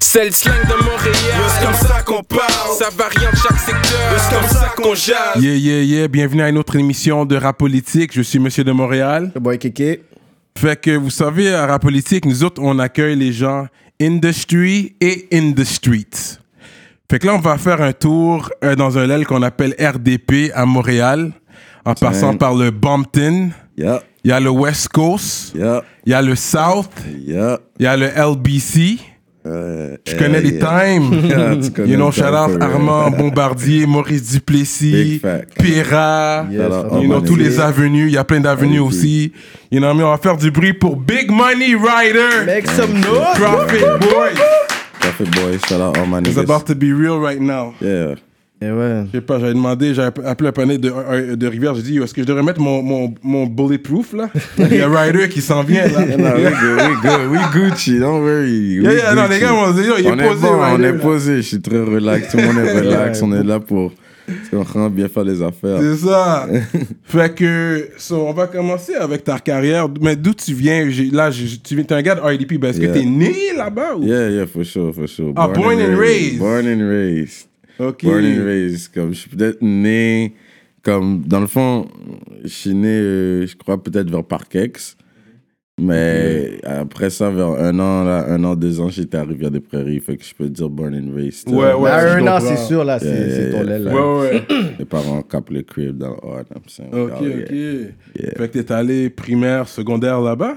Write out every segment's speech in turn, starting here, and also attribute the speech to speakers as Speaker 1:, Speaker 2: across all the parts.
Speaker 1: C'est le slang de Montréal.
Speaker 2: C'est comme ça qu'on parle.
Speaker 1: Ça varie en chaque secteur.
Speaker 2: C'est comme ça qu'on jase.
Speaker 3: Yeah, yeah, yeah. Bienvenue à une autre émission de Rap Politique. Je suis Monsieur de Montréal.
Speaker 4: Le boy Kéké.
Speaker 3: Fait que vous savez, à Rap Politique, nous autres, on accueille les gens in the street et in the streets. Fait que là, on va faire un tour euh, dans un l'aile qu'on appelle RDP à Montréal, en passant par le Brompton.
Speaker 4: Yeah,
Speaker 3: Il y a le West Coast. Il
Speaker 4: yeah,
Speaker 3: y a le South.
Speaker 4: yeah.
Speaker 3: Il y a le LBC.
Speaker 4: Euh,
Speaker 3: Je connais les times.
Speaker 4: Yeah, tu connais
Speaker 3: You know,
Speaker 4: le time
Speaker 3: shout out
Speaker 4: for real.
Speaker 3: Armand Bombardier, Maurice Duplessis,
Speaker 4: Big fact.
Speaker 3: Pira.
Speaker 4: Yes,
Speaker 3: you know,
Speaker 4: Armand
Speaker 3: tous les
Speaker 4: Duplessis.
Speaker 3: avenues. Il y a plein d'avenues aussi. You know, mais on va faire du bruit pour Big Money Rider.
Speaker 4: Make some noise.
Speaker 3: Profit Boy.
Speaker 4: Profit boy, shout out all my
Speaker 3: It's about
Speaker 4: niggas.
Speaker 3: to be real right now.
Speaker 4: Yeah.
Speaker 5: Et Eh ouais.
Speaker 3: Je sais pas, j'avais demandé, j'avais appelé un panel de, euh, de Rivière, j'ai dit, Yo, est-ce que je devrais mettre mon, mon, mon bulletproof là Il y a Ryder qui s'en vient là.
Speaker 4: Yeah, nah, we good, we good, we Gucci, don't worry. we
Speaker 3: Yeah, yeah, non,
Speaker 4: Gucci.
Speaker 3: les gars, on, yo, il est
Speaker 4: on est
Speaker 3: posé.
Speaker 4: bon, on
Speaker 3: Ryder,
Speaker 4: est
Speaker 3: là.
Speaker 4: posé, je suis très relax, tout le monde est relax, on est là pour tu comprends, bien faire les affaires.
Speaker 3: C'est ça. fait que, so, on va commencer avec ta carrière. Mais d'où tu viens J'ai- Là, j'ai- tu viens, t'es un gars de RDP, ben, est-ce
Speaker 4: Yeah.
Speaker 3: que t'es né là-bas ou
Speaker 4: Yeah, yeah, for sure, for sure.
Speaker 3: Ah, born and raised.
Speaker 4: Born and raised.
Speaker 3: Ok.
Speaker 4: Born and raised. Comme je suis peut-être né, comme dans le fond, je suis né, euh, je crois peut-être vers Parkex. Mais après ça, vers un an, là, un an, deux ans, j'étais à Rivière-des-Prairies. Fait que je peux dire born and raised. euh,
Speaker 3: Ouais, ouais.
Speaker 5: Bah,
Speaker 3: je
Speaker 5: un an,
Speaker 3: comprends.
Speaker 5: c'est sûr, là, c'est
Speaker 4: Yeah,
Speaker 5: c'est ton
Speaker 4: yeah,
Speaker 5: l'aile.
Speaker 4: yeah.
Speaker 3: Ouais,
Speaker 5: là.
Speaker 3: ouais.
Speaker 4: Mes parents capent le crib dans le hard. I'm saying,
Speaker 3: ok,
Speaker 4: oh,
Speaker 3: ok.
Speaker 4: yeah. Yeah.
Speaker 3: Fait que t'es allé primaire, secondaire là-bas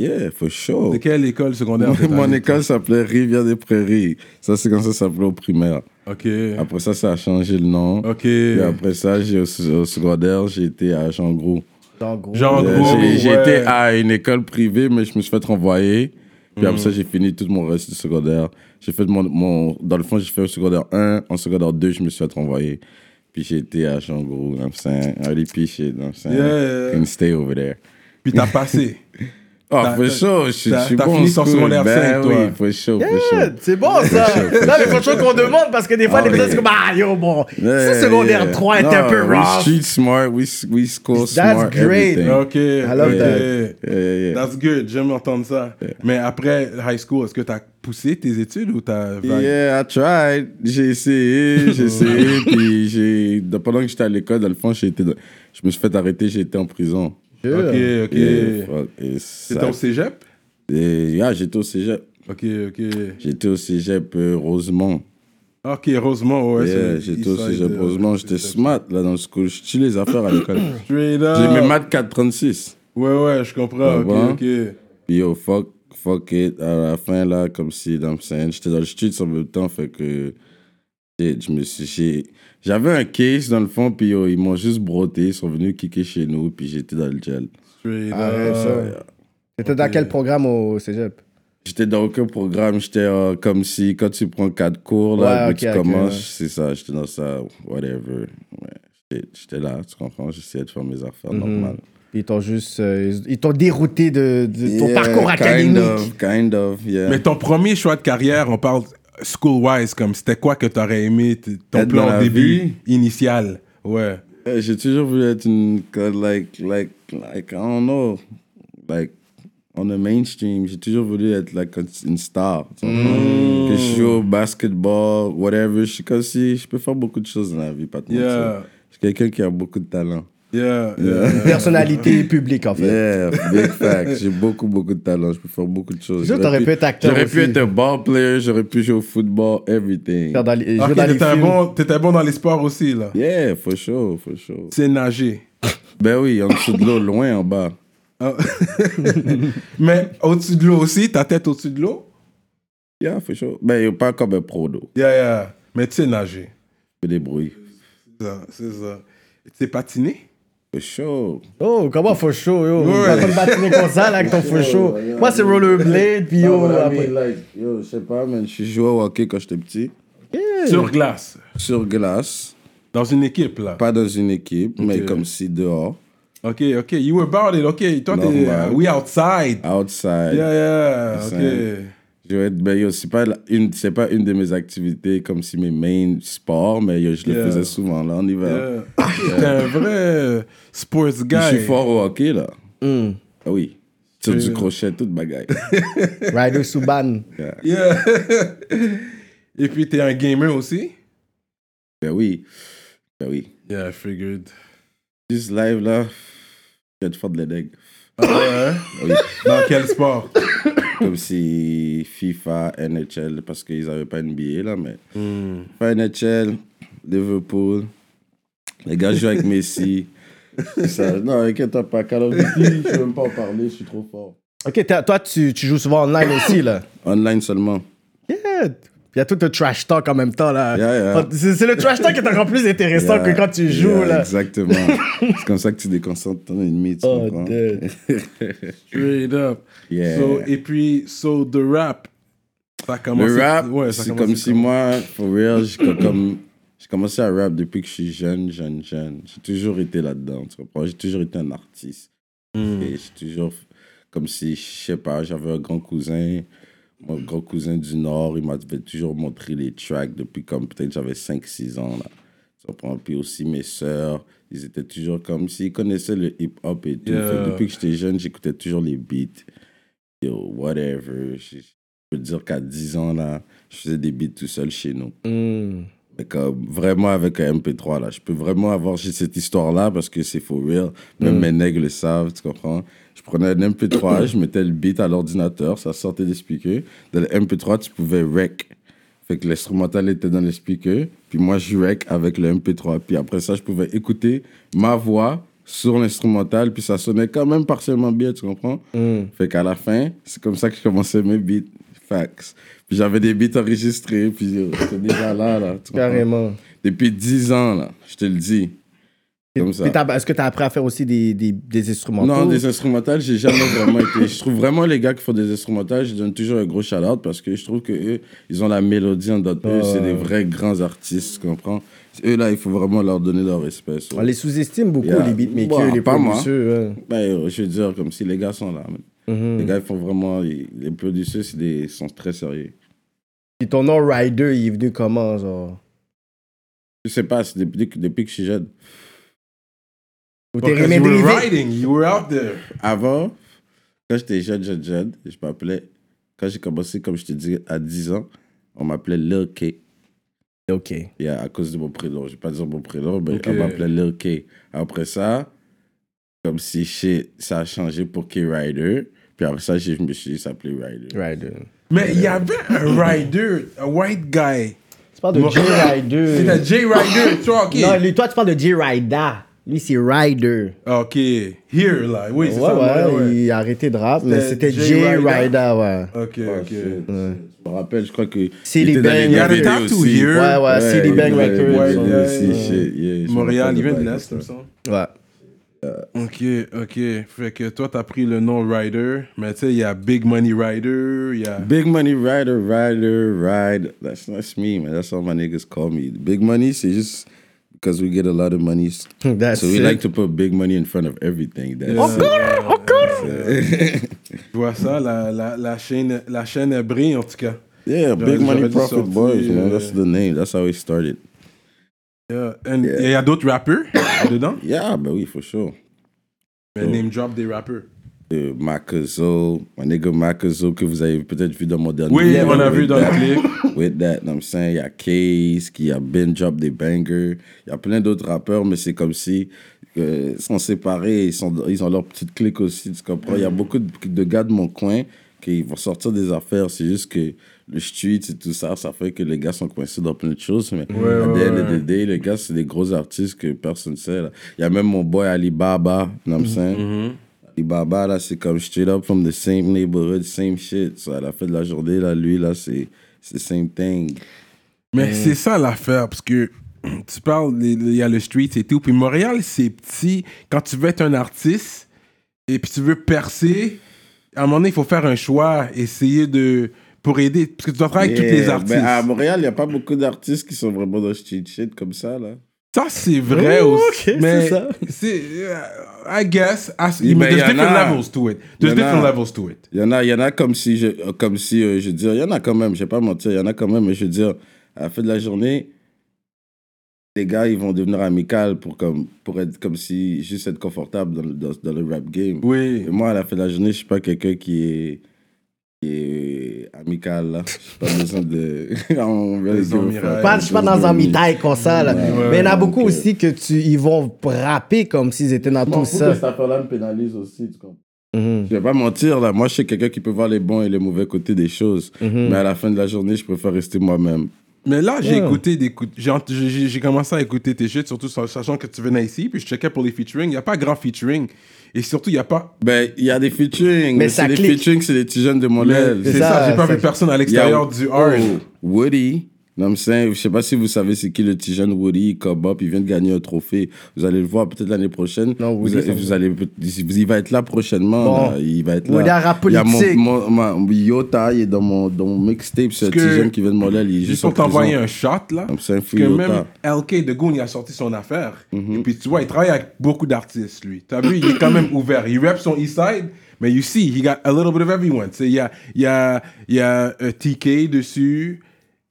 Speaker 4: Yeah, for sure.
Speaker 3: De quelle école secondaire t'es
Speaker 4: Oh. Mon
Speaker 3: allé?
Speaker 4: école s'appelait Rivière-des-Prairies. Ça, c'est comme ça ça s'appelait au primaire.
Speaker 3: Ok.
Speaker 4: Après ça, ça a changé le nom.
Speaker 3: Ok.
Speaker 4: Puis après ça, j'ai au, au secondaire, j'ai été à Jean Gros.
Speaker 5: En gros.
Speaker 3: Jean
Speaker 4: Euh,
Speaker 3: Gros.
Speaker 4: j'ai j'ai
Speaker 3: ouais.
Speaker 4: été à une école privée, mais je me suis fait renvoyer. Puis
Speaker 3: Mm.
Speaker 4: après ça, j'ai fini tout mon reste du secondaire. J'ai fait mon, mon- dans le fond, j'ai fait au secondaire 1, en secondaire 2, je me suis fait renvoyer. Puis j'ai été à Jean Gros, dans le sein, à Lipiché, dans le sein.
Speaker 3: Yeah.
Speaker 4: Can stay over there.
Speaker 3: Puis t'as passé.
Speaker 4: Oh,
Speaker 3: T'as-
Speaker 4: for
Speaker 3: t'as-
Speaker 4: sure, je suis
Speaker 3: t'as-
Speaker 4: je suis
Speaker 3: t'as
Speaker 4: bon.
Speaker 3: fini
Speaker 4: au
Speaker 3: sur
Speaker 4: school.
Speaker 3: secondaire
Speaker 4: ben,
Speaker 3: cinq, toi.
Speaker 4: Oui, for sure, for
Speaker 5: Yeah,
Speaker 4: sure.
Speaker 5: c'est bon ça! Là, mais faut toujours qu'on demande parce que des fois,
Speaker 4: Ah,
Speaker 5: les personnes
Speaker 4: ouais.
Speaker 5: sont comme Ah yo, bon,
Speaker 4: Yeah,
Speaker 5: c'est secondaire
Speaker 4: yeah.
Speaker 5: 3 est un
Speaker 4: No,
Speaker 5: peu
Speaker 4: we
Speaker 5: rough.
Speaker 4: street smart, we, we school
Speaker 5: That's
Speaker 4: smart,
Speaker 5: great.
Speaker 4: everything.
Speaker 3: Ok. I
Speaker 5: love
Speaker 4: that. Yeah, yeah.
Speaker 3: That's good, j'aime entendre ça. Mais après high school, est-ce que t'as poussé tes études ou t'as vague-
Speaker 4: Yeah, I tried. J'ai essayé, j'ai essayé, puis j'ai... de- Pendant que j'étais à l'école, dans le fond, j'ai été dans- je me suis fait arrêter, j'ai été en prison.
Speaker 3: Ok, ok.
Speaker 4: Et, fuck, et ça-
Speaker 3: C'était au cégep
Speaker 4: et, ah, j'étais au cégep.
Speaker 3: Ok, ok.
Speaker 4: J'étais au cégep euh, Rosemont.
Speaker 3: Ok, Rosemont, ouais.
Speaker 4: Yeah,
Speaker 3: c'est-
Speaker 4: j'étais
Speaker 3: East
Speaker 4: au
Speaker 3: Side,
Speaker 4: cégep
Speaker 3: euh,
Speaker 4: Rosemont. J'étais
Speaker 3: Side.
Speaker 4: smart, là, dans le school. Je tue les affaires à l'école.
Speaker 3: Straight
Speaker 4: J'ai
Speaker 3: up.
Speaker 4: mes maths 436.
Speaker 3: Ouais, ouais, je comprends.
Speaker 4: Ah
Speaker 3: Ok,
Speaker 4: bon?
Speaker 3: ok.
Speaker 4: Puis yo, fuck, fuck it. À la fin, là, comme si, dans le scène, j'étais dans le street en même temps, fait que. shit, Je me suis. j'ai- J'avais un case dans le fond, puis yo, ils m'ont juste brodé, ils sont venus kicker chez nous, puis j'étais dans le gel.
Speaker 3: Straight
Speaker 5: Arrête ça.
Speaker 3: up.
Speaker 5: T'étais dans quel programme au cégep?
Speaker 4: J'étais dans aucun programme, j'étais euh, comme si quand tu prends quatre cours, là,
Speaker 5: Ouais,
Speaker 4: puis
Speaker 5: ok,
Speaker 4: tu
Speaker 5: ok,
Speaker 4: commences,
Speaker 5: ouais.
Speaker 4: c'est ça, j'étais dans ça, whatever. Ouais, j'étais- J'étais là, tu comprends, j'essayais de faire mes affaires
Speaker 5: Mhm.
Speaker 4: normales.
Speaker 5: Puis Ils t'ont juste. euh, ils- Ils t'ont dérouté de, de ton
Speaker 4: Yeah,
Speaker 5: parcours
Speaker 4: Kind
Speaker 5: académique.
Speaker 4: of, kind of, yeah.
Speaker 3: Mais ton premier choix de carrière, on parle school-wise, comme c'était quoi que t'aurais aimé t- ton
Speaker 4: Être dans
Speaker 3: plan
Speaker 4: la vie.
Speaker 3: début initial Ouais.
Speaker 4: Euh, J'ai toujours voulu être une, like, like, like, I don't know, like, on the mainstream. J'ai toujours voulu être, like, une star. tu
Speaker 5: Mm.
Speaker 4: comprends? Que je joue au basketball, whatever. Je suis comme si, je peux faire beaucoup de choses dans la vie, pas de mentir.
Speaker 3: Yeah.
Speaker 4: Je suis quelqu'un qui a beaucoup de talent.
Speaker 3: Yeah. yeah.
Speaker 5: Personnalité publique, en fait.
Speaker 4: Yeah, big fact. J'ai beaucoup, beaucoup de talent. Je peux faire beaucoup de choses.
Speaker 5: sûr, t'aurais pu être acteur
Speaker 4: J'aurais pu
Speaker 5: aussi.
Speaker 4: être un ball player, j'aurais pu jouer au football, everything.
Speaker 5: Faire dans les-
Speaker 3: Ok,
Speaker 5: jouer dans les
Speaker 3: t'étais
Speaker 5: films.
Speaker 3: bon, t'étais bon dans les sports aussi, là.
Speaker 4: Yeah, for sure, for sure.
Speaker 3: C'est nager.
Speaker 4: Ben oui, en dessous de l'eau, loin en bas.
Speaker 3: Ah. Mais au-dessus de l'eau aussi, ta tête au-dessus de l'eau
Speaker 4: Yeah, for sure. Ben, yo, pas comme un pro, d'eau.
Speaker 3: Yeah, yeah. Mais tu sais nager.
Speaker 4: Je me débrouille.
Speaker 3: C'est ça, c'est ça. Tu sais patiner
Speaker 4: For sure.
Speaker 5: Oh, comment faux chaud, yo?
Speaker 3: Ouais.
Speaker 5: T'as pas le bâtiment comme ça, là, avec ton faux chaud.
Speaker 4: Ouais, ouais,
Speaker 5: Moi, c'est rollerblade, puis
Speaker 4: Ah,
Speaker 5: yo, après.
Speaker 4: yo, je sais pas, man. Je suis joué au hockey quand j'étais petit.
Speaker 3: Sur glace.
Speaker 4: Sur glace.
Speaker 3: Dans une équipe, là.
Speaker 4: Pas dans une équipe, mais
Speaker 3: Ok.
Speaker 4: comme si dehors.
Speaker 3: Ok, ok. You were about it. Ok, toi, t'es. euh,
Speaker 4: Normal. Ah,
Speaker 3: we outside.
Speaker 4: Outside.
Speaker 3: Yeah, yeah.
Speaker 4: Outside.
Speaker 3: Ok.
Speaker 4: Je vais être- ben, yo, c'est pas la- une, c'est pas une de mes activités comme si mes main sports, mais yo, je le
Speaker 3: Yeah.
Speaker 4: faisais souvent là en hiver.
Speaker 3: Yeah. T'es un vrai sports guy.
Speaker 4: Hmm. Puis Je suis fort au hockey là. Ah oui. Tire du crochet, toute bagaille.
Speaker 5: Rider Suban.
Speaker 3: Yeah. Et puis, t'es un gamer aussi?
Speaker 4: ben oui. Ben oui.
Speaker 3: Yeah, I figured.
Speaker 4: Juste live là, je vais te faire de la deg. Oui.
Speaker 3: Ah Dans quel sport?
Speaker 4: Comme si FIFA, NHL, parce qu'ils n'avaient pas NBA là, mais.
Speaker 5: Hmm.
Speaker 4: FIFA, NHL, Liverpool. Les gars jouent avec Messi. Tout Ça, non, inquiète pas, Call of Duty, je peux même pas en parler, je suis trop fort.
Speaker 5: Ok, t'as- toi, tu, tu joues souvent online aussi, là.
Speaker 4: Online seulement.
Speaker 5: Yeah. Il y a tout le trash talk en même temps, là.
Speaker 4: Yeah, yeah.
Speaker 5: Enfin, C'est c'est le trash talk qui est encore plus intéressant
Speaker 4: Yeah,
Speaker 5: que quand tu
Speaker 4: yeah,
Speaker 5: joues, là.
Speaker 4: Exactement. C'est comme ça que tu déconcentres ton ennemi, tu
Speaker 5: Oh,
Speaker 4: comprends?
Speaker 5: dude.
Speaker 3: Straight up.
Speaker 4: Yeah.
Speaker 3: So, et puis, so, the rap. Ça a commencé.
Speaker 4: Le rap,
Speaker 3: ouais, ça a
Speaker 4: c'est
Speaker 3: commencé
Speaker 4: comme si moi, for real, j'ai co- comme- j'ai commencé à rap depuis que je suis jeune, jeune, jeune. J'ai toujours été là-dedans, tu comprends? J'ai toujours été un artiste.
Speaker 3: Hmm.
Speaker 4: Et j'ai toujours, comme si, je sais pas, j'avais un grand cousin, mon grand cousin du Nord, il m'avait toujours montré les tracks depuis comme peut-être j'avais 5-6 ans, là. Tu comprends? Puis aussi mes sœurs, ils étaient toujours comme s'ils connaissaient le hip-hop et tout.
Speaker 3: Yeah.
Speaker 4: Fait que depuis que j'étais jeune, j'écoutais toujours les beats. Yo, whatever. Je- je peux te dire qu'à 10 ans, là, je faisais des beats tout seul chez nous.
Speaker 5: Mm.
Speaker 4: Mais comme, vraiment avec un MP3, là. Je peux vraiment avoir j'ai cette histoire-là parce que c'est for real. Même mes nègres le savent, tu comprends? Je prenais un MP3, je mettais le beat à l'ordinateur, ça sortait des speakers. Dans le MP3, tu pouvais rec. Fait que l'instrumental était dans les speakers, puis moi je rec avec le MP3. Puis après ça, je pouvais écouter ma voix sur l'instrumental, puis ça sonnait quand même partiellement bien, tu comprends? Fait qu'à la fin, c'est comme ça que je commençais mes beats. Fax. Puis j'avais des beats enregistrés, puis euh, c'était déjà là, là. tu comprends?
Speaker 5: Carrément.
Speaker 4: Depuis 10 ans, là, je te le dis. Comme ça.
Speaker 5: Puis t'as- Est-ce que t'as appris à faire aussi des, des, des instrumentaux?
Speaker 4: Non, des instrumentales, j'ai jamais vraiment été. Je trouve vraiment les gars qui font des instrumentales, je donne toujours un gros shout parce que je trouve que eux, ils ont la mélodie en d'autres. Eux, c'est des vrais grands artistes, tu comprends Eux, là, il faut vraiment leur donner leur respect. so.
Speaker 5: On les sous-estime beaucoup,
Speaker 4: Yeah.
Speaker 5: les beatmakers,
Speaker 4: Bon,
Speaker 5: les
Speaker 4: pas moi.
Speaker 5: producteurs. Mm-hmm. ouais.
Speaker 4: Ben, euh, je veux dire, comme si les gars sont là. man.
Speaker 6: Mm.
Speaker 4: Les gars, ils font vraiment. ils- Les producteurs, c'est des... ils sont très sérieux.
Speaker 5: Puis ton nom Rider, il est venu comment, genre?
Speaker 4: Je sais pas, c'est depuis, que- depuis que je suis jeune.
Speaker 5: Ou t'es
Speaker 3: Because you
Speaker 5: remédié-
Speaker 3: were riding, you were out there.
Speaker 4: Avant, quand j'étais jeune, jeune, jeune, je m'appelais. Quand j'ai commencé, comme je te dis, à 10 ans, on m'appelait Lil K.
Speaker 5: Ok.
Speaker 4: Et à, à cause de mon prénom. Je vais pas dire mon prénom, mais
Speaker 3: Ok.
Speaker 4: on m'appelait Lil K. Après ça, comme si shit, ça a changé pour K-Rider. Puis après ça, j'ai- je me suis dit, ça s'appelait Rider.
Speaker 5: Rider.
Speaker 3: Mais il y avait un rider, un white guy.
Speaker 5: Tu parles de
Speaker 3: Moi- C'est
Speaker 5: J-Rider.
Speaker 3: le J-Rider, tu vois, ok.
Speaker 5: Non, lui, toi, tu parles de J-Rider. Lui, c'est Rider.
Speaker 3: Ok, here, là. Oui, c'est
Speaker 5: Ouais,
Speaker 3: ça.
Speaker 5: ouais,
Speaker 3: ouais, ouais.
Speaker 5: il a arrêté de rap, mais
Speaker 3: C'était
Speaker 5: c'était
Speaker 3: J-Rider.
Speaker 5: J-Rider, ouais.
Speaker 3: Ok, ok.
Speaker 4: Je me rappelle, je crois que.
Speaker 5: C'est
Speaker 4: il
Speaker 5: les
Speaker 4: était dans
Speaker 5: Bang
Speaker 4: les
Speaker 5: Records.
Speaker 4: DVD
Speaker 3: Il y a des tattoos
Speaker 4: aussi.
Speaker 3: here.
Speaker 5: Ouais, ouais,
Speaker 4: Ouais,
Speaker 5: CD
Speaker 4: il
Speaker 5: Bang
Speaker 4: était dans les
Speaker 5: Records.
Speaker 4: DVD
Speaker 3: ouais,
Speaker 4: aussi,
Speaker 3: ouais.
Speaker 4: shit, yeah, je me
Speaker 3: Montréal, il
Speaker 4: rappelle de
Speaker 3: vient de
Speaker 4: bail,
Speaker 3: l'Est,
Speaker 4: ça.
Speaker 3: comme ça.
Speaker 5: Ouais.
Speaker 3: Ok, ok. Fait que toi, t'as pris le nom Rider, mais tu sais, il y a Big Money Rider, il y a.
Speaker 4: Big money rider, rider, ride. That's that's me, man. That's all my niggas call me. Big money, c'est just because we get a lot of money.
Speaker 5: That's
Speaker 4: so we
Speaker 5: it.
Speaker 4: like to put big money in front of everything. That's
Speaker 3: Je vois ça, la, la, la, chaîne, la chaîne elle brille en tout cas.
Speaker 4: yeah, big
Speaker 3: j'aurais
Speaker 4: money
Speaker 3: dû
Speaker 4: profit
Speaker 3: sortir,
Speaker 4: boys, man.
Speaker 3: euh,
Speaker 4: That's the name. That's how it started.
Speaker 3: Yeah. And- et Il y a d'autres rappeurs dedans.
Speaker 4: Yeah, but we for sure.
Speaker 3: Mais name drop des rappeurs.
Speaker 4: Euh, Makazo, my nigga Makazo que vous avez peut-être vu dans mon dernier
Speaker 3: Oui,
Speaker 4: vidéo,
Speaker 3: on a
Speaker 4: with
Speaker 3: vu dans le
Speaker 4: that-
Speaker 3: clip.
Speaker 4: With that, know what I'm saying, il y a Case, qui a Ben Drop des bangers, il y a plein d'autres rappeurs, mais c'est comme si euh, ils sont séparés, ils, sont, ils ont leur petite clique aussi, tu comprends? Il y a beaucoup de, de gars de mon coin qui vont sortir des affaires, c'est juste que le street et tout ça, ça fait que les gars sont coincés dans plein de choses, mais à
Speaker 3: ouais,
Speaker 4: the end of the
Speaker 3: ouais.
Speaker 4: day, les gars, c'est des gros artistes que personne ne sait. là. Il y a même mon boy Alibaba, know what I'm saying?
Speaker 3: Mm-hmm.
Speaker 4: Alibaba, là, c'est comme straight up from the same neighborhood, same shit. So, à la fin de la journée, là, lui, là, c'est c'est same thing.
Speaker 3: Mais c'est ça l'affaire, parce que tu parles, les- les- il y a le street et tout. Puis Montréal, c'est petit. Quand tu veux être un artiste et puis tu veux percer, à un moment donné, il faut faire un choix, essayer de. pour aider. Parce que tu dois travailler avec tous les
Speaker 4: Yeah,
Speaker 3: artistes.
Speaker 4: ben, à Montréal, il n'y a pas beaucoup d'artistes qui sont vraiment dans le street shit comme ça, là.
Speaker 3: Ça, c'est vrai
Speaker 5: Oh,
Speaker 3: aussi.
Speaker 5: ok,
Speaker 3: mais
Speaker 5: c'est ça.
Speaker 3: c'est euh, I guess. as-
Speaker 4: Ben,
Speaker 3: mais
Speaker 4: y
Speaker 3: there's
Speaker 4: en
Speaker 3: different
Speaker 4: a.
Speaker 3: levels to it. There's
Speaker 4: Y en a.
Speaker 3: different levels to it.
Speaker 4: Il y en a, il y en a comme si, je, euh, comme si euh, je veux dire, il y en a quand même, je vais pas mentir, il y en a quand même, mais je veux dire, à la fin de la journée, les gars, ils vont devenir amicales pour, comme, pour être comme si, juste être confortable dans le, dans, dans le rap game.
Speaker 3: Oui.
Speaker 4: Et moi, à la fin de la journée, je suis pas quelqu'un qui est, qui est amical, là. Je pas besoin de... On really give a fuck.
Speaker 3: emmirailles.
Speaker 5: Pas, je suis pas dans un mitaille comme ça, là. mais il y en a beaucoup
Speaker 4: donc,
Speaker 5: aussi que tu, ils vont rapper comme s'ils étaient dans
Speaker 4: Je m'en
Speaker 5: tout
Speaker 4: fous
Speaker 5: ça.
Speaker 4: que cette affaire-là me pénalise aussi, tu comprends?
Speaker 5: Mhm.
Speaker 4: Je vais pas mentir, là. Moi, je suis quelqu'un qui peut voir les bons et les mauvais côtés des choses.
Speaker 5: Mhm.
Speaker 4: Mais à la fin de la journée, je préfère rester moi-même.
Speaker 3: Mais là, j'ai
Speaker 4: Hmm.
Speaker 5: Yeah.
Speaker 3: écouté des cou- j'ai ent- j'ai- j'ai- j'ai commencé à écouter tes shit, surtout en sachant que tu venais ici, puis je checkais pour les featuring. Il n'y a pas grand featuring. Et surtout, il n'y a pas.
Speaker 4: Ben, il y a des featuring.
Speaker 5: Mais
Speaker 4: Mais
Speaker 5: ça
Speaker 4: c'est les
Speaker 5: clique.
Speaker 4: featuring, c'est les petits jeunes de mon
Speaker 3: Mais
Speaker 4: lèvre.
Speaker 3: C'est
Speaker 5: c'est
Speaker 3: ça,
Speaker 5: ça,
Speaker 3: j'ai pas
Speaker 5: ça-
Speaker 3: vu personne à
Speaker 4: Il y a
Speaker 3: l'extérieur du art.
Speaker 4: Oh, Woody. Non, mais c'est- je sais pas si vous savez c'est qui le petit jeune Woody, il come up, il vient de gagner un trophée. Vous allez le voir peut-être l'année prochaine.
Speaker 5: Non, Woody,
Speaker 4: vous, allez-
Speaker 5: ça-
Speaker 4: vous allez, peut- il va être là prochainement.
Speaker 5: Bon.
Speaker 4: là. Il va être
Speaker 5: Woody
Speaker 4: là.
Speaker 5: à rap
Speaker 4: Il y a mon,
Speaker 5: politique.
Speaker 4: mon- ma- Yota, il est dans mon, dans mon mixtape, c'est un
Speaker 3: Parce
Speaker 4: petit
Speaker 3: que-
Speaker 4: jeune qui vient de mon lèvre, il est
Speaker 3: Juste
Speaker 4: juste
Speaker 3: pour
Speaker 4: en
Speaker 3: t'envoyer
Speaker 4: prison.
Speaker 3: un shot, là.
Speaker 4: Comme ça, un
Speaker 3: Parce que
Speaker 4: fouillota.
Speaker 3: même LK de Goon, il a sorti son affaire.
Speaker 4: Mm-hmm.
Speaker 3: Et puis tu vois, il travaille avec beaucoup d'artistes, lui. T'as vu, il est quand même ouvert. Il rap son East Side, mais you see, he got a little bit of everyone. Tu sais, Il y a, il y a, il y a euh, TK dessus,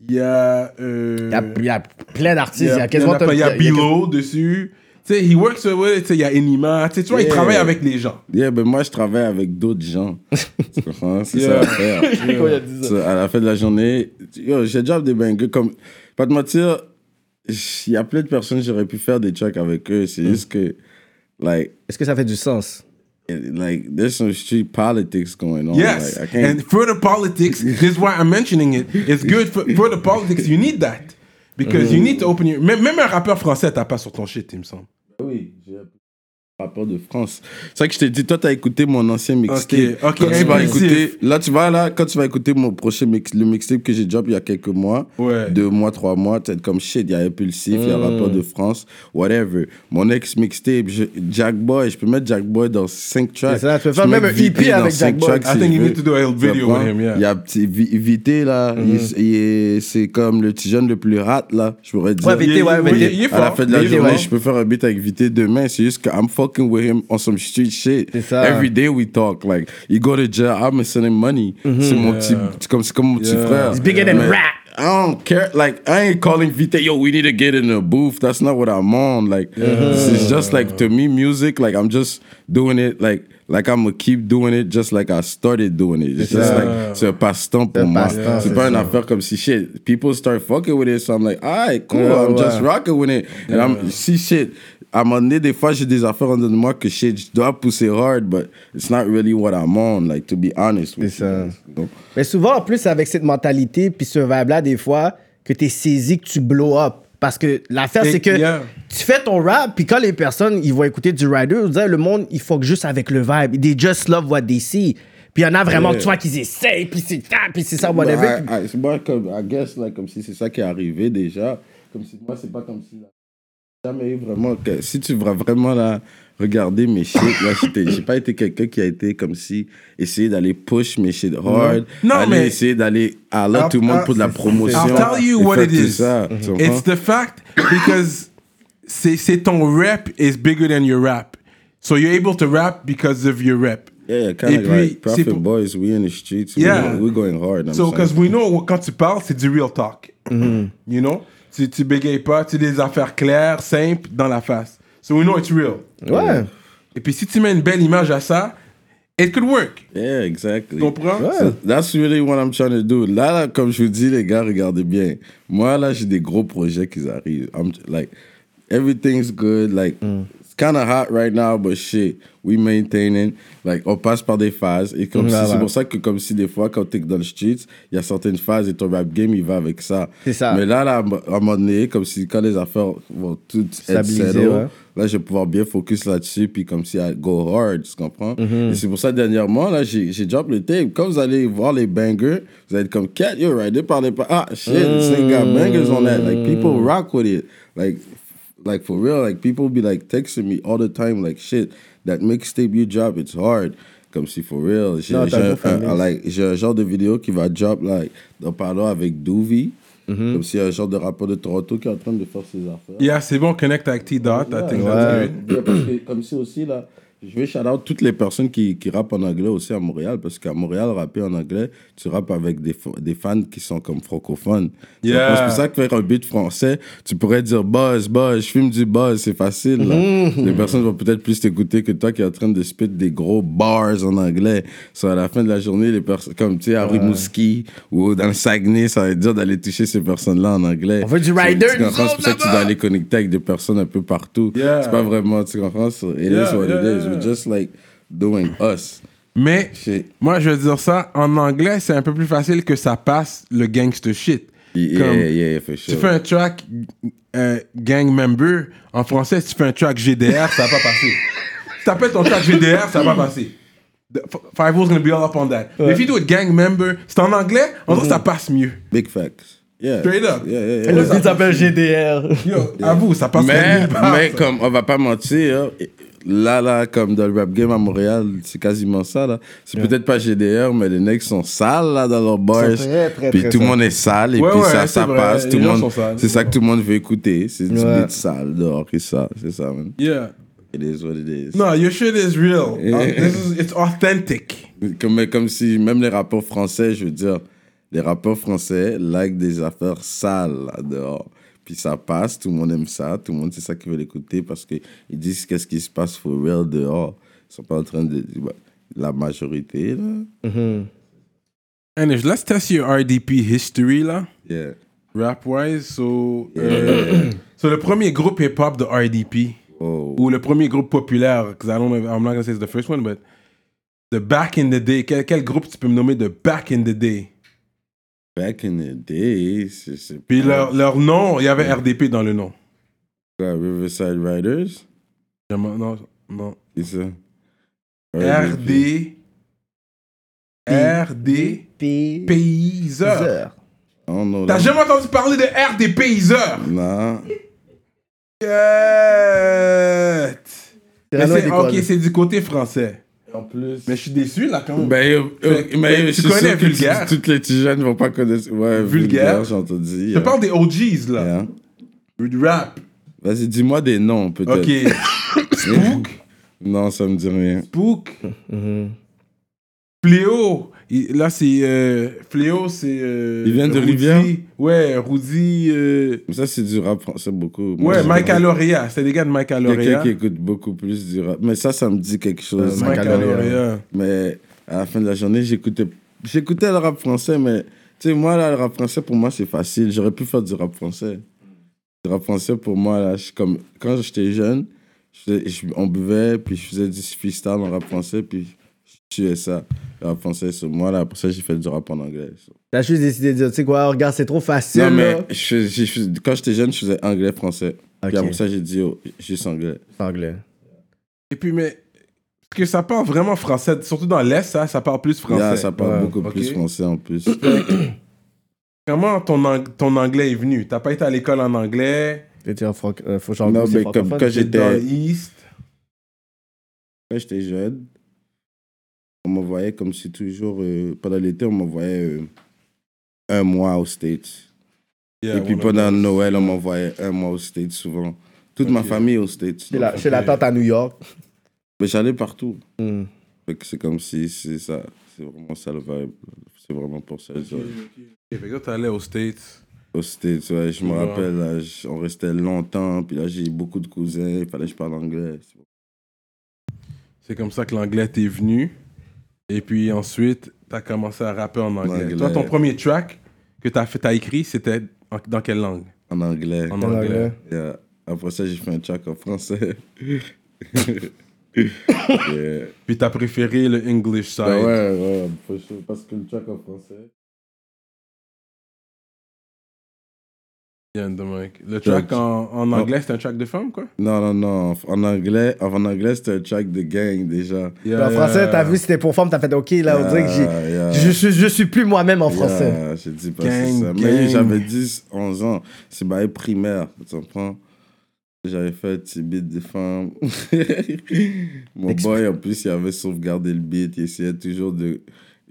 Speaker 3: il y a. euh,
Speaker 5: Il y a, il y a plein
Speaker 3: il y
Speaker 5: d'artistes. Il y
Speaker 3: a-
Speaker 5: a
Speaker 3: il y en
Speaker 5: quasiment.
Speaker 3: a pas- Il y a
Speaker 5: il y a-
Speaker 3: Bilo dessus. Tu sais, he works with, tu sais, il y a Enima. Tu sais, tu vois, il
Speaker 4: Yeah.
Speaker 3: travaille avec les gens.
Speaker 4: Yeah, ben moi, je travaille avec d'autres gens. tu comprends? C'est
Speaker 3: Yeah.
Speaker 4: ça l'affaire. So, à la fin de la journée, yo, j'ai déjà des bangers comme. Pas de mentir, j- il y a plein de personnes, j'aurais pu faire des tracks avec eux. C'est juste que, like,
Speaker 5: Est-ce que ça fait du sens?
Speaker 4: like, there's some street politics going on.
Speaker 3: Yes.
Speaker 4: Like, Oh I can't-
Speaker 3: and for the politics, this is why I'm mentioning it. It's good for, for the politics. You need that. Because you need to open your. Même, même un rappeur français, t'as pas sur ton shit, il me semble.
Speaker 4: Eh Oui, j'ai un rappeur de France. C'est ça que je t'ai dit, toi, t'as écouté mon ancien mixtape.
Speaker 3: Ok, ok,
Speaker 4: Quand tu vas
Speaker 3: impulsif.
Speaker 4: écouter, là, tu vas là, quand tu vas écouter mon prochain mix, le mixtape que j'ai drop il y a quelques mois,
Speaker 3: Ouais. Hmm.
Speaker 4: deux mois, trois mois, t'es comme shit, il y a Impulsif, il y a rappeur de France, whatever. Mon ex mixtape, je- Jack Boy, je peux mettre Jack Boy dans cinq tracks.
Speaker 5: C'est ça, tu peux
Speaker 4: Je
Speaker 5: faire
Speaker 4: mets
Speaker 5: même un
Speaker 4: VP
Speaker 5: EP
Speaker 4: dans
Speaker 5: avec
Speaker 4: cinq
Speaker 5: Jack Boy.
Speaker 4: tracks
Speaker 3: I
Speaker 4: si
Speaker 3: think
Speaker 4: je
Speaker 3: you
Speaker 4: veux.
Speaker 3: need to do a
Speaker 4: Tu
Speaker 3: video
Speaker 4: comprends?
Speaker 3: with him, yeah. Mm-hmm.
Speaker 4: Il y a petit Vi- Vité là, il- il est- c'est comme le petit jeune le plus rat là, je pourrais dire.
Speaker 5: Ouais, Vité, ouais,
Speaker 3: Il- il-
Speaker 5: Vité.
Speaker 3: il est
Speaker 4: À la
Speaker 3: fort.
Speaker 4: fin de la
Speaker 5: Vité,
Speaker 4: journée,
Speaker 5: ouais.
Speaker 4: je peux faire un beat avec Vité demain. C'est juste que I'm fucking with him on some street shit.
Speaker 5: C'est ça.
Speaker 4: Every day we talk. Like, you go to jail, I'm sending money. C'est mon petit, c'est comme, c'est comme mon petit
Speaker 3: Yeah.
Speaker 4: frère.
Speaker 5: It's Mm-hmm. bigger than
Speaker 4: Mais
Speaker 5: rap.
Speaker 4: I don't care. Like, I ain't calling Vite, yo, we need to get in a booth. That's not what I'm on. Like, this is just like, to me, music, like, I'm just doing it, like, like I'm gonna keep doing it just like I started doing it. It's just like, c'est un passe-temps pour
Speaker 5: un
Speaker 4: moi.
Speaker 5: passe-temps,
Speaker 4: C'est
Speaker 5: c'est
Speaker 4: pas une affaire comme si shit, people start fucking with it, so I'm like, alright, cool,
Speaker 5: Ouais,
Speaker 4: I'm
Speaker 5: ouais.
Speaker 4: just rocking with it. And I'm, si shit, à un moment donné, des fois, j'ai des affaires en dedans de moi que shit, je dois pousser hard, but it's not really what I'm on, like, to be honest with
Speaker 5: C'est
Speaker 4: you.
Speaker 5: ça. Mais souvent, en plus, avec cette mentalité, puis ce vibe-là, des fois, que t'es saisi, que tu blow up. Parce que l'affaire,
Speaker 3: Et-
Speaker 5: c'est que
Speaker 3: yeah.
Speaker 5: tu fais ton rap, puis quand les personnes, ils vont écouter du rider, ils vont dire, le monde, il fuck juste avec le vibe. They just love what they see. Puis il y en a vraiment,
Speaker 4: Ouais.
Speaker 5: tu vois, qu'ils essayent, puis c'est ça, puis c'est ça,
Speaker 4: But
Speaker 5: whatever.
Speaker 4: I- I- c'est moi, comme, I guess, like, comme si c'est ça qui est arrivé déjà. Comme si, moi, c'est pas comme si. j'ai Jamais eu vraiment. que- si tu vas vraiment là, regarder mes shit, là, j'étais- j'ai pas été quelqu'un qui a été comme si. Essayer d'aller push mes shit hard.
Speaker 3: Non,
Speaker 4: aller
Speaker 3: mais-
Speaker 4: Essayer d'aller à
Speaker 3: I'll-
Speaker 4: là tout le monde pour de la
Speaker 3: I'll-
Speaker 4: promotion.
Speaker 3: I'll tell you
Speaker 4: et
Speaker 3: what
Speaker 4: faire
Speaker 3: it
Speaker 4: tout
Speaker 3: is.
Speaker 4: ça, tu comprends?
Speaker 3: It's the fact because c'est c'est ton rap is bigger than your rap. So you're able to rap because of your rap.
Speaker 4: Yeah, yeah, kind
Speaker 3: Et
Speaker 4: of
Speaker 3: puis,
Speaker 4: like
Speaker 3: c'est
Speaker 4: Prophet
Speaker 3: pour-
Speaker 4: Boys, we in the streets,
Speaker 3: Yeah.
Speaker 4: we, we're going hard. I'm
Speaker 3: So,
Speaker 4: saying.
Speaker 3: because we know, quand tu parles, c'est du real talk.
Speaker 4: Mm-hmm.
Speaker 3: You know? Tu, tu bégayes pas, tu dis des affaires claires, simples, dans la face. So, we know it's real.
Speaker 5: ouais.
Speaker 3: Et puis, si tu mets une belle image à ça, it could work.
Speaker 4: Yeah, exactly.
Speaker 3: Tu comprends?
Speaker 4: So, that's really what I'm trying to do. Là, là, comme je vous dis, les gars, regardez bien. Moi, là, j'ai des gros projets qui arrivent. I'm like, everything's good. Like,
Speaker 3: Mm.
Speaker 4: it's kind of hot right now, but shit, we maintaining. Like, on passe par des phases. Et comme si,
Speaker 5: Voilà.
Speaker 4: c'est pour ça que, comme si des fois, quand t'es dans le streets, il y a certaines phases et ton rap game, il va avec ça.
Speaker 5: C'est ça.
Speaker 4: Mais là, là, à un moment donné, comme si quand les affaires vont toutes être
Speaker 5: Stabiliser,
Speaker 4: settled,
Speaker 5: ouais.
Speaker 4: Là, je vais pouvoir bien focus là-dessus, puis comme si I go hard, tu comprends?
Speaker 5: Mm-hmm.
Speaker 4: Et c'est pour ça, dernièrement, là, j'ai j'ai drop le tape. Quand vous allez voir les bangers, vous allez être comme, cat, yo, right, they parlait pas. Ah, shit, this thing got
Speaker 5: Mm.
Speaker 4: bangers on that. Like, people rock with it. Like, like for real, like, people be like texting me all the time, like, shit, that mixtape you drop, it's hard. Comme si for real. J'ai
Speaker 5: Non,
Speaker 4: j'ai
Speaker 5: t'as
Speaker 4: un,
Speaker 5: beau faire
Speaker 4: un-
Speaker 5: mix.
Speaker 4: like, j'ai un genre de vidéo qui va drop, like, en parlant avec Doovy.
Speaker 5: Mm-hmm.
Speaker 4: Comme si un genre de rappeur de Toronto qui est en train de faire ses affaires.
Speaker 3: Yeah, c'est bon, connect avec T-Dot. I think that's
Speaker 4: Yeah, parce que comme si aussi, là, Je vais shout out toutes les personnes qui, qui rappent en anglais aussi à Montréal, parce qu'à Montréal, rapper en anglais, tu rappes avec des, fa- des fans qui sont comme francophones. Tu
Speaker 3: Yeah.
Speaker 4: comprends? C'est pour ça que faire un beat français, tu pourrais dire buzz, buzz, je fume du buzz, c'est facile. là. Les personnes vont peut-être plus t'écouter que toi qui est en train de spit des gros bars en anglais. So, à la fin de la journée, les personnes, comme tu sais, à Rimouski ou dans le Saguenay, ça va être dur d'aller toucher ces personnes-là en anglais.
Speaker 5: On veut du
Speaker 4: So,
Speaker 5: rider,
Speaker 4: tu comprends?
Speaker 5: nous
Speaker 4: C'est pour ça que tu dois aller connecter avec des personnes un peu partout.
Speaker 3: Yeah.
Speaker 4: C'est pas vraiment, tu comprends? So, it
Speaker 3: Yeah,
Speaker 4: is what
Speaker 3: yeah,
Speaker 4: it is.
Speaker 3: yeah.
Speaker 4: We're just like doing us.
Speaker 3: Mais
Speaker 4: Shit.
Speaker 3: moi, je vais dire ça, en anglais, c'est un peu plus facile que ça passe le gangster shit.
Speaker 4: Yeah,
Speaker 3: Comme,
Speaker 4: yeah, yeah, for
Speaker 3: Tu
Speaker 4: sure.
Speaker 3: fais un track euh, gang member, en français, si tu fais un track GDR, ça va pas passer. Si t'appelles ton track GDR, ça va pas passer. The- F- Five O's gonna be all up on that. Mais if you do it gang member, c'est en anglais, on dirait que ça passe mieux.
Speaker 4: Big facts. Yeah.
Speaker 3: Straight up.
Speaker 4: Mm-hmm. Yeah, yeah, yeah.
Speaker 5: Le beat s'appelle GDR.
Speaker 3: Yo, avoue, ça passe
Speaker 4: Mais,
Speaker 3: nulle part,
Speaker 4: mais
Speaker 3: ça.
Speaker 4: comme on va pas mentir, hein, là, là, comme dans le rap game à Montréal, c'est quasiment ça. là. C'est peut-être pas GDR, mais les mecs sont sales là, dans leurs bars.
Speaker 5: très, très,
Speaker 4: puis
Speaker 5: très
Speaker 4: tout le
Speaker 5: sales.
Speaker 4: monde est sale et
Speaker 3: Ouais,
Speaker 4: puis
Speaker 3: ouais,
Speaker 4: ça,
Speaker 3: c'est
Speaker 4: ça
Speaker 3: vrai,
Speaker 4: passe.
Speaker 3: les
Speaker 4: Tout le
Speaker 3: gens
Speaker 4: monde-
Speaker 3: sont sales.
Speaker 4: C'est ça que tout le monde veut écouter. C'est du
Speaker 5: Ouais.
Speaker 4: beat sale dehors et ça. C'est ça, man.
Speaker 3: Yeah.
Speaker 4: It is what it is.
Speaker 3: No, your shit is real. Uh, This is, it's authentic.
Speaker 4: Comme, comme si même les rappeurs français, je veux dire, les rappeurs français like des affaires sales là, dehors. Puis ça passe, tout le monde aime ça, tout le monde c'est ça qu'ils veulent écouter parce qu'ils disent qu'est-ce qui se passe for real dehors. Ils sont pas en train de. bah, La majorité, là.
Speaker 3: And if, let's test your RDP history, là.
Speaker 4: Yeah.
Speaker 3: Rap-wise, so... euh, so le premier groupe hip-hop de RDP,
Speaker 4: Oh.
Speaker 3: ou le premier groupe populaire, because I don't know, if- I'm not gonna say it's the first one, but the back in the day, quel, quel groupe tu peux me nommer de back in the day?
Speaker 4: Back in the day, c'est- c'est
Speaker 3: Puis
Speaker 4: pas-
Speaker 3: leur, leur nom, il y avait RDP dans le nom.
Speaker 4: quoi, Riverside Riders
Speaker 3: Je m'en- Non, non.
Speaker 4: C'est ça.
Speaker 3: RD... RD...
Speaker 5: Puis.
Speaker 3: Payseurs.
Speaker 4: Oh non.
Speaker 3: T'as jamais entendu parler de R des payseurs
Speaker 4: Non.
Speaker 3: Shit. Mais
Speaker 5: Cyrano,
Speaker 3: c'est-
Speaker 5: il décolle.
Speaker 3: Ok, c'est du côté français. En plus. Mais je suis déçu là quand même.
Speaker 4: Ben, euh, euh,
Speaker 3: Fait-
Speaker 4: mais
Speaker 3: fait-
Speaker 4: je
Speaker 3: tu
Speaker 4: suis
Speaker 3: connais
Speaker 4: sûr que
Speaker 3: vulgaire.
Speaker 4: tu- Toutes les petits jeunes vont pas connaître.
Speaker 3: Vulgaire.
Speaker 4: Ouais, vulgaire, j'ai entendu.
Speaker 3: je te parle des OGs là.
Speaker 4: Yeah.
Speaker 3: Du rap.
Speaker 4: Vas-y, dis-moi des noms, peut-être.
Speaker 3: Ok. Spook.
Speaker 4: Non, ça me dit rien.
Speaker 3: Spook.
Speaker 4: Mhm.
Speaker 3: Fléau. Il- Là, c'est. euh, Fléau, c'est. euh,
Speaker 4: Ils viennent de
Speaker 3: Rudy.
Speaker 4: Rivière?
Speaker 3: Ouais, Rudy. euh,
Speaker 4: Mais Ça, c'est du rap français beaucoup. Moi,
Speaker 3: Ouais,
Speaker 4: je-
Speaker 3: Mike Aloria. C'est des gars de Mike
Speaker 4: Quelqu'un
Speaker 3: Aloria.
Speaker 4: qui écoute beaucoup plus du rap. Mais ça, ça me dit quelque chose.
Speaker 3: Mike
Speaker 5: Aloria.
Speaker 3: Aloria.
Speaker 4: Mais à la fin de la journée, j'écoutais, j'écoutais le rap français, mais tu sais, moi, là, le rap français, pour moi, c'est facile. J'aurais pu faire du rap français. Du rap français, pour moi, là, je suis comme, quand j'étais jeune, je faisais- je- on buvait, puis je faisais du freestyle en rap français, puis je tuais ça. Le rap français, sur moi, là, pour ça, j'ai fait du rap en anglais.
Speaker 5: T'as juste décidé de dire, tu sais quoi, regarde, c'est trop facile.
Speaker 4: Non, mais
Speaker 5: là.
Speaker 4: je fais- je fais- quand j'étais jeune, je faisais anglais-français.
Speaker 5: Ok.
Speaker 4: Puis après ça, j'ai dit, oh, juste anglais.
Speaker 5: Anglais.
Speaker 3: Et puis, mais. Parce que ça parle vraiment français. Surtout dans l'Est, ça, ça parle plus français.
Speaker 4: Là, ça parle
Speaker 5: Ouais,
Speaker 4: beaucoup
Speaker 3: ok.
Speaker 4: plus français en plus.
Speaker 3: Comment ton, ang- ton anglais est venu T'as pas été à l'école en anglais
Speaker 5: T'étais en franc... euh, faut
Speaker 4: Non, mais comme quand
Speaker 3: t'es
Speaker 4: j'étais-
Speaker 3: dans l'East
Speaker 4: Quand j'étais jeune, on m'envoyait comme si toujours, euh, pendant l'été, on m'envoyait euh, un mois aux States. Et puis pendant Noël, on m'envoyait un mois aux States souvent. Toute ma famille aux States.
Speaker 5: Chez la, chez la tante à New York.
Speaker 4: Mais j'allais partout.
Speaker 5: Hmm.
Speaker 4: Fait que c'est comme si c'est ça. C'est vraiment ça le vibe. C'est vraiment pour ça. genre.
Speaker 3: Ok, fait que toi, t'allais aux States.
Speaker 4: Aux States, ouais, je me
Speaker 3: Ouais.
Speaker 4: rappelle, là, j- on restait longtemps. Puis là, j'ai beaucoup de cousins. Il fallait que je parle anglais.
Speaker 3: C'est comme ça que l'anglais t'est venu. Et puis ensuite, t'as commencé à rapper en anglais.
Speaker 4: L'anglais.
Speaker 3: Toi, ton premier track que t'as fait, t'as écrit, c'était en- dans quelle langue
Speaker 4: En anglais.
Speaker 3: En
Speaker 5: En
Speaker 3: anglais.
Speaker 5: anglais.
Speaker 4: Yeah. Après ça, j'ai fait un track en français. Yeah.
Speaker 3: Puis t'as préféré le English side.
Speaker 4: Ben ouais, ouais, for sure, parce que le track en français.
Speaker 3: Bien de Mike. Le track en, en
Speaker 4: Oh.
Speaker 3: anglais, c'est un track de femme, quoi
Speaker 4: Non, non, non. En anglais, en anglais c'était un track de gang déjà.
Speaker 5: Puis en français, t'as vu, c'était pour forme, t'as fait OK, là, on dirait que j'ai.
Speaker 4: Yeah, yeah.
Speaker 5: Je, suis, je suis plus moi-même en français.
Speaker 4: Yeah, je dis pas
Speaker 3: Gang,
Speaker 4: c'est ça.
Speaker 3: gang.
Speaker 4: Mais j'avais 10, 11 ans. C'est bail primaire, tu comprends? J'avais fait un petit beat de femme. Mon boy, en plus, il avait sauvegardé le beat. Il essayait toujours de.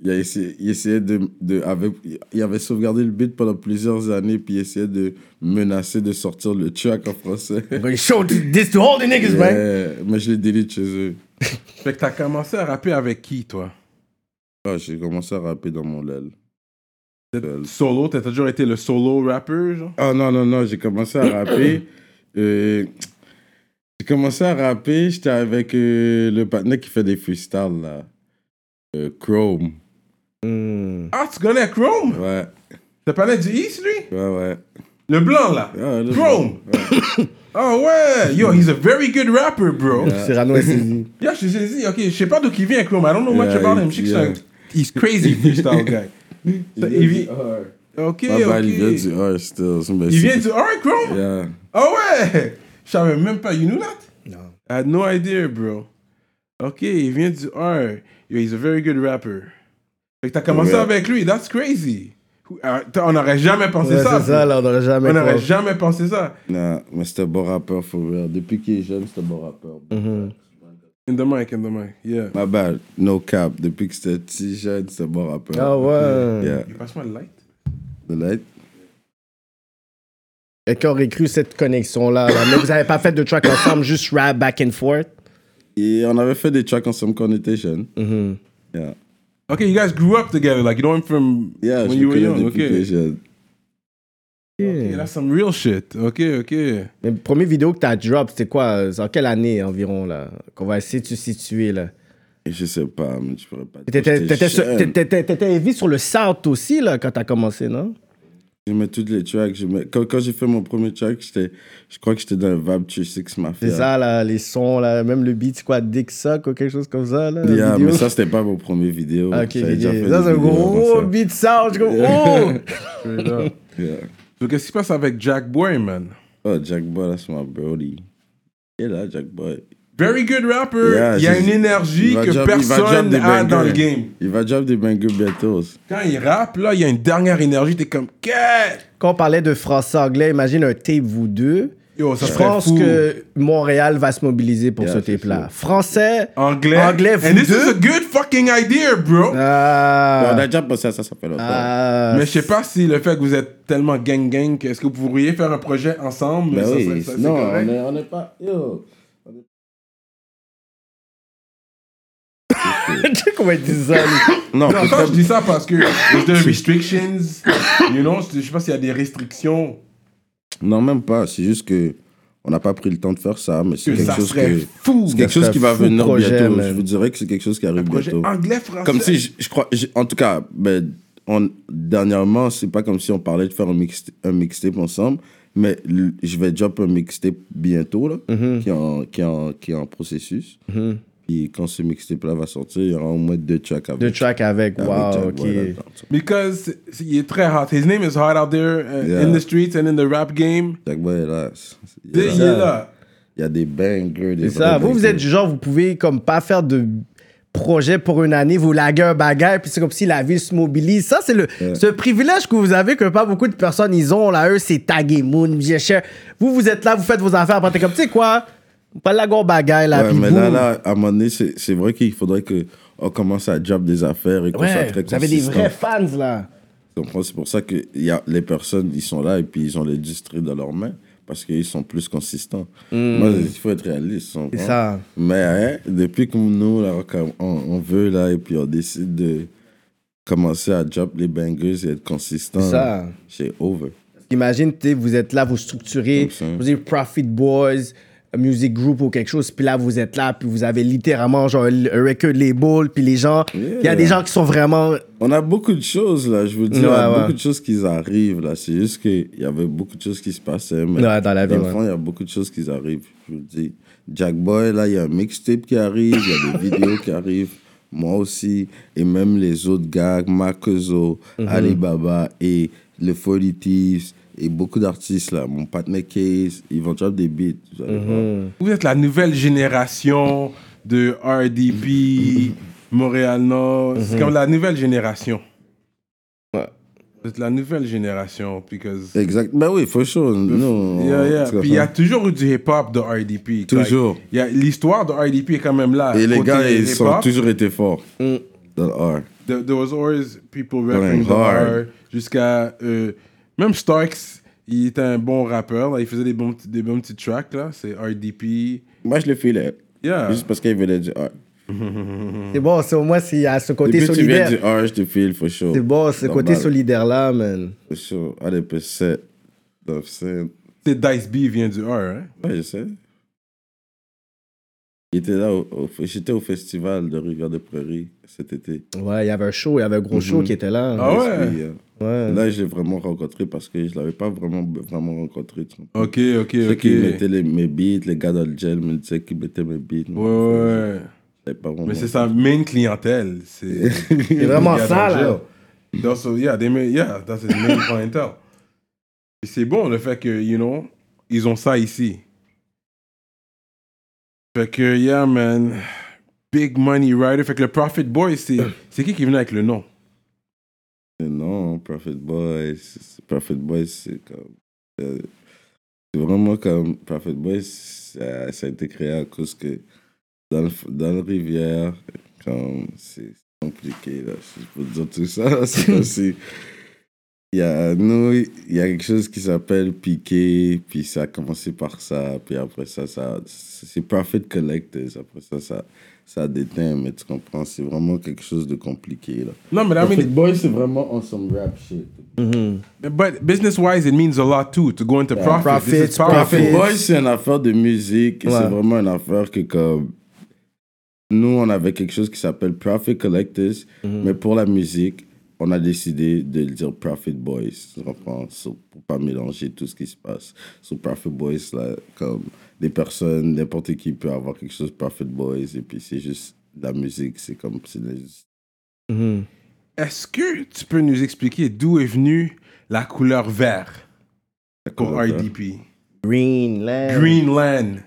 Speaker 4: Il, a essayé, il essayait de. de avec, il avait sauvegardé le beat pendant plusieurs années, puis il essayait de menacer de sortir le track en français.
Speaker 5: I'm gonna show this to all the niggas, man.
Speaker 4: Euh, Yeah, mais je l'ai délite chez eux.
Speaker 3: Fait que t'as commencé à rapper avec qui, toi
Speaker 4: Ah, j'ai commencé à rapper dans mon lel. Seul.
Speaker 3: Solo, t'as toujours été le solo rapper, genre
Speaker 4: Ah non, non, non, j'ai commencé à rapper. euh, j'ai commencé à rapper, j'étais avec euh, le partenaire qui fait des freestyles, là. Euh, Chrome.
Speaker 3: Ah, tu connais Chrome
Speaker 4: Hmm. Ouais,
Speaker 3: T'as parlé du East, lui
Speaker 4: ouais, ouais.
Speaker 3: Le blanc, là.
Speaker 4: Ah, le
Speaker 3: Chrome Ah ouais Yo, he's a very good rapper, bro.
Speaker 6: Cyrano et Sylvie.
Speaker 3: Yeah, je sais, si, ok, je sais pas d'où il vient, Chrome. I don't know much
Speaker 4: Yeah,
Speaker 3: about him. Je sais que c'est un...
Speaker 4: yeah.
Speaker 3: He's crazy freestyle guy. Ça, il vit- Ok,
Speaker 4: My bad, Ah, bah, il vient
Speaker 3: ok.
Speaker 4: du R still.
Speaker 3: Il vient du... Alright, Chrome
Speaker 4: Yeah.
Speaker 3: Ah ouais Je savais même pas. You knew that? No. I had no idea, bro. Ok, il vient du R. Yo, he's a very good rapper. Fait que t'as commencé
Speaker 4: Ouais. avec
Speaker 3: avec lui. That's crazy. Who- ah, t'as- On n'aurait jamais pensé
Speaker 6: Ouais,
Speaker 3: ça.
Speaker 6: c'est ça,
Speaker 3: bro.
Speaker 6: là, on n'aurait jamais.
Speaker 3: On n'aurait
Speaker 6: cru.
Speaker 3: jamais pensé ça.
Speaker 4: Nah, mais c'est un bon rappeur, for real. Depuis qu'il est jeune, c'est un bon rappeur.
Speaker 3: Mm-hmm. In the mic, in the mic. Yeah.
Speaker 4: My bad, no cap. Depuis que c'était petit jeune, c'est un bon rappeur.
Speaker 6: Ah ouais.
Speaker 4: Yeah.
Speaker 3: Il passe moi le light.
Speaker 4: The light?
Speaker 6: Et qui aurait cru cette connexion-là? là? Mais vous n'avez pas fait de track ensemble, juste rap back and forth?
Speaker 4: Et on avait fait des tracks ensemble quand on était jeune.
Speaker 6: Mm.
Speaker 4: Yeah.
Speaker 3: Okay, you guys grew up together. Like, you know him from
Speaker 4: Yeah,
Speaker 3: when
Speaker 4: je
Speaker 3: you
Speaker 4: le
Speaker 3: were
Speaker 4: connais
Speaker 3: young.
Speaker 4: depuis qu'il est
Speaker 3: Okay.
Speaker 4: jeune.
Speaker 3: okay. That's some real shit. Okay, okay.
Speaker 6: Mais la première vidéo que t'as drop, c'était quoi? C'est en quelle année environ, là? Qu'on va essayer de se situer, là.
Speaker 4: Et je sais pas, mais je pourrais pas dire.
Speaker 6: T'étais-
Speaker 4: J'étais
Speaker 6: T'étais sur-
Speaker 4: jeune.
Speaker 6: t'étais- t'étais- t'étais heavy sur le South aussi, là, quand t'as commencé, non?
Speaker 4: Je mets toutes les tracks. Je mets... Quand, quand j'ai fait mon premier track, j'étais... je crois que j'étais dans le Vibe 36 Mafia.
Speaker 6: C'est ça, là, les sons, là, même le beat, c'est quoi, Dick Suck ou quelque chose comme ça, là? la
Speaker 4: Yeah,
Speaker 6: vidéo.
Speaker 4: mais ça, c'était pas mon premier vidéo.
Speaker 6: Ah, ok, ok,
Speaker 4: J'avais déjà fait
Speaker 6: ok. Ça,
Speaker 4: des
Speaker 6: c'est un
Speaker 4: vidéos
Speaker 6: gros
Speaker 4: avant ça.
Speaker 6: beat South. Je suis comme, oh!
Speaker 3: Straight up.
Speaker 4: Yeah.
Speaker 3: so, qu'est-ce qui se passe avec Jack Boy, man?
Speaker 4: Oh, Jack Boy, that's my brody. Yeah, là, Jack Boy.
Speaker 3: Very good
Speaker 6: Euh,
Speaker 3: rapper.
Speaker 4: Yeah,
Speaker 3: il y a
Speaker 4: c'est-
Speaker 3: une énergie
Speaker 4: Il va
Speaker 3: que
Speaker 4: drop- il va drop
Speaker 3: personne
Speaker 4: des
Speaker 3: n'a dans le
Speaker 4: bangers.
Speaker 3: game.
Speaker 4: Il va drop des bangers bientôt.
Speaker 3: Quand il rappe, là, il y a une dernière énergie. T'es comme, qu'est-ce?
Speaker 6: Quand on parlait de français-anglais, imagine un tape, vous deux.
Speaker 3: Yo, ça
Speaker 6: Je
Speaker 3: serait
Speaker 6: pense
Speaker 3: fou.
Speaker 6: que Montréal va se mobiliser pour
Speaker 4: Yeah,
Speaker 6: ce
Speaker 4: c'est
Speaker 6: tape-là. Français.
Speaker 3: Anglais.
Speaker 6: Anglais,
Speaker 3: And
Speaker 6: vous
Speaker 3: this is a
Speaker 6: deux.
Speaker 3: good fucking idea, bro.
Speaker 6: Ah.
Speaker 4: On a déjà pensé à ça, ça fait longtemps.
Speaker 6: Ah.
Speaker 3: Mais je sais pas si le fait que vous êtes tellement gang-gang, que- est-ce que vous pourriez faire un projet ensemble?
Speaker 4: Ben
Speaker 3: Ça
Speaker 4: oui,
Speaker 3: serait- ça, c'est
Speaker 4: non,
Speaker 3: correct.
Speaker 4: on est- on n'est pas. Yo.
Speaker 6: Tu sais comment ils disent ça, lui?
Speaker 4: Non,
Speaker 3: Non,
Speaker 4: peut-être-
Speaker 3: ça, je dis ça parce que is there restrictions, you know, je je sais pas s'il y a des restrictions.
Speaker 4: non, même pas. C'est juste que on n'a pas pris le temps de faire ça, mais c'est
Speaker 3: Que
Speaker 4: quelque
Speaker 3: ça
Speaker 4: chose
Speaker 3: serait
Speaker 4: que.
Speaker 3: fou.
Speaker 4: C'est quelque chose qui va
Speaker 6: fou
Speaker 4: venir
Speaker 6: projet,
Speaker 4: bientôt.
Speaker 6: man.
Speaker 4: Je vous dirais que c'est quelque chose qui arrive
Speaker 3: Projet
Speaker 4: bientôt.
Speaker 3: anglais français.
Speaker 4: Comme si, je, je crois, je- en tout cas, ben, on, dernièrement, c'est pas comme si on parlait de faire un, mixta- un mixtape ensemble, mais l- je vais drop un mixtape bientôt, là, qui, est en, qui, est en, qui est en processus. Et quand ce mixtape-là va sortir, il y aura au moins deux tracks avec.
Speaker 6: Deux tracks avec.
Speaker 4: avec
Speaker 6: Wow,
Speaker 4: Jack
Speaker 6: ok.
Speaker 4: Boy là-dedans, tu vois.
Speaker 3: Because c'est- il est très hot. His name is hot out there uh,
Speaker 4: Yeah.
Speaker 3: in the streets and in the rap game.
Speaker 4: Jack Boy est là. c'est- Il
Speaker 3: Dès
Speaker 4: est
Speaker 3: Il
Speaker 4: là.
Speaker 3: est là.
Speaker 4: Il y a des bangers, des
Speaker 6: C'est ça.
Speaker 4: vrais
Speaker 6: Vous, vous
Speaker 4: bangers.
Speaker 6: êtes du genre, vous pouvez comme pas faire de projet pour une année, vous laguez un bagarre, puis c'est comme si la ville se mobilise. Ça, c'est le ce privilège que vous avez que pas beaucoup de personnes ils ont. Là, eux, c'est taguer Moon, Cher. Vous, vous êtes là, vous faites vos affaires, après t'es comme, tu sais quoi, pas la grosse bagarre, là,
Speaker 4: Ouais,
Speaker 6: puis
Speaker 4: mais là,
Speaker 6: boum.
Speaker 4: là, à un moment donné, c'est c'est vrai qu'il faudrait que on commence à job des affaires et qu'on soit
Speaker 6: Ouais,
Speaker 4: très
Speaker 6: vous avez des
Speaker 4: consistant.
Speaker 6: vrais fans, là.
Speaker 4: Tu comprends? C'est pour ça que il y a, les personnes, ils sont là et puis ils ont l'industrie dans leurs mains parce qu'ils sont plus consistants. Moi, il faut être réaliste. tu comprends?
Speaker 6: Hmm. C'est ça.
Speaker 4: Mais hein, depuis que nous, là, comme on, on veut là et puis on décide de commencer à job les bangers et être consistant,
Speaker 6: C'est ça.
Speaker 4: c'est over.
Speaker 6: Imagine, tu sais, vous êtes là, vous structurez,
Speaker 4: Comme ça.
Speaker 6: vous avez Profit Boys, Music Group ou quelque chose, puis là, vous êtes là, puis vous avez littéralement genre un un record label, puis les gens, il y a
Speaker 4: Yeah.
Speaker 6: des gens qui sont vraiment
Speaker 4: On a beaucoup de choses là, je veux dire, on a
Speaker 6: Ouais, ouais.
Speaker 4: beaucoup de choses qui arrivent là. C'est juste qu'il y avait beaucoup de choses qui se passaient. Mais
Speaker 6: Ouais, dans la vie,
Speaker 4: le
Speaker 6: ouais.
Speaker 4: fond, il y a beaucoup de choses qui arrivent. Je vous le dis, Jack Boy, là, il y a un mixtape qui arrive, il y a des vidéos qui arrivent. Moi aussi, et même les autres gars, Marquezo,
Speaker 6: Mhm.
Speaker 4: Alibaba et le 40 Thieves, et beaucoup d'artistes là. Mon partner Case, ils vont drop des beats. Vous
Speaker 6: Mhm.
Speaker 4: allez voir.
Speaker 3: Vous êtes la nouvelle génération de
Speaker 4: Mm-hmm.
Speaker 3: RDP, Montréal Nord. C'est comme la nouvelle génération.
Speaker 4: Ouais.
Speaker 3: Vous êtes la nouvelle génération. Because
Speaker 4: Exact. Ben oui, for sure. Non,
Speaker 3: Yeah, yeah.
Speaker 4: tu comprends?
Speaker 3: Puis il y a toujours eu du hip-hop de RDP.
Speaker 4: Toujours.
Speaker 3: Like, il y a- L'histoire de RDP est quand même là.
Speaker 4: Et les
Speaker 3: Côté Mm.
Speaker 4: gars, ils ont
Speaker 3: hip-hop,
Speaker 4: toujours été forts dans le R.
Speaker 3: There, there was always people
Speaker 4: Going
Speaker 3: rapping the R
Speaker 4: hard.
Speaker 3: jusqu'à... euh, même Starks, il était un bon rappeur. là, il faisait des bons, petits- des bons petits tracks. là. C'est RDP.
Speaker 5: euh.
Speaker 4: Moi, je le filais.
Speaker 3: Yeah.
Speaker 4: Juste parce qu'elle venait du art.
Speaker 5: C'est bon, c'est au moins s'il y a ce côté
Speaker 4: Depuis que tu viens
Speaker 5: solidaire.
Speaker 4: du art, je te feel for sure.
Speaker 5: C'est bon, ce côté solidaire-là, man.
Speaker 4: For sure. 100%. 100%.
Speaker 3: C'est Dice B vient du R, hein?
Speaker 4: Ouais, je sais. Il était là, au- au- j'étais au festival de Rivière des Prairies cet été.
Speaker 5: Ouais, il y avait un show, il y avait un gros
Speaker 4: Mm-hmm.
Speaker 5: show qui était là.
Speaker 3: Ah ouais?
Speaker 4: Puis, euh,
Speaker 5: Ouais.
Speaker 4: Là, je l'ai vraiment rencontré parce que je l'avais pas vraiment, vraiment rencontré. tu comprends?
Speaker 3: Ok, ok,
Speaker 4: Ceux
Speaker 3: ok.
Speaker 4: qui mettaient les- mes beats, les gars dans le gel me disaient qu'ils mettaient mes beats.
Speaker 3: Ouais, ouais.
Speaker 4: pas vraiment.
Speaker 3: Mais c'est sa main clientèle. C'est
Speaker 5: C'est vraiment ça, là.
Speaker 3: That's what- yeah, they may- yeah, that's his main clientele. Et c'est bon le fait que, you know, ils ont ça ici. Fait que, yeah, man. Big Money Rider. Fait que le Profit Boy, c'est c'est qui qui venait avec le nom?
Speaker 4: Mais Non, Prophet Boy, c'est- Prophet Boy, c'est comme. euh, c'est vraiment comme. Prophet Boy, ça, ça a été créé à cause que dans le, f- dans le rivière, comme. C'est compliqué, là. Je peux dire tout ça. là, C'est comme si. Il y a, nous, il y a quelque chose qui s'appelle Piqué, puis ça a commencé par ça, puis après ça, ça c'est Prophet Collectors, après ça, ça, ça déteint, mais tu comprends, c'est vraiment quelque chose de compliqué, là.
Speaker 3: Non, mais I
Speaker 4: Prophet
Speaker 3: mean,
Speaker 4: Boy, c'est vraiment on some rap shit.
Speaker 5: Mm-hmm.
Speaker 3: But business wise, it means a lot too to go into profit. This
Speaker 5: Profits,
Speaker 3: is powerful.
Speaker 4: Prophet
Speaker 5: Profits.
Speaker 4: Boy, c'est une affaire de musique. et
Speaker 5: Ouais.
Speaker 4: C'est vraiment une affaire que, comme. Nous, on avait quelque chose qui s'appelle Profit Collectors,
Speaker 3: Mhm.
Speaker 4: mais pour la musique, on a décidé de le dire Profit Boys. Tu comprends? So, pour pas mélanger tout ce qui se passe. Sur Profit Boys, là, comme des personnes, n'importe qui peut avoir quelque chose Profit Boys, et puis c'est juste la musique, c'est comme. c'est des-
Speaker 5: Mm-hmm.
Speaker 3: Est-ce que tu peux nous expliquer d'où est venue la couleur vert pour
Speaker 4: couleur vert.
Speaker 3: RDP?
Speaker 5: Greenland.
Speaker 3: Greenland.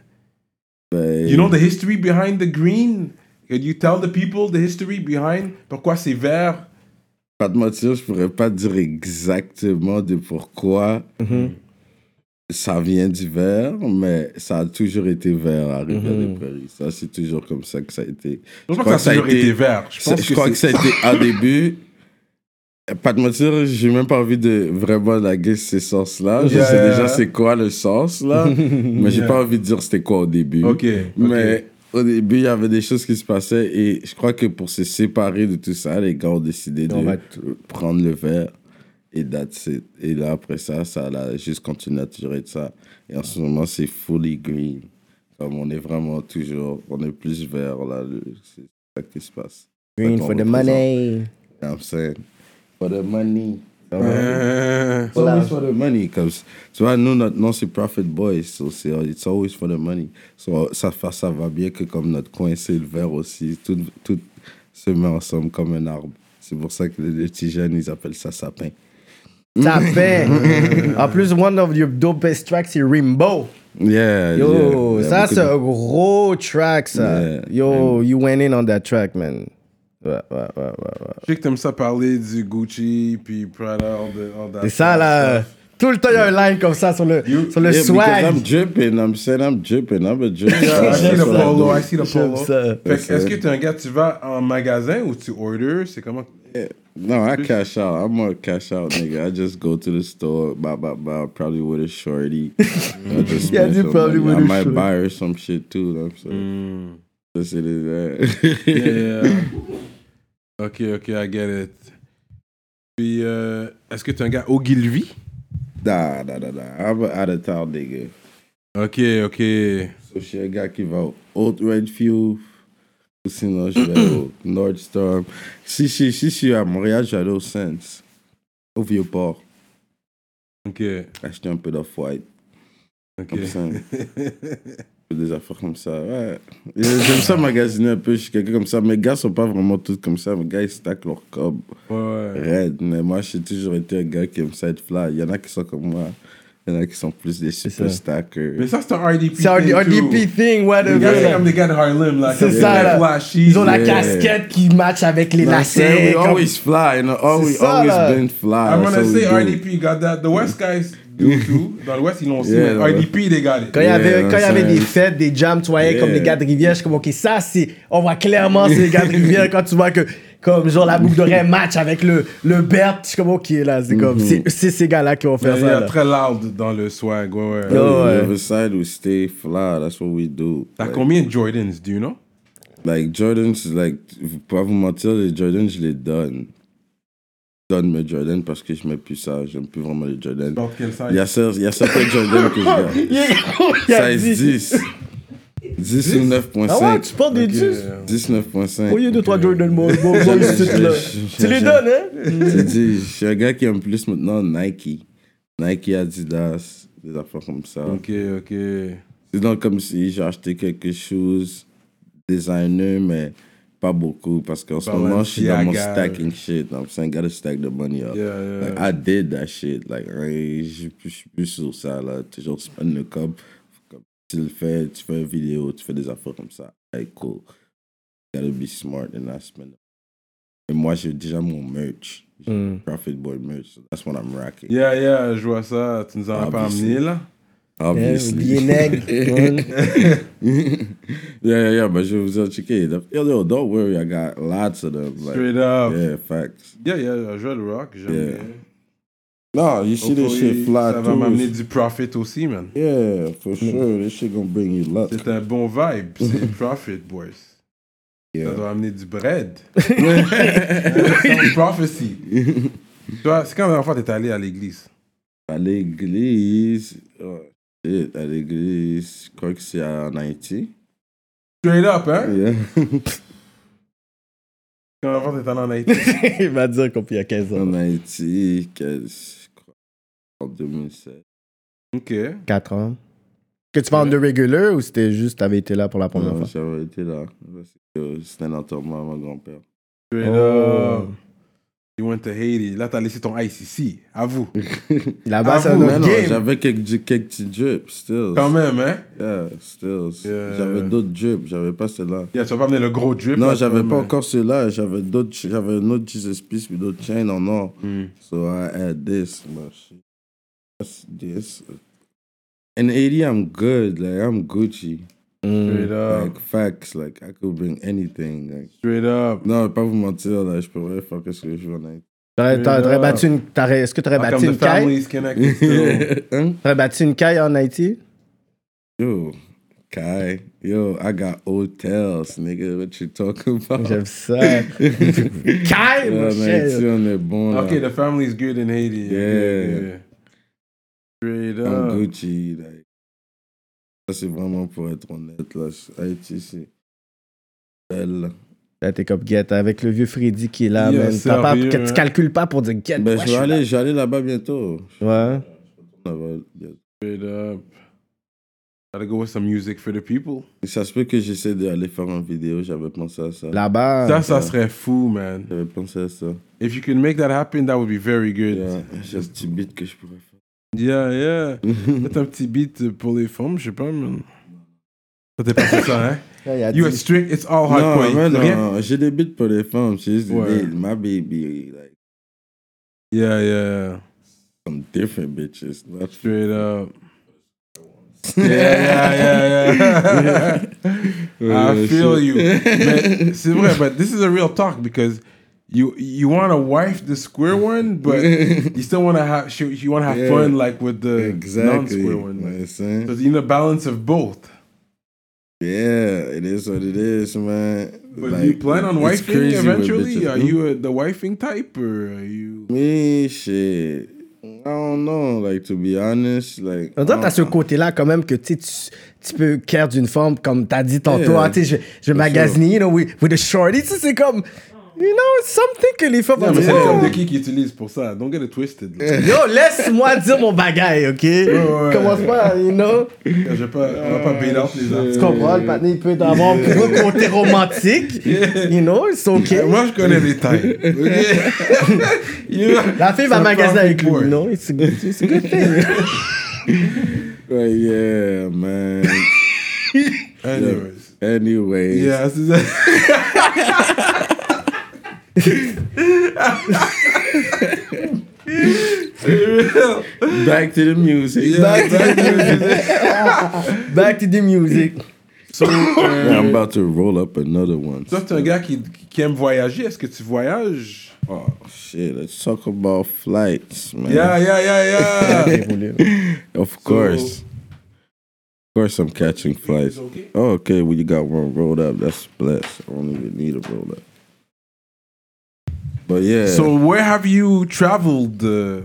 Speaker 4: Ben,
Speaker 3: You know the history behind the green? Can you tell the people the history behind pourquoi c'est vert?
Speaker 4: pas de mentir, je pourrais pas dire exactement de pourquoi
Speaker 3: Mm-hmm.
Speaker 4: ça vient du vert, mais ça a toujours été vert à
Speaker 3: Mm-hmm.
Speaker 4: Rivière-des-Prairies. Ça, c'est toujours comme ça que ça a été.
Speaker 3: Je pense pas
Speaker 4: crois
Speaker 3: que ça a toujours été vert. Je
Speaker 4: Je,
Speaker 3: pense que
Speaker 4: crois
Speaker 3: c'est-
Speaker 4: que ça a été au début. Pas de mentir, j'ai même pas envie de vraiment laguer ces sens-là. Je
Speaker 3: Yeah.
Speaker 4: sais déjà c'est quoi le sens, là, mais j'ai pas envie de dire c'était quoi au début.
Speaker 3: Ok, ok.
Speaker 4: Mais au début, il y avait des choses qui se passaient et je crois que pour se séparer de tout ça, les gars ont décidé
Speaker 5: On
Speaker 4: de
Speaker 5: va
Speaker 4: prendre le verre et that's it. Et là, après ça, ça a juste continué à durer de ça. Et en ce moment, c'est fully green. Comme on est vraiment toujours, on est plus vert là. le- C'est ça qui se passe.
Speaker 5: Green
Speaker 4: Fait
Speaker 5: for
Speaker 4: qu'on
Speaker 5: the
Speaker 4: représente.
Speaker 5: money.
Speaker 4: I'm saying. For the money.
Speaker 3: Euh,
Speaker 4: It's always for the money, cause tu vois, nous, notre nom, c'est Profit Boys, so c'est uh, it's always for the money. So, uh, ça, fa- ça va bien que comme notre coin, c'est le vert aussi, tout, tout se met ensemble comme un arbre. C'est pour ça que les, les petits jeunes, ils appellent ça sapin. Mm-hmm.
Speaker 5: Ça fait. en plus, one of your dopest tracks, c'est Rainbow.
Speaker 4: Yeah,
Speaker 5: Yo,
Speaker 4: yeah.
Speaker 5: ça,
Speaker 4: Il y
Speaker 5: c'est
Speaker 4: a
Speaker 5: un gros track, ça.
Speaker 4: Yeah.
Speaker 5: Yo, you went in on that track, man. Ouais, ouais, ouais, ouais. ouais.
Speaker 3: je sais que t'aimes ça parler du Gucci puis Prada, all, the, all that
Speaker 5: C'est ça, là. Tout le temps, il y a un line comme ça sur le, sur le
Speaker 4: beaucoup de- Yeah, because
Speaker 5: swag.
Speaker 4: I'm dripping, I'm saying I'm dripping, I'm a dripper.
Speaker 3: Yeah, I see the
Speaker 4: That's what I do.
Speaker 3: polo, I see the
Speaker 5: Ah, J'aime
Speaker 3: polo.
Speaker 5: ça.
Speaker 3: Fait que, est-ce que t'es un gars, tu vas en magasin ou tu orders? C'est comment?
Speaker 4: No, I cash out. I'm a cash out nigga. I just go to the store, buy, buy, buy, probably with a shorty. I just
Speaker 5: Yeah,
Speaker 4: spend
Speaker 5: you
Speaker 4: some
Speaker 5: probably
Speaker 4: money.
Speaker 5: with a
Speaker 4: I might
Speaker 5: shorty.
Speaker 4: buy her some shit too. You know what I'm saying.
Speaker 5: Hmm.
Speaker 4: That's it is that.
Speaker 3: Mm. Yeah. euh, ok, ok, I get it. Puis, euh, est-ce que t'es un gars Ogilvy?
Speaker 4: Nah, nah, nah, nah. I'm an out of town nigga.
Speaker 3: Ok, ok.
Speaker 4: So she a guy give out old Redfield. Sinon, je vais au Nordstorm. Si, si, si, si, à Montréal, je vais aller au Sense. Au Vieux-Port.
Speaker 3: Ok,
Speaker 4: Acheter un peu d'off white.
Speaker 3: ok.
Speaker 4: Comme ça. des affaires comme ça, ouais. Et J'aime ça magasiner un peu, je suis quelqu'un comme ça. Mes gars sont pas vraiment tous comme ça. Mes gars, ils stack leur cob
Speaker 3: Ouais, ouais.
Speaker 4: raide. Mais moi, j'ai toujours été un gars qui aime ça être fly. Il y en a qui sont comme moi. Il y en a qui sont plus des super stackers.
Speaker 3: Mais ça, c'est un RDP.
Speaker 5: C'est un,
Speaker 3: thing,
Speaker 5: un
Speaker 3: too.
Speaker 5: DP thing, ouais,
Speaker 3: Les
Speaker 5: de
Speaker 3: gars,
Speaker 5: vrai,
Speaker 3: c'est
Speaker 5: là.
Speaker 3: comme les gars de Harlem, là.
Speaker 5: C'est
Speaker 3: comme
Speaker 5: ça,
Speaker 3: les
Speaker 5: là.
Speaker 3: flashy.
Speaker 5: Ils ont la
Speaker 4: Yeah. ah
Speaker 5: casquette qui match avec les
Speaker 4: Non,
Speaker 5: lacets.
Speaker 4: c'est- we
Speaker 5: comme-
Speaker 4: always fly, you know, always,
Speaker 5: C'est ça,
Speaker 4: always
Speaker 5: là.
Speaker 4: been
Speaker 3: I'm
Speaker 4: fly. That's
Speaker 3: gonna
Speaker 4: what Ah, we
Speaker 3: say
Speaker 4: do.
Speaker 3: RDP got that. The West guys do too. Dans l'Ouest, ils l'ont aussi.
Speaker 4: Yeah,
Speaker 3: mais
Speaker 4: ouais.
Speaker 3: RDP, they got it.
Speaker 5: Quand il y avait,
Speaker 4: Yeah,
Speaker 5: quand il y avait
Speaker 4: c'est-
Speaker 5: des fêtes, des jams, tu voyais comme
Speaker 4: Yeah.
Speaker 5: les gars de Rivière, je suis comme, OK, ça, c'est, on voit clairement, c'est les gars de Rivière quand tu vois que,
Speaker 6: Comme genre la boucle d'oreille match avec le, le Bert. Je suis comme, ok, là, c'est comme, c'est-
Speaker 4: Mm-hmm.
Speaker 6: c'est ces gars-là qui vont faire
Speaker 3: Il y
Speaker 6: ça.
Speaker 3: a
Speaker 6: là.
Speaker 3: très loud dans le swag, ouais, ouais.
Speaker 6: Yo.
Speaker 4: On
Speaker 6: ouais.
Speaker 4: The other side will stay fly. That's what we do.
Speaker 3: T'as
Speaker 4: Like-
Speaker 3: combien de Jordans, do you know?
Speaker 4: Like Jordans, like, pas vous mentir, les Jordans, je les donne. Je donne mes Jordans parce que je mets plus ça, j'aime plus vraiment les Jordans.
Speaker 3: Dans quel size?
Speaker 4: Il y a, cer- il y a certains Jordans que je garde.
Speaker 6: Il y a
Speaker 4: Size
Speaker 6: dit-
Speaker 4: 10. 10 ou 9.5.
Speaker 6: Ah ouais, tu portes des 10
Speaker 4: 10, 9.5.
Speaker 6: Au lieu de toi, Jordan, moi, moi, moi,
Speaker 4: Je-
Speaker 6: ce titre-là.
Speaker 4: je- je-
Speaker 6: Tu les
Speaker 4: je-
Speaker 6: donnes, hein?
Speaker 4: Je te dis, je suis un gars qui aime plus maintenant Nike. Nike, Adidas, des affaires comme ça.
Speaker 3: Ok, ok.
Speaker 4: C'est donc comme si j'ai acheté quelque chose designer, mais pas beaucoup parce qu'en
Speaker 6: Bah
Speaker 4: ce moment, je suis dans mon
Speaker 3: Balenciaga.
Speaker 4: stacking shit. I'm saying, gotta stack the money up.
Speaker 3: Yeah, yeah.
Speaker 4: Like, I did that shit. Like, hey, je je suis plus sur ça, là. Toujours spend le cop. Comme tu le fais, tu fais une vidéo, tu fais des affaires comme ça. Like, cool. Gotta be smart and I spend. Et moi, j'ai déjà mon merch. J'ai
Speaker 6: Mm.
Speaker 4: Profit Boy merch. So that's what I'm rocking.
Speaker 3: Yeah, yeah, je vois ça. Tu nous en as pas
Speaker 4: Obviously.
Speaker 3: amené, là?
Speaker 4: Obviously.
Speaker 6: Oublier nègre.
Speaker 4: yeah, yeah, yeah. But je vous ai checké. The- Yo, yo, don't worry. I got lots of them. Like,
Speaker 3: Straight up.
Speaker 4: Yeah, facts.
Speaker 3: Yeah, yeah, je joue le rock, j'aime
Speaker 4: Yeah.
Speaker 3: bien.
Speaker 4: No, you see this
Speaker 3: Hopefully,
Speaker 4: shit fly
Speaker 3: Ça va m'amener
Speaker 4: too.
Speaker 3: du profit aussi, man.
Speaker 4: Yeah, for sure. This shit gonna bring you luck.
Speaker 3: C'est un bon vibe, c'est profit, boys.
Speaker 4: Yeah.
Speaker 3: Ça doit amener du bread. Sans prophecy. Toi, c'est quand la dernière fois t'es allé à l'église?
Speaker 4: À l'église, oh, shit, à l'église, je crois que c'est en Haïti.
Speaker 3: Straight up, hein?
Speaker 4: Yeah.
Speaker 3: Quand la dernière fois t'es allé en Haïti?
Speaker 6: Il va dire qu'on peut y a 15 ans.
Speaker 4: en Haïti, que- je crois, en 2007.
Speaker 3: Ok.
Speaker 6: 4 ans. Que tu parles de regular ou c'était juste t'avais été là pour la première
Speaker 4: Non,
Speaker 6: fois?
Speaker 4: J'avais été là. parce que C'était un enterrement à mon grand-père.
Speaker 3: Straight
Speaker 6: Oh.
Speaker 3: up. You went to Haiti. Là, t'as laissé ton ice ici. À vous.
Speaker 6: Là-bas, Ah, c'est un
Speaker 3: Avoue,
Speaker 6: autre
Speaker 4: Mais Ah, non,
Speaker 6: game.
Speaker 4: j'avais quelques, quelques petits drips, still.
Speaker 3: Quand même, hein?
Speaker 4: Yeah, still.
Speaker 3: Yeah.
Speaker 4: J'avais d'autres drips, j'avais pas ceux-là.
Speaker 3: Yeah, tu vas pas amener le gros drip.
Speaker 4: Non,
Speaker 3: là,
Speaker 4: j'avais
Speaker 3: comme,
Speaker 4: pas
Speaker 3: euh,
Speaker 4: encore ceux-là. J'avais d'autres, j'avais un autre Jesus Peace puis d'autres chains en or.
Speaker 3: Hmm.
Speaker 4: So I had this, my shit. That's this. In 80, I'm good. Like, I'm Gucci.
Speaker 3: Straight up.
Speaker 4: Like, facts. Like, I could bring anything. Like,
Speaker 3: Straight up.
Speaker 4: non, pas vous mentir, là, je pourrais faire que ce que je veux en Haïti.
Speaker 6: T'aurais- t'aurais- t'aurais
Speaker 3: Yeah.
Speaker 6: battu une- t'aurais- Est-ce que t'aurais
Speaker 3: How
Speaker 6: battu
Speaker 3: come Ah, the
Speaker 6: une caille?
Speaker 3: family is connected still?
Speaker 4: Hein?
Speaker 6: T'aurais battu une caille en Haïti?
Speaker 4: um, Yo, Kai. Yo, I got hotels, nigga. What you talking about?
Speaker 6: J'aime ça. caille,
Speaker 4: Yeah,
Speaker 6: mon
Speaker 4: en
Speaker 6: cher.
Speaker 4: Haïti, on est bon, là.
Speaker 3: Okay, the family's good in Haiti.
Speaker 4: Yeah.
Speaker 3: Okay, okay. Straight
Speaker 4: I'm
Speaker 3: up.
Speaker 4: Gucci. Like, ça, c'est vraiment pour être honnête. Là. C'est- Haïti, c'est belle. là.
Speaker 6: Là, t'es comme guette avec le vieux Freddy qui est là,
Speaker 3: Yeah,
Speaker 6: man. T'as pas-
Speaker 3: sérieux,
Speaker 6: que- Tu
Speaker 3: hein.
Speaker 6: calcules pas pour dire guette.
Speaker 4: Ben,
Speaker 6: ouais,
Speaker 4: je, vais
Speaker 6: suis
Speaker 4: aller, je vais aller là-bas bientôt.
Speaker 6: là. Ouais.
Speaker 4: Là-bas, bientôt.
Speaker 3: Straight up. Gotta go with some music for the people.
Speaker 4: Ça se peut que j'essaie d'aller faire une vidéo. J'avais pensé à ça.
Speaker 3: Ça,
Speaker 6: Là-bas.
Speaker 3: ça serait fou, man.
Speaker 4: J'avais pensé à ça.
Speaker 3: If you could make that happen, that would be very good.
Speaker 4: Yeah, J'ai un petit beat que je pourrais faire.
Speaker 3: Yeah, yeah. Peut-être un petit beat euh, pour les femmes, je sais pas, man. Ça t'es pas fait ça, hein?
Speaker 6: là, il a dit-
Speaker 3: You are strict, it's all hardcore.
Speaker 4: Non, mais
Speaker 3: Rien?
Speaker 4: non, j'ai des beats pour les femmes. C'est juste
Speaker 3: Ouais.
Speaker 4: des- my baby. Like,
Speaker 3: Yeah, yeah.
Speaker 4: some different bitches. Not
Speaker 3: Straight up. Yeah, yeah, yeah, yeah. I feel you. Mais c'est vrai, but this is a real talk because you you want to wife the square one, but you still want to have she- you want to have
Speaker 4: Yeah.
Speaker 3: fun like with the
Speaker 4: Exactly.
Speaker 3: non-square one.
Speaker 4: You know what I'm
Speaker 3: Like,
Speaker 4: saying?
Speaker 3: so you need a balance of both.
Speaker 4: Yeah, it is what it is, man.
Speaker 3: But
Speaker 4: Like,
Speaker 3: do you plan on
Speaker 4: it's
Speaker 3: wifing
Speaker 4: crazy with
Speaker 3: eventually?
Speaker 4: bitches.
Speaker 3: Are you uh the wifing type or are you?
Speaker 4: me? Shit, I don't know. Like to be honest, like
Speaker 6: On
Speaker 3: Ah,
Speaker 6: dirait que t'as
Speaker 4: I
Speaker 6: ce
Speaker 4: don't-
Speaker 6: côté-là quand même que tu, sais, tu, tu peux care d'une forme, comme t'as dit tantôt,
Speaker 4: Yeah.
Speaker 6: hein, tu sais, je, je vais
Speaker 4: For
Speaker 6: magasiner, you know, with, with a shorty, tu sais, c'est comme, you know, something que les femmes
Speaker 3: Non,
Speaker 6: vont
Speaker 3: mais c'est
Speaker 6: dire,
Speaker 3: le terme
Speaker 6: oh,
Speaker 3: de qui qui utilise pour ça. Don't get it twisted. là.
Speaker 6: Yo, laisse-moi dire mon bagaille, ok? Commence pas, you know?
Speaker 3: Je vais pas, on va pas bail out les
Speaker 6: Tu
Speaker 3: artistes.
Speaker 6: comprends, le patin, il peut avoir un côté romantique, you know, c'est ok.
Speaker 3: Moi, je connais les tailles.
Speaker 6: La fille va magasiner avec lui, you
Speaker 3: non?
Speaker 6: know? It's a good, it's a good thing.
Speaker 4: Like, yeah, man.
Speaker 3: Anyways.
Speaker 4: Anyways,
Speaker 3: Yeah, c'est ça.
Speaker 4: back to the music.
Speaker 3: Yeah,
Speaker 4: Back-
Speaker 3: exactly.
Speaker 6: Back to the music.
Speaker 3: So, euh,
Speaker 4: Yeah, I'm about to roll up another one.
Speaker 3: toi, t'es un gars qui, qui aime voyager. Est-ce que tu voyages?
Speaker 4: Oh shit, let's talk about flights, man.
Speaker 3: Yeah, yeah, yeah, yeah.
Speaker 4: Of course. of course I'm catching flights.
Speaker 3: okay?
Speaker 4: Oh, okay, well you got one rolled up. That's blessed. I don't even need a roll up. But yeah,
Speaker 3: So, where have you traveled? euh,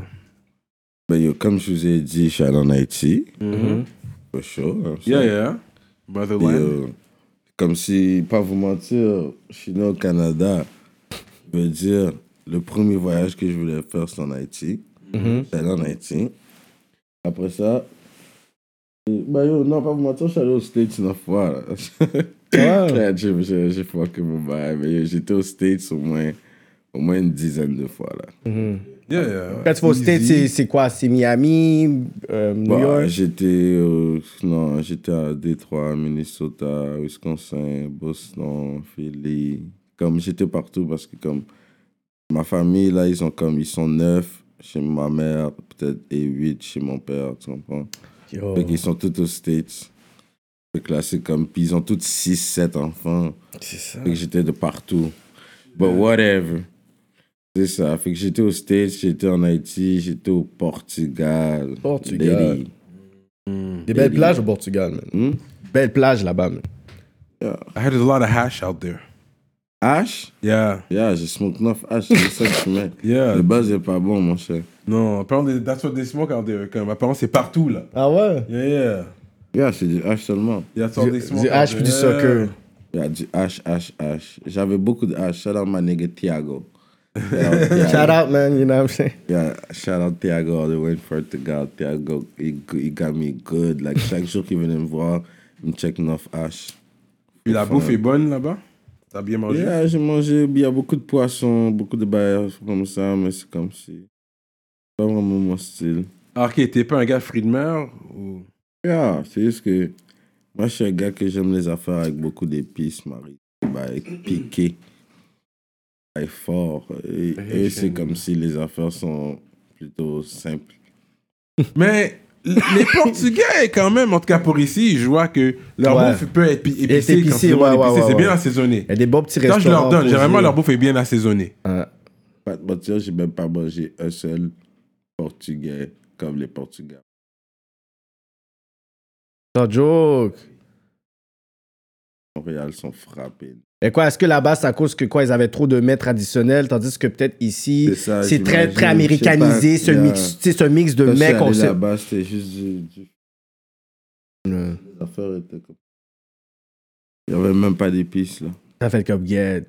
Speaker 4: but yo, comme je vous ai dit, je suis allé en Haïti.
Speaker 6: Mm-hmm.
Speaker 4: For sure. I'm
Speaker 3: Yeah,
Speaker 4: saying.
Speaker 3: yeah.
Speaker 4: Puis,
Speaker 3: Brotherland.
Speaker 4: euh, comme si, pas vous mentir, je suis né au Canada. Je veux dire, le premier voyage que je voulais faire, c'est en Haïti.
Speaker 3: Mm-hmm.
Speaker 4: J'étais allé en Haïti. Après ça, euh, bah yo, non, pas vous mentir, je suis allé aux States une fois. là. Ouais, j'ai- J'ai j'ai fucké mon bail, mais yo, j'étais aux States au moins, au moins une dizaine de fois. là.
Speaker 3: Yeah, yeah.
Speaker 5: Quand tu vas aux States, c'est- c'est quoi C'est Miami, euh, New
Speaker 4: Bah,
Speaker 5: York
Speaker 4: J'étais au- non, j'étais à Détroit, Minnesota, Wisconsin, Boston, Philly. Comme j'étais partout parce que comme ma famille là, ils ont comme ils sont neuf chez ma mère, peut-être et huit chez mon père, tu comprends?
Speaker 5: Yo.
Speaker 4: Fait qu'ils sont tous aux States. Fait que là, c'est comme puis ils ont tous six, sept enfants.
Speaker 5: C'est ça.
Speaker 4: Fait que j'étais de partout. But whatever. C'est ça. Fait que j'étais aux States, j'étais en Haïti, j'étais au Portugal.
Speaker 6: Portugal.
Speaker 4: Lady.
Speaker 6: Des belles plages au Portugal, man.
Speaker 4: Hmm?
Speaker 6: Belle plage là-bas, man.
Speaker 3: I heard there's a lot of hash out there.
Speaker 4: H?
Speaker 3: Yeah.
Speaker 4: Yeah, je smoke 9 H, c'est ça que tu mets.
Speaker 3: Yeah.
Speaker 4: Le buzz est pas bon, mon cher.
Speaker 3: Non, apparemment, that's what they smoke out there. Comme, apparemment, c'est partout, là.
Speaker 6: Ah ouais?
Speaker 3: Yeah, yeah.
Speaker 4: Yeah, c'est du H seulement.
Speaker 3: That's all they
Speaker 6: Du,
Speaker 3: smoke
Speaker 6: du
Speaker 3: out
Speaker 6: H puis du
Speaker 3: there.
Speaker 6: soccer.
Speaker 4: Yeah, du H, H, H. J'avais beaucoup de H. Shout out my nigga Thiago. Yeah, Thiago.
Speaker 6: Shout out, man, you know what I'm saying?
Speaker 4: Yeah, shout out Thiago all the way for Portugal. Thiago, he, go- he got me good. Like, chaque jour qu'il venait me voir, il me check 9 H.
Speaker 3: Puis la bouffe est bonne, là-bas. T'as bien mangé?
Speaker 4: Yeah, j'ai mangé, il y a beaucoup de poissons, beaucoup de bails comme ça, mais c'est comme si. Pas vraiment mon style.
Speaker 3: Ah, ok, t'es pas un gars fruit de mer ou...
Speaker 4: Yeah, c'est juste que moi, je suis un gars que j'aime les affaires avec beaucoup d'épices, Marie. Bah, piqué. Bah, fort. Et, et c'est comme si les affaires sont plutôt simples.
Speaker 3: Mais l- les Portugais, quand même, en tout cas pour ici, je vois que leur
Speaker 6: Ouais.
Speaker 3: bouffe peut être pi-
Speaker 6: Elle est
Speaker 3: épicée. quand
Speaker 6: épicée,
Speaker 3: tu demandes
Speaker 6: ouais, ouais,
Speaker 3: épicée,
Speaker 6: ouais,
Speaker 3: C'est bien
Speaker 6: ouais.
Speaker 3: assaisonné.
Speaker 6: Il y a des beaux petits
Speaker 3: Quand
Speaker 6: restaurants.
Speaker 3: je leur donne,
Speaker 6: posés.
Speaker 3: généralement, leur bouffe est bien assaisonnée.
Speaker 6: Ouais.
Speaker 4: Pas de mentir, bah, j'ai même pas mangé un seul Portugais comme les Portugais.
Speaker 6: No joke.
Speaker 4: Montréal sont frappés.
Speaker 6: Et quoi, est-ce que là-bas, c'est à cause que quoi, ils avaient trop de mets traditionnels, tandis que peut-être ici,
Speaker 4: C'est ça,
Speaker 6: c'est très,
Speaker 4: j'imagine,
Speaker 6: très américanisé,
Speaker 4: je sais
Speaker 6: ce
Speaker 4: pas, il y a-
Speaker 6: mix, tu sais, ce mix de
Speaker 4: Quand je suis
Speaker 6: mets qu'on
Speaker 4: allé
Speaker 6: sait.
Speaker 4: là-bas, c'était juste du, du-
Speaker 6: Euh,
Speaker 4: Les affaires étaient comme. Il y avait même pas d'épices, là.
Speaker 6: Ça fait comme, yeah.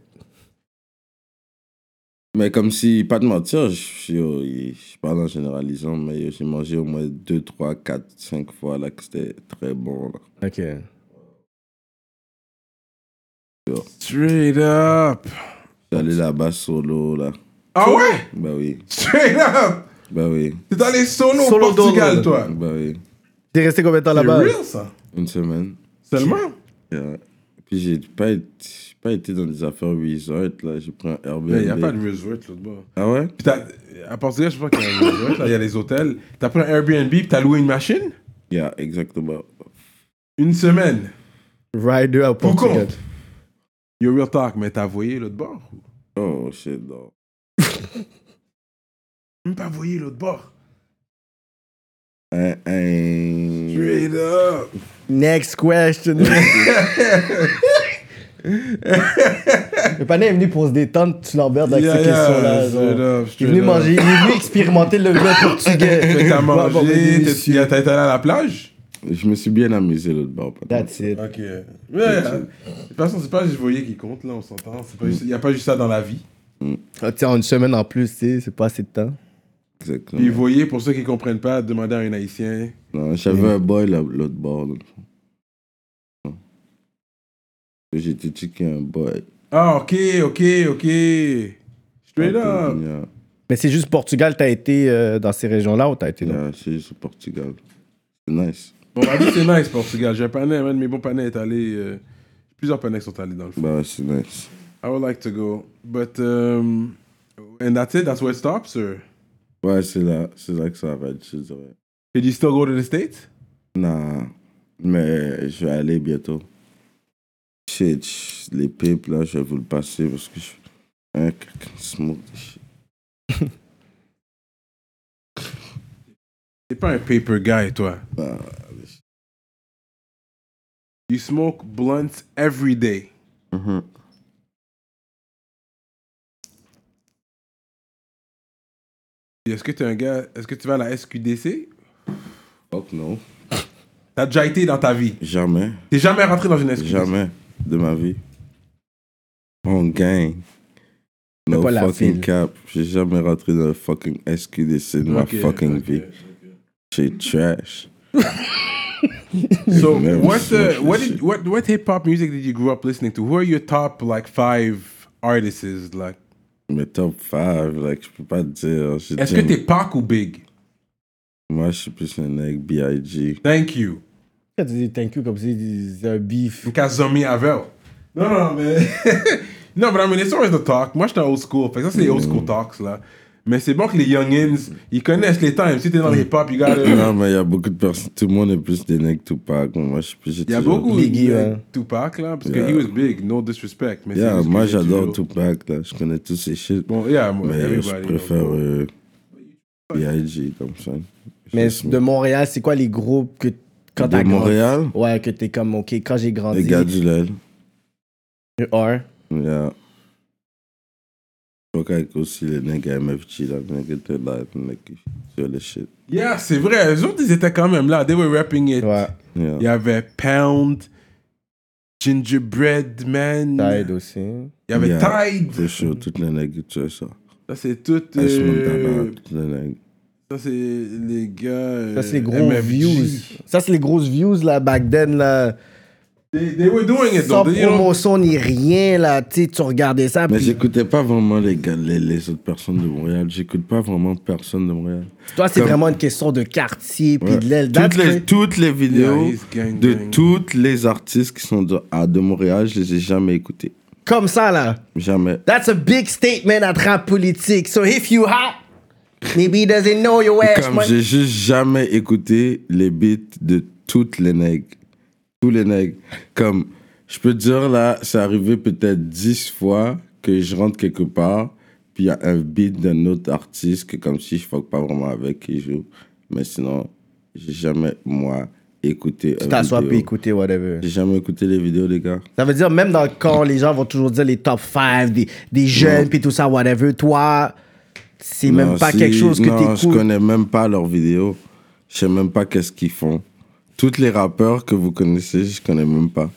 Speaker 4: Mais comme si, pas de mentir, je, je, je- je parle en généralisant, mais j'ai mangé au moins 2, 3, 4, 5 fois là que c'était très bon. Là.
Speaker 6: Ok.
Speaker 3: Straight up.
Speaker 4: J'allais là-bas solo là.
Speaker 3: Ah ouais?
Speaker 4: Bah oui,
Speaker 3: Straight up.
Speaker 4: bah oui,
Speaker 3: T'es allé solo,
Speaker 6: Solo
Speaker 3: au Portugal,
Speaker 6: dolo,
Speaker 3: toi.
Speaker 4: bah oui.
Speaker 6: T'es resté combien de temps
Speaker 3: C'est
Speaker 6: là-bas?
Speaker 3: real, ça.
Speaker 4: Une semaine.
Speaker 3: Seulement?
Speaker 4: Yeah. Puis j'ai pas, été- j'ai pas été dans des affaires resort là, j'ai pris un Airbnb.
Speaker 3: Mais y a pas de resort, l'autre bord.
Speaker 4: Ah ouais?
Speaker 3: Puis t'as- à Portugal, je crois qu'il y a un resort, là, il y a les hôtels. T'as pris un Airbnb, puis t'as loué une machine?
Speaker 4: Yeah, exactement.
Speaker 3: Une semaine.
Speaker 6: Rider à
Speaker 3: Pour
Speaker 6: Portugal.
Speaker 3: compte. Yo, real talk, mais t'as voyé l'autre bord? ou-
Speaker 4: Oh shit, non.
Speaker 3: Même pas voyé l'autre bord.
Speaker 4: Hein, hein.
Speaker 3: Straight up.
Speaker 6: Next question. Le panel est venu pour se détendre, tu l'emmerdes avec
Speaker 3: Yeah,
Speaker 6: ces
Speaker 3: yeah,
Speaker 6: questions-là.
Speaker 3: straight
Speaker 6: genre.
Speaker 3: up,
Speaker 6: Il est
Speaker 3: straight
Speaker 6: venu
Speaker 3: up.
Speaker 6: manger, il est venu expérimenter le plat portugais.
Speaker 3: Fait que T'as
Speaker 6: Bon, bon,
Speaker 3: mangé,
Speaker 6: bon,
Speaker 3: t'es- t'as été allé à la plage?
Speaker 4: Je me suis bien amusé l'autre bord. par contre.
Speaker 6: That's it.
Speaker 3: Ok. Ouais, de toute façon, c'est pas juste voyer qui compte, là, on s'entend. C'est pas juste- Y a pas juste ça dans la vie.
Speaker 6: Ah, tiens, en une semaine en plus, tu sais, c'est pas assez de temps.
Speaker 3: Puis
Speaker 4: Exactement.
Speaker 3: voyez, pour ceux qui comprennent pas, demandez à un haïtien.
Speaker 4: Non, j'avais un boy là, l'autre bord. dans le fond. Non. J'étais checké un boy.
Speaker 3: Ah, ok, ok, ok. Straight up.
Speaker 4: Yeah,
Speaker 6: Mais c'est juste Portugal, t'as été euh, dans ces régions-là ou t'as été dans...
Speaker 4: yeah, c'est juste au Portugal. C'est nice.
Speaker 3: Bon, ma vie, c'est nice, Portugal. J'ai un panel, un de mes bons panels est allé. euh, plusieurs panels sont allés dans le fond.
Speaker 4: Bah, ouais, c'est nice.
Speaker 3: I would like to go. But, um, and that's it, that's where it stops, or?
Speaker 4: Ouais, c'est là, c'est là que ça arrête, je dirais.
Speaker 3: Did you still go to the States?
Speaker 4: Non, mais je vais aller bientôt. shit, ch- les pipes, là, je vais vous le passer parce que je suis un quelqu'un qui smoke des shit.
Speaker 3: T'es pas un paper guy, toi.
Speaker 4: Ah,
Speaker 3: You smoke blunts every day.
Speaker 4: mhm.
Speaker 3: Et Est-ce que t'es un gars... Est-ce que tu vas à la SQDC?
Speaker 4: Fuck no.
Speaker 3: T'as déjà été dans ta vie.
Speaker 4: Jamais,
Speaker 3: T'es jamais rentré dans une SQDC.
Speaker 4: jamais de ma vie. On gang. No
Speaker 6: pas la
Speaker 4: fucking
Speaker 6: file.
Speaker 4: cap. J'ai jamais rentré dans le fucking SQDC de ma
Speaker 3: Ok,
Speaker 4: fucking
Speaker 3: ok.
Speaker 4: vie. J'ai trash.
Speaker 3: So
Speaker 4: Never
Speaker 3: what uh,
Speaker 4: smoked
Speaker 3: what
Speaker 4: this
Speaker 3: did
Speaker 4: shit.
Speaker 3: what what hip hop music did you grow up listening to? Who are your top like five artists? Like,
Speaker 4: Mes top 5, like, je peux pas te dire. J'ai
Speaker 3: est-ce que
Speaker 4: jamais-
Speaker 3: t'es Pac ou Big?
Speaker 4: Moi, je suis plus un mec B.I.G.
Speaker 3: Thank you.
Speaker 6: Pourquoi tu dis thank you comme si c'était un beef?
Speaker 3: Nka zombie Avel. Non non mais non, but I mean it's always the talk. Moi j'étais old school. Fait que ça c'est les old
Speaker 4: Mm.
Speaker 3: school talks là. Mais c'est bon que les youngins ils connaissent les times. Si t'es dans le hip hop, you gotta.
Speaker 4: Non, mais il y a beaucoup de personnes. Tout le monde est plus des nègres Tupac. Moi, je suis plus. j'ai
Speaker 3: Il y a
Speaker 4: toujours-
Speaker 3: beaucoup
Speaker 6: Biggie,
Speaker 3: de
Speaker 6: ouais.
Speaker 3: Tupac là parce que
Speaker 4: Yeah.
Speaker 3: he was big. No disrespect. Mais c'est
Speaker 4: Yeah,
Speaker 3: juste que
Speaker 4: moi,
Speaker 3: j'ai
Speaker 4: j'adore
Speaker 3: toujours-
Speaker 4: Tupac. Là. Je connais tous ces shit.
Speaker 3: Bon yeah, moi,
Speaker 4: mais euh, je
Speaker 3: everybody,
Speaker 4: préfère
Speaker 3: bon.
Speaker 4: euh, B.I.G. comme ça.
Speaker 6: Mais
Speaker 4: Je-
Speaker 6: de Montréal, c'est quoi les groupes que quand
Speaker 4: de
Speaker 6: t'as grandi-
Speaker 4: Montréal,
Speaker 6: Ouais, que t'es comme, ok, quand j'ai
Speaker 4: les
Speaker 6: grandi.
Speaker 4: gars du LEL.
Speaker 6: le R.
Speaker 4: Yeah. Je avec aussi les nègres MFG. Là. Les nègres étaient là. Les nègres qui- sur les shit.
Speaker 3: Yeah, c'est vrai. Eux autres ils étaient quand même là. They were rapping it.
Speaker 6: Ouais,
Speaker 4: Yeah.
Speaker 3: Il y avait Pound, Gingerbread Man.
Speaker 6: Tide aussi.
Speaker 3: Il y avait
Speaker 4: Yeah.
Speaker 3: Tide.
Speaker 4: C'est chaud. Toutes les nègres, tu sais ça.
Speaker 3: Ça, c'est tout. euh,
Speaker 4: Ashman Tabac, toutes les nègres.
Speaker 3: ça, c'est les gars. euh,
Speaker 6: Ça, c'est les gros
Speaker 3: MFG.
Speaker 6: views. Ça, c'est les grosses views, là, back then, là.
Speaker 3: They, they were doing it,
Speaker 6: Sans
Speaker 3: though. They- you know-
Speaker 6: promotion ni rien, là. Tu sais, tu regardais ça.
Speaker 4: Mais
Speaker 6: puis
Speaker 4: j'écoutais pas vraiment les, gars, les, les autres personnes de Montréal. J'écoute pas vraiment personne de Montréal.
Speaker 6: toi, c'est
Speaker 4: comme-
Speaker 6: vraiment une question de quartier, puis
Speaker 4: Ouais.
Speaker 6: de l'aile.
Speaker 4: toutes,
Speaker 6: That's
Speaker 4: les,
Speaker 6: it.
Speaker 4: toutes les vidéos
Speaker 3: Yeah, he's gang,
Speaker 4: de
Speaker 3: gang.
Speaker 4: toutes les artistes qui sont de, à- de Montréal, je les ai jamais écoutées.
Speaker 6: Comme ça, là.
Speaker 4: Jamais.
Speaker 6: That's a big statement à rap politique. So if you hot, maybe he doesn't know your ass.
Speaker 4: Comme
Speaker 6: man.
Speaker 4: j'ai juste jamais écouté les beats de toutes les nègres. Tous les nègres. Comme, je peux te dire là, c'est arrivé peut-être dix fois que je rentre quelque part, puis il y a un beat d'un autre artiste que comme si je fuck pas vraiment avec qui joue. Mais sinon, j'ai jamais, moi, écouté.
Speaker 6: Tu
Speaker 4: un
Speaker 6: t'assois puis
Speaker 4: vidéo.
Speaker 6: écouter whatever.
Speaker 4: J'ai jamais écouté les vidéos, les gars.
Speaker 6: Ça veut dire, même dans le corps, les gens vont toujours dire les top 5 des, des jeunes, puis tout ça, whatever. Toi, c'est même
Speaker 4: Non,
Speaker 6: pas
Speaker 4: si-
Speaker 6: quelque chose que
Speaker 4: non, Je
Speaker 6: t'écoutes.
Speaker 4: connais même pas leurs vidéos. Je sais même pas qu'est-ce qu'ils font. Tous les rappeurs que vous connaissez, je connais même pas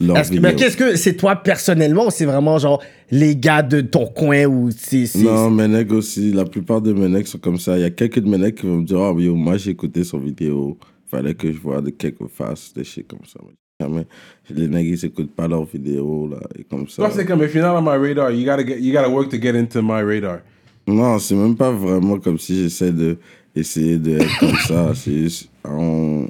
Speaker 4: leurs
Speaker 6: Est-ce que-
Speaker 4: vidéos.
Speaker 6: Mais qu'est-ce que c'est toi personnellement ou c'est vraiment genre les gars de ton coin ou c'est. c'est-
Speaker 4: Non, mes nègres aussi. La plupart de mes nègres sont comme ça. Il y a quelques de mes nègres qui vont me dire Oh, yo, moi j'ai écouté son vidéo. Fallait que je vois de quelque face, des shit comme ça. Jamais. Les nègres, ils écoutent pas leurs vidéos, là, et comme ça.
Speaker 3: Toi, c'est comme, if you're not on my radar, you gotta, get, you gotta work to get into my radar.
Speaker 4: Non, c'est même pas vraiment comme si j'essaie de essayer d'être comme ça. C'est juste. on-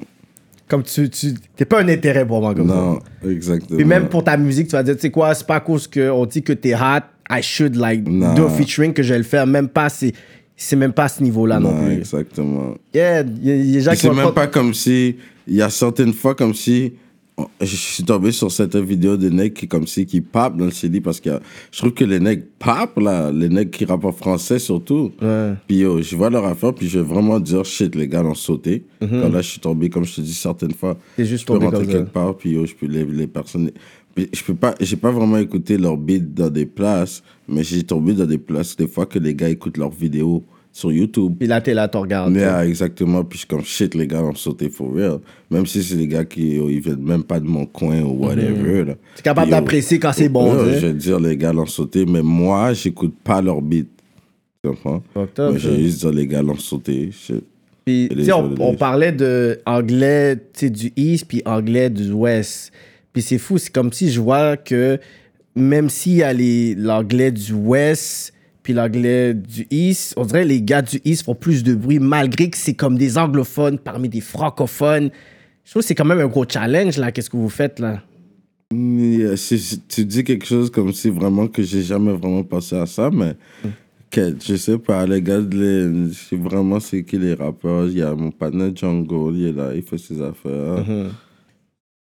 Speaker 6: Comme tu. tu T'es pas un intérêt pour moi comme ça.
Speaker 4: Non, exactement.
Speaker 6: Puis même pour ta musique, tu vas dire, tu sais quoi, c'est pas à cause qu'on dit que t'es hot, I should like
Speaker 4: Non.
Speaker 6: do a featuring que je vais le faire. Même pas, c'est. C'est même pas à ce niveau-là Ah non,
Speaker 4: Non,
Speaker 6: plus.
Speaker 4: exactement.
Speaker 6: Yeah, il y, a- y a des gens
Speaker 4: Puis
Speaker 6: qui
Speaker 4: C'est
Speaker 6: vont
Speaker 4: même
Speaker 6: prendre-
Speaker 4: pas comme si. Il y a certaines fois comme si. on- Je suis tombé sur certaines vidéos de nègres qui, comme si, qui papent dans le CD parce que je trouve que les nègres papent, là. Les nègres qui rappent en français surtout. Puis yo, je vois leur affaire, puis je vais vraiment dire shit, les gars, l'ont sauté. Quand là, je suis tombé, comme je te dis certaines fois.
Speaker 6: Mhm. T'es juste
Speaker 4: je peux
Speaker 6: tombé
Speaker 4: rentrer
Speaker 6: comme ça.
Speaker 4: quelque part, puis yo, je peux les, les personnes. puis Je peux pas, j'ai pas vraiment écouté leurs beats dans des places, mais j'ai tombé dans des places des fois que les gars écoutent leurs vidéos sur YouTube.
Speaker 6: Puis là, t'es là, t'en regardes.
Speaker 4: Mais ah, exactement, puis je suis comme shit, les gars, on sauté for real. Même si c'est des gars qui oh, ils viennent même pas de mon coin ou whatever. là.
Speaker 6: T'es Mm-hmm. capable
Speaker 4: Puis, oh,
Speaker 6: d'apprécier quand c'est bon.
Speaker 4: oh,
Speaker 6: tu sais.
Speaker 4: je veux dire, les gars l'ont sauté, mais moi, j'écoute pas leur beat. Tu comprends?
Speaker 6: Fucked up,
Speaker 4: Moi, je
Speaker 6: ça.
Speaker 4: vais juste dire, les gars l'ont sauté. shit.
Speaker 6: Puis,
Speaker 4: Et
Speaker 6: tu
Speaker 4: les
Speaker 6: sais, on,
Speaker 4: jeux de
Speaker 6: on
Speaker 4: riche.
Speaker 6: parlait de anglais, tu sais, du East, puis anglais du West. Puis c'est fou, c'est comme si je vois que même s'il y a les- l'anglais du West, puis l'anglais du East, on dirait les gars du East font plus de bruit, malgré que c'est comme des anglophones parmi des francophones. Je trouve que c'est quand même un gros challenge, là, qu'est-ce que vous faites, là.
Speaker 4: Yeah, c'est- c'est- euh, tu dis quelque chose comme si vraiment que j'ai jamais vraiment pensé à ça, mais que, je sais pas, les gars, les, c'est vraiment c'est qui les rappeurs. Il y a mon partner Django, il est là, il fait ses affaires.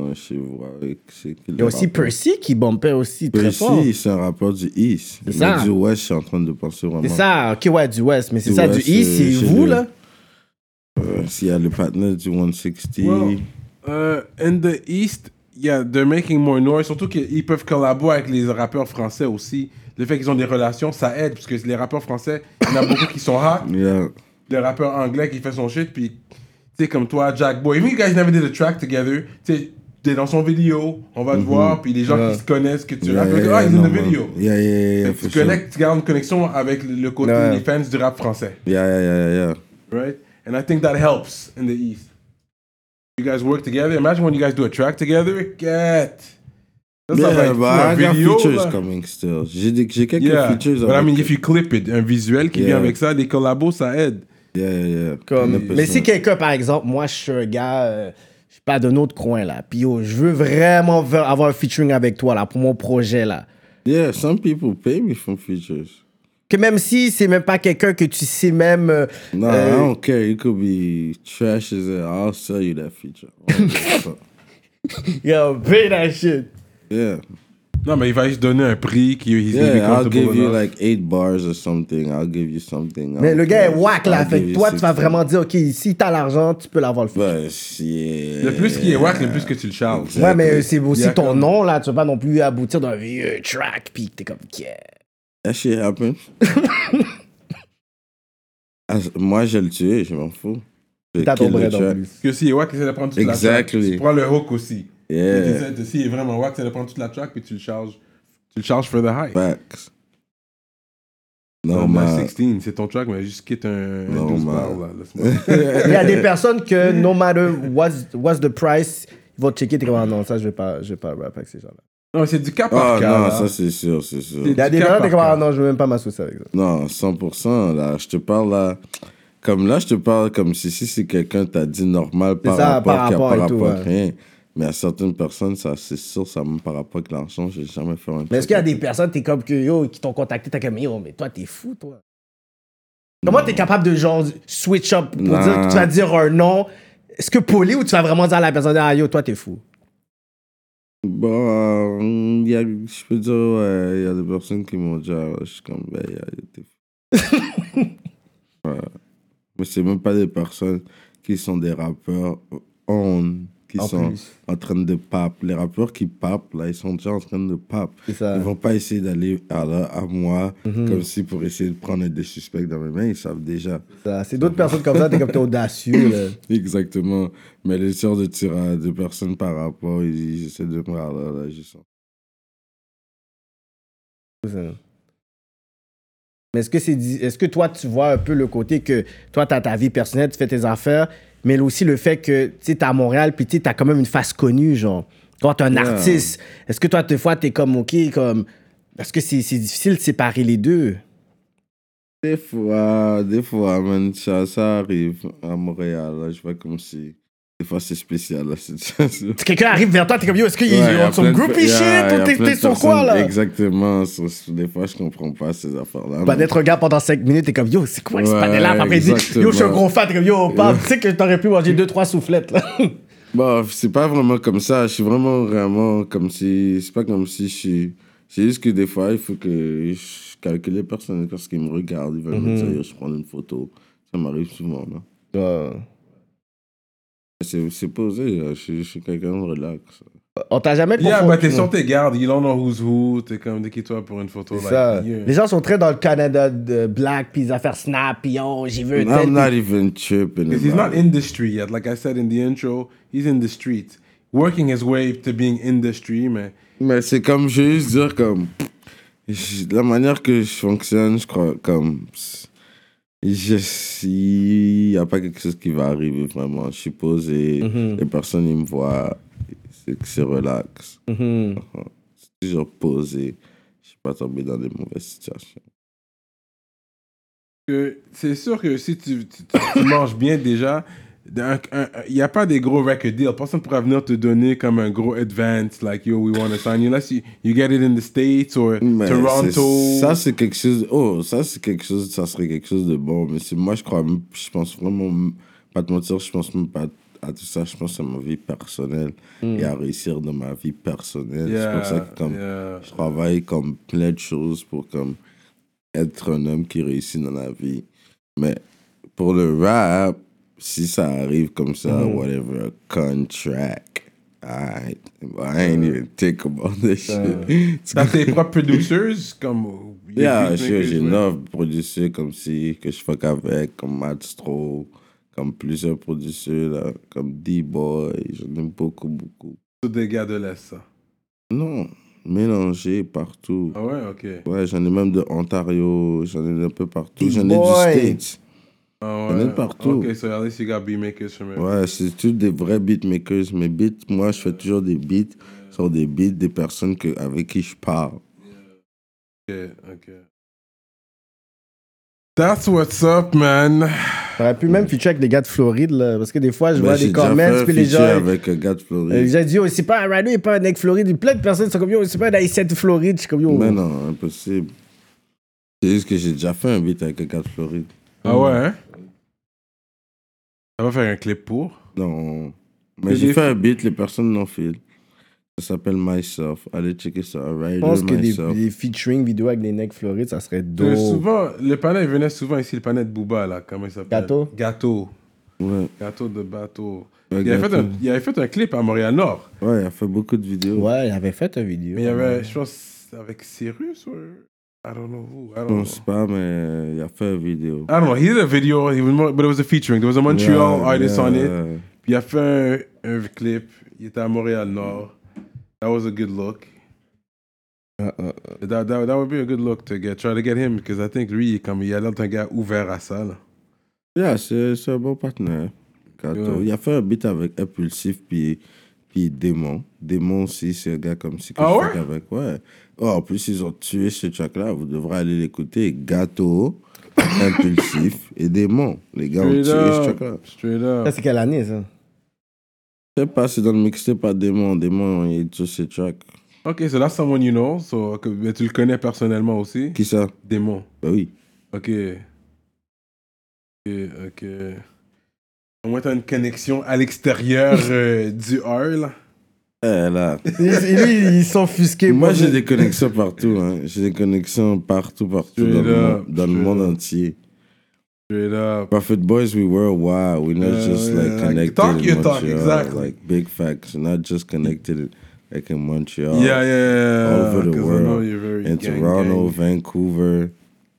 Speaker 4: Ouais, je sais voir avec- c'est qui
Speaker 6: Mhm. Il y a aussi Percy qui bumpait aussi très fort.
Speaker 4: Percy, c'est un rappeur du East. Mais
Speaker 6: ça.
Speaker 4: Du West, je suis en train de penser vraiment.
Speaker 6: C'est ça, ok, ouais, du West, mais c'est
Speaker 4: Du
Speaker 6: ça,
Speaker 4: West,
Speaker 6: du East,
Speaker 4: euh,
Speaker 6: c'est
Speaker 4: chez
Speaker 6: vous,
Speaker 4: lui.
Speaker 6: là.
Speaker 4: Euh, S'il y a le partner du 160.
Speaker 3: Wow. Euh, in the East, il y a The Making More Noise, surtout qu'ils peuvent collaborer avec les rappeurs français aussi. Le fait qu'ils ont des relations, ça aide, parce que les rappeurs français, il y en a beaucoup qui sont hot.
Speaker 4: Yeah.
Speaker 3: Le rappeur anglais qui fait son shit, puis, tu sais, comme toi, Jack Boy. Even you guys never did a track together, tu sais, t'es dans son vidéo, on va te voir, puis les gens qui se connaissent, que tu
Speaker 4: Mhm. Yeah,
Speaker 3: rappes,
Speaker 4: yeah,
Speaker 3: ah,
Speaker 4: yeah,
Speaker 3: ils sont dans
Speaker 4: no,
Speaker 3: la
Speaker 4: man.
Speaker 3: vidéo.
Speaker 4: Yeah, yeah, yeah, yeah,
Speaker 3: tu
Speaker 4: for sure.
Speaker 3: connectes, tu gardes une connexion avec le le côté
Speaker 4: Ouais.
Speaker 3: des fans du rap français,
Speaker 4: Yeah, yeah, yeah, yeah.
Speaker 3: right? And I think that helps in the East. You guys work together. Imagine when you guys do a track together. Get. That's
Speaker 4: yeah,
Speaker 3: not like
Speaker 4: but
Speaker 3: un
Speaker 4: I got
Speaker 3: vidéo,
Speaker 4: features
Speaker 3: là.
Speaker 4: coming still. J'ai des- j'ai quelques
Speaker 3: Yeah.
Speaker 4: features.
Speaker 3: But I
Speaker 4: avec-
Speaker 3: mean, if you clip it, un visuel qui vient
Speaker 4: Yeah.
Speaker 3: avec ça, des collabos, ça aide.
Speaker 4: Yeah, yeah, yeah.
Speaker 6: Comme-
Speaker 4: 100%.
Speaker 6: mais si quelqu'un, par exemple, moi, je suis un gars, euh, je suis pas d'un autre coin, là. Puis, yo, je veux vraiment ver- avoir un featuring avec toi, là, pour mon projet, là.
Speaker 4: Yeah, some people pay me from features.
Speaker 6: Que même si c'est même pas quelqu'un que tu sais même. euh,
Speaker 4: No,
Speaker 6: euh,
Speaker 4: I don't care. You could be trash as hell. I'll sell you that feature.
Speaker 6: Yo, pay that shit.
Speaker 4: yeah.
Speaker 3: Non, mais il va juste donner un prix qui he's gonna be
Speaker 4: Yeah, I'll
Speaker 3: comfortable
Speaker 4: give you
Speaker 3: enough.
Speaker 4: like eight bars or something. I'll give you something.
Speaker 6: Mais le gars est whack, là.
Speaker 4: I'll
Speaker 6: Fait
Speaker 4: give
Speaker 6: que
Speaker 4: you
Speaker 6: toi, tu vas
Speaker 4: 16.
Speaker 6: vraiment dire, OK, si t'as l'argent, tu peux l'avoir le featuring.
Speaker 4: But, yeah.
Speaker 3: Le plus qu'il est whack, le plus que tu le charges.
Speaker 6: Ouais, mais euh, c'est aussi
Speaker 3: Yeah,
Speaker 6: ton
Speaker 3: comme-
Speaker 6: nom, là. Tu vas pas non plus aboutir d'un vieux track, puis t'es comme, yeah.
Speaker 4: That shit happened. Ah, Moi, je le tué, je m'en fous. Je
Speaker 6: T'as ton
Speaker 4: kill le
Speaker 6: bread en
Speaker 4: track.
Speaker 6: plus.
Speaker 3: Que s'il est whack, essaie de prendre toute la
Speaker 4: Exactly.
Speaker 3: track. Tu prends le hook aussi.
Speaker 4: Yeah,
Speaker 3: Si S'il est vraiment whack, essaie de prendre toute la track puis tu le charges. Tu le charges for the hype.
Speaker 4: facts.
Speaker 3: Non,
Speaker 4: Non,
Speaker 3: ma
Speaker 4: man.
Speaker 3: 16, c'est ton track, mais juste quitte un, un
Speaker 4: Non,
Speaker 3: 12
Speaker 4: ma-
Speaker 3: barres, là. Laisse-moi.
Speaker 4: Ah,
Speaker 6: Il y a des personnes que, no matter what's, what's the price, ils vont te checker, t'es comme, ah non, ça, je vais pas, je vais pas rap avec ces gens-là.
Speaker 3: non, c'est du cas par
Speaker 4: Ah
Speaker 3: cas.
Speaker 4: non,
Speaker 3: là.
Speaker 4: ça c'est sûr, c'est sûr.
Speaker 3: C'est
Speaker 6: Il y a
Speaker 3: du
Speaker 6: des
Speaker 3: cas
Speaker 6: gens,
Speaker 3: par
Speaker 6: t'es comme,
Speaker 3: cas.
Speaker 6: ah non, je veux même pas m'associer avec ça.
Speaker 4: Non, 100%. Là, je te parle là. Comme là, je te parle comme si, si, si quelqu'un t'a dit normal par
Speaker 6: C'est ça,
Speaker 4: rapport,
Speaker 6: par
Speaker 4: qu'il y
Speaker 6: rapport
Speaker 4: a par
Speaker 6: et
Speaker 4: rapport
Speaker 6: tout,
Speaker 4: à
Speaker 6: ouais.
Speaker 4: rien. Mais à certaines personnes, ça, c'est sûr, ça me par rapport avec l'argent, j'ai jamais fait un
Speaker 6: Mais est-ce qu'il y a des personnes, t'es comme, que, yo, qui t'ont contacté, t'es comme, yo, mais toi, t'es fou, toi. Comment t'es capable de, genre, switch up pour
Speaker 4: Non.
Speaker 6: dire, que tu vas dire un nom? Est-ce que poli ou tu vas vraiment dire à la personne, ah yo, toi, t'es fou?
Speaker 4: Bon, euh, il y a, je peux dire, ouais, il y a des personnes qui m'ont dit, ah, je suis comme, ben, il y a- t'es fou. Ouais. Mais c'est même pas des personnes qui sont des rappeurs on, qui sont en train de pape. Les rappeurs qui papent, là, ils sont déjà en train de pape.
Speaker 6: C'est ça.
Speaker 4: Ils vont pas essayer d'aller à, la- à moi, comme si pour essayer de prendre des suspects dans mes mains, ils savent déjà.
Speaker 6: Ça, C'est d'autres personnes comme ça, t'es comme, t'es audacieux, là.
Speaker 4: Exactement. Mais les sortes de tirades de personnes par rapport, ils, ils essaient de me ah, là, là, je sens.
Speaker 6: Mais est-ce que c'est di- est-ce que toi tu vois un peu le côté que toi tu as ta vie personnelle, tu fais tes affaires, mais aussi le fait que tu sais t'es à Montréal puis tu as quand même une face connue genre. Toi t'es un
Speaker 4: Yeah.
Speaker 6: artiste. Est-ce que toi des fois t'es comme OK comme parce que c'est c'est difficile de séparer les deux.
Speaker 4: Des fois, des fois, man, ça, ça arrive à Montréal, là, je vois comme si. Des fois, c'est spécial, la situation.
Speaker 6: Si Quelqu'un arrive vers toi, t'es comme yo, est-ce qu'ils
Speaker 4: Ouais, y a
Speaker 6: ont
Speaker 4: plein
Speaker 6: son
Speaker 4: de-
Speaker 6: groupie
Speaker 4: y a- y
Speaker 6: shit
Speaker 4: a
Speaker 6: ou t'es-
Speaker 4: plein de
Speaker 6: t'es sur quoi
Speaker 4: personnes-
Speaker 6: là
Speaker 4: Exactement. sur- sur- Des fois, je comprends pas ces affaires-là.
Speaker 6: Pas
Speaker 4: mais-
Speaker 6: d'être un gars pendant 5 minutes, t'es comme yo, c'est quoi ce
Speaker 4: Ouais,
Speaker 6: panel-là? Puis Après, il dit yo, je suis un
Speaker 4: exactement.
Speaker 6: gros fan, t'es comme yo, parle, tu sais que t'aurais pu manger 2-3 soufflettes là.
Speaker 4: Bon, c'est pas vraiment comme ça. Je suis vraiment, vraiment comme si. C'est pas comme si je suis. C'est juste que des fois, il faut que je calcule les personnes parce qu'ils me regardent. Ils veulent me
Speaker 6: Mhm.
Speaker 4: dire, Yo, je prends une photo. Ça m'arrive souvent, là. C'est c'est posé, là. je suis, je suis quelqu'un de relax.
Speaker 6: On t'a jamais
Speaker 3: Yeah, bah t'es
Speaker 6: confondu.
Speaker 3: sur tes gardes, you don't know who's who, t'es comme dès toi pour une photo.
Speaker 6: C'est ça.
Speaker 3: like,
Speaker 6: Les
Speaker 3: yeah.
Speaker 6: gens sont très dans le Canada de black, puis ils affaires snap, puis oh, j'ai vu un tel.
Speaker 4: I'm
Speaker 6: puis-
Speaker 4: not even tripping.
Speaker 3: Because he's not
Speaker 4: about it.
Speaker 3: in the street yet, like I said in the intro, he's in the street. Working his way to being in the street, mais
Speaker 4: Mais c'est comme, je vais juste dire comme. je- La manière que je fonctionne, je crois, comme. Je Il n'y a pas quelque chose qui va arriver vraiment. Je suis posé,
Speaker 3: Mm-hmm.
Speaker 4: les personnes, ils me voient, c'est que c'est relax.
Speaker 3: Mm-hmm.
Speaker 4: C'est toujours posé. Je suis pas tombé dans des mauvaises situations.
Speaker 3: que c'est sûr que si tu, tu- tu- tu manges bien déjà, d'un- un- il n'y a pas des gros record deals. Personne ne pourra venir te donner comme un gros advance, like yo, we want to sign you, unless you, you get it in the States or
Speaker 4: Mais
Speaker 3: Toronto.
Speaker 4: c'est- Ça, c'est quelque chose. Oh, ça, c'est quelque chose. Ça serait quelque chose de bon. Mais c'est moi, je crois. Je pense vraiment. Pas te mentir, je pense même pas à tout ça, je pense à ma vie personnelle et à réussir dans ma vie personnelle. C'est pour ça que comme,
Speaker 3: Hmm. yeah.
Speaker 4: je travaille comme plein de choses pour comme être un homme qui réussit dans la vie. Mais pour le rap, si ça arrive comme ça,
Speaker 3: Hmm.
Speaker 4: whatever, contract. I, I ain't even think about this shit. Tu
Speaker 3: T'as tes propres producers comme. oh,
Speaker 4: Yeah, sure, j'ai neuf producteurs comme si, que je fuck avec, comme Madstro, comme plusieurs producteurs, là, comme D-Boy, j'en ai beaucoup, beaucoup.
Speaker 3: Tous des gars de l'Est, ça.
Speaker 4: Non, mélangé partout.
Speaker 3: Ah ouais, ok.
Speaker 4: Ouais, j'en ai même de Ontario, j'en ai un peu partout, j'en
Speaker 6: D-Boy.
Speaker 4: ai du States.
Speaker 3: Ah
Speaker 4: y en a
Speaker 3: ouais.
Speaker 4: de partout.
Speaker 3: Ok, so at least you got beatmakers from everywhere.
Speaker 4: Ouais, c'est tous des vrais beatmakers. Mes beats, moi, je fais toujours des beats sur des beats des personnes que, avec qui je parle.
Speaker 3: Ok, ok. That's what's up, man.
Speaker 6: T'aurais pu même feature avec des gars de Floride, là, parce que des fois, je
Speaker 4: Ben,
Speaker 6: vois
Speaker 4: j'ai
Speaker 6: des
Speaker 4: déjà
Speaker 6: comments,
Speaker 4: fait
Speaker 6: puis
Speaker 4: un
Speaker 6: les gens.
Speaker 4: feature avec un gars
Speaker 6: euh,
Speaker 4: de
Speaker 6: les
Speaker 4: Floride.
Speaker 6: gens disent, oh, c'est pas un Rano, il est pas un mec de Floride. Puis Plein de personnes sont comme, yo, c'est pas un Haïtien de Floride. Je suis comme, yo.
Speaker 4: Mais non, impossible. C'est juste que j'ai déjà fait un beat avec un gars de Floride.
Speaker 3: Ah
Speaker 4: Hmm.
Speaker 3: ouais, hein? Ça va faire un clip pour.
Speaker 4: Non.
Speaker 3: Mais
Speaker 4: Mais j'ai
Speaker 3: des-
Speaker 4: fait un beat, les personnes l'ont fait. Ça s'appelle Myself. Allez checker ça. Rider
Speaker 6: Je pense que des,
Speaker 4: Myself.
Speaker 6: des featuring vidéo avec des necks Floride, ça serait
Speaker 3: Euh,
Speaker 6: dope.
Speaker 3: Souvent, le panel il venait souvent ici, le panel de Booba, là, comment il s'appelle
Speaker 6: Gâteau?
Speaker 3: Gâteau.
Speaker 4: Ouais.
Speaker 3: Gâteau de bateau.
Speaker 4: Ouais,
Speaker 3: Il avait, fait
Speaker 4: Gâteau.
Speaker 3: un, il avait fait un clip à Montréal-Nord,
Speaker 4: ouais, il a fait beaucoup de vidéos.
Speaker 6: Ouais, il avait fait une vidéo.
Speaker 3: mais il y
Speaker 4: Hmm.
Speaker 3: avait, je pense, avec Cyrus ou... I don't know who. I
Speaker 4: Je
Speaker 3: don't know.
Speaker 4: pense pas, mais il a fait une
Speaker 6: Ah,
Speaker 4: vidéo.
Speaker 3: I don't know. He did a video, he was more, but it was a featuring. There was a Montreal
Speaker 6: ah,
Speaker 4: Yeah,
Speaker 3: artist on it.
Speaker 4: yeah.
Speaker 3: Puis il a fait un, un clip. Il était à Montréal Nord. That was a good look.
Speaker 4: Ah,
Speaker 3: That, that, that would be a good look to get. Try to get him because I think lui, comme il a l'air d'un gars ouvert à ça. Là.
Speaker 4: Yeah, c'est c'est un bon partenaire. Kato.
Speaker 3: Ouais.
Speaker 4: Il a fait un beat avec Impulsif puis, puis Démon. Démon aussi, c'est un gars comme si que
Speaker 3: Ah
Speaker 4: je
Speaker 3: ouais?
Speaker 4: fuck avec. Ouais. Oh, en plus, ils ont tué ce track-là. Vous devrez aller l'écouter. Gâteau, Impulsif et Démon. Les gars ont tué
Speaker 3: Straight
Speaker 4: ce track-là.
Speaker 3: up. Straight up.
Speaker 6: Ça, c'est quelle année, ça?
Speaker 4: Je sais pas, c'est dans le mixtape à Démon. Démon, il est sur ce track.
Speaker 3: Ok, so that's someone you know. So, que- mais tu le connais personnellement aussi.
Speaker 4: Qui ça?
Speaker 3: Démon.
Speaker 4: Bah oui.
Speaker 3: Ok. Ok, ok. Au moins, t'as une connexion à l'extérieur euh, du R, là.
Speaker 4: Eh, là.
Speaker 6: Ils- ils- Lui, ils sont fusqués.
Speaker 4: Moi,
Speaker 6: pour-
Speaker 4: j'ai des connexions partout. Hein. J'ai des connexions partout, partout
Speaker 3: Straight
Speaker 4: dans, le
Speaker 3: up,
Speaker 4: monde, dans le
Speaker 3: straight
Speaker 4: monde
Speaker 3: up.
Speaker 4: entier.
Speaker 3: Straight up.
Speaker 4: Prophet Boys, we were wow. We're not
Speaker 3: Yeah,
Speaker 4: just
Speaker 3: yeah,
Speaker 4: like
Speaker 3: like,
Speaker 4: connected.
Speaker 3: talk
Speaker 4: in
Speaker 3: your talk,
Speaker 4: Montreal,
Speaker 3: exactly.
Speaker 4: Like big facts, not just connected like in Montreal.
Speaker 3: Yeah, yeah, yeah.
Speaker 4: All over
Speaker 3: 'Cause
Speaker 4: the
Speaker 3: I
Speaker 4: world.
Speaker 3: know you're very
Speaker 4: In
Speaker 3: gang,
Speaker 4: Toronto,
Speaker 3: gang.
Speaker 4: Vancouver,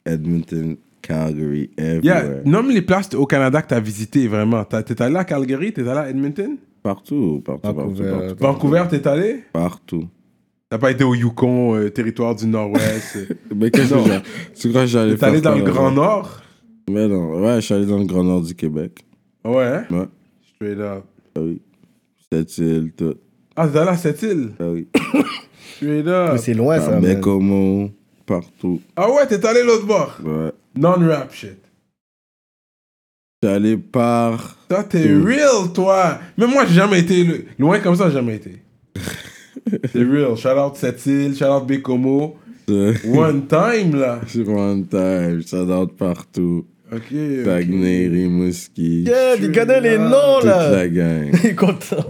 Speaker 4: Edmonton, Calgary,
Speaker 3: Yeah,
Speaker 4: everywhere.
Speaker 3: nomme les places au Canada que t'as visitées vraiment. T'as- T'es allé à Calgary, t'es allé à Edmonton,
Speaker 4: Partout, partout, partout,
Speaker 6: Vancouver.
Speaker 4: partout.
Speaker 3: Vancouver, t'es allé.
Speaker 4: Partout.
Speaker 3: T'as pas été au Yukon, euh, territoire du Nord-Ouest. euh.
Speaker 4: Mais qu'est-ce que j'ai- Tu crois que j'allais
Speaker 3: t'es
Speaker 4: faire
Speaker 3: allé dans
Speaker 4: quoi,
Speaker 3: le
Speaker 4: là-bas?
Speaker 3: Grand Nord.
Speaker 4: Mais non, ouais, je suis allé dans le Grand Nord du Québec.
Speaker 3: Ouais. hein?
Speaker 4: Ouais,
Speaker 3: Straight up.
Speaker 4: ah oui. Cette île, tout.
Speaker 3: Ah, t'es allé à cette île.
Speaker 4: Ah oui.
Speaker 3: Straight up.
Speaker 6: C'est
Speaker 4: Ah,
Speaker 6: loin, ça. man.
Speaker 4: Baie-Comeau, partout.
Speaker 3: Ah ouais, t'es allé l'autre bord.
Speaker 4: Ouais.
Speaker 3: Non-rap shit.
Speaker 4: Je suis allé par.
Speaker 3: Toi, t'es real, toi. Même moi, j'ai jamais été le- loin comme ça, j'ai jamais été. C'est real. Shout out cette île, shout out Bécomo. One time, là.
Speaker 4: euh, Sur One Time, ça dort partout.
Speaker 3: Ok.
Speaker 4: Saguenay, Rimouski,
Speaker 6: Yeah, tu connais les noms,
Speaker 4: toute
Speaker 3: oh
Speaker 6: là.
Speaker 4: la gang.
Speaker 6: Il est content.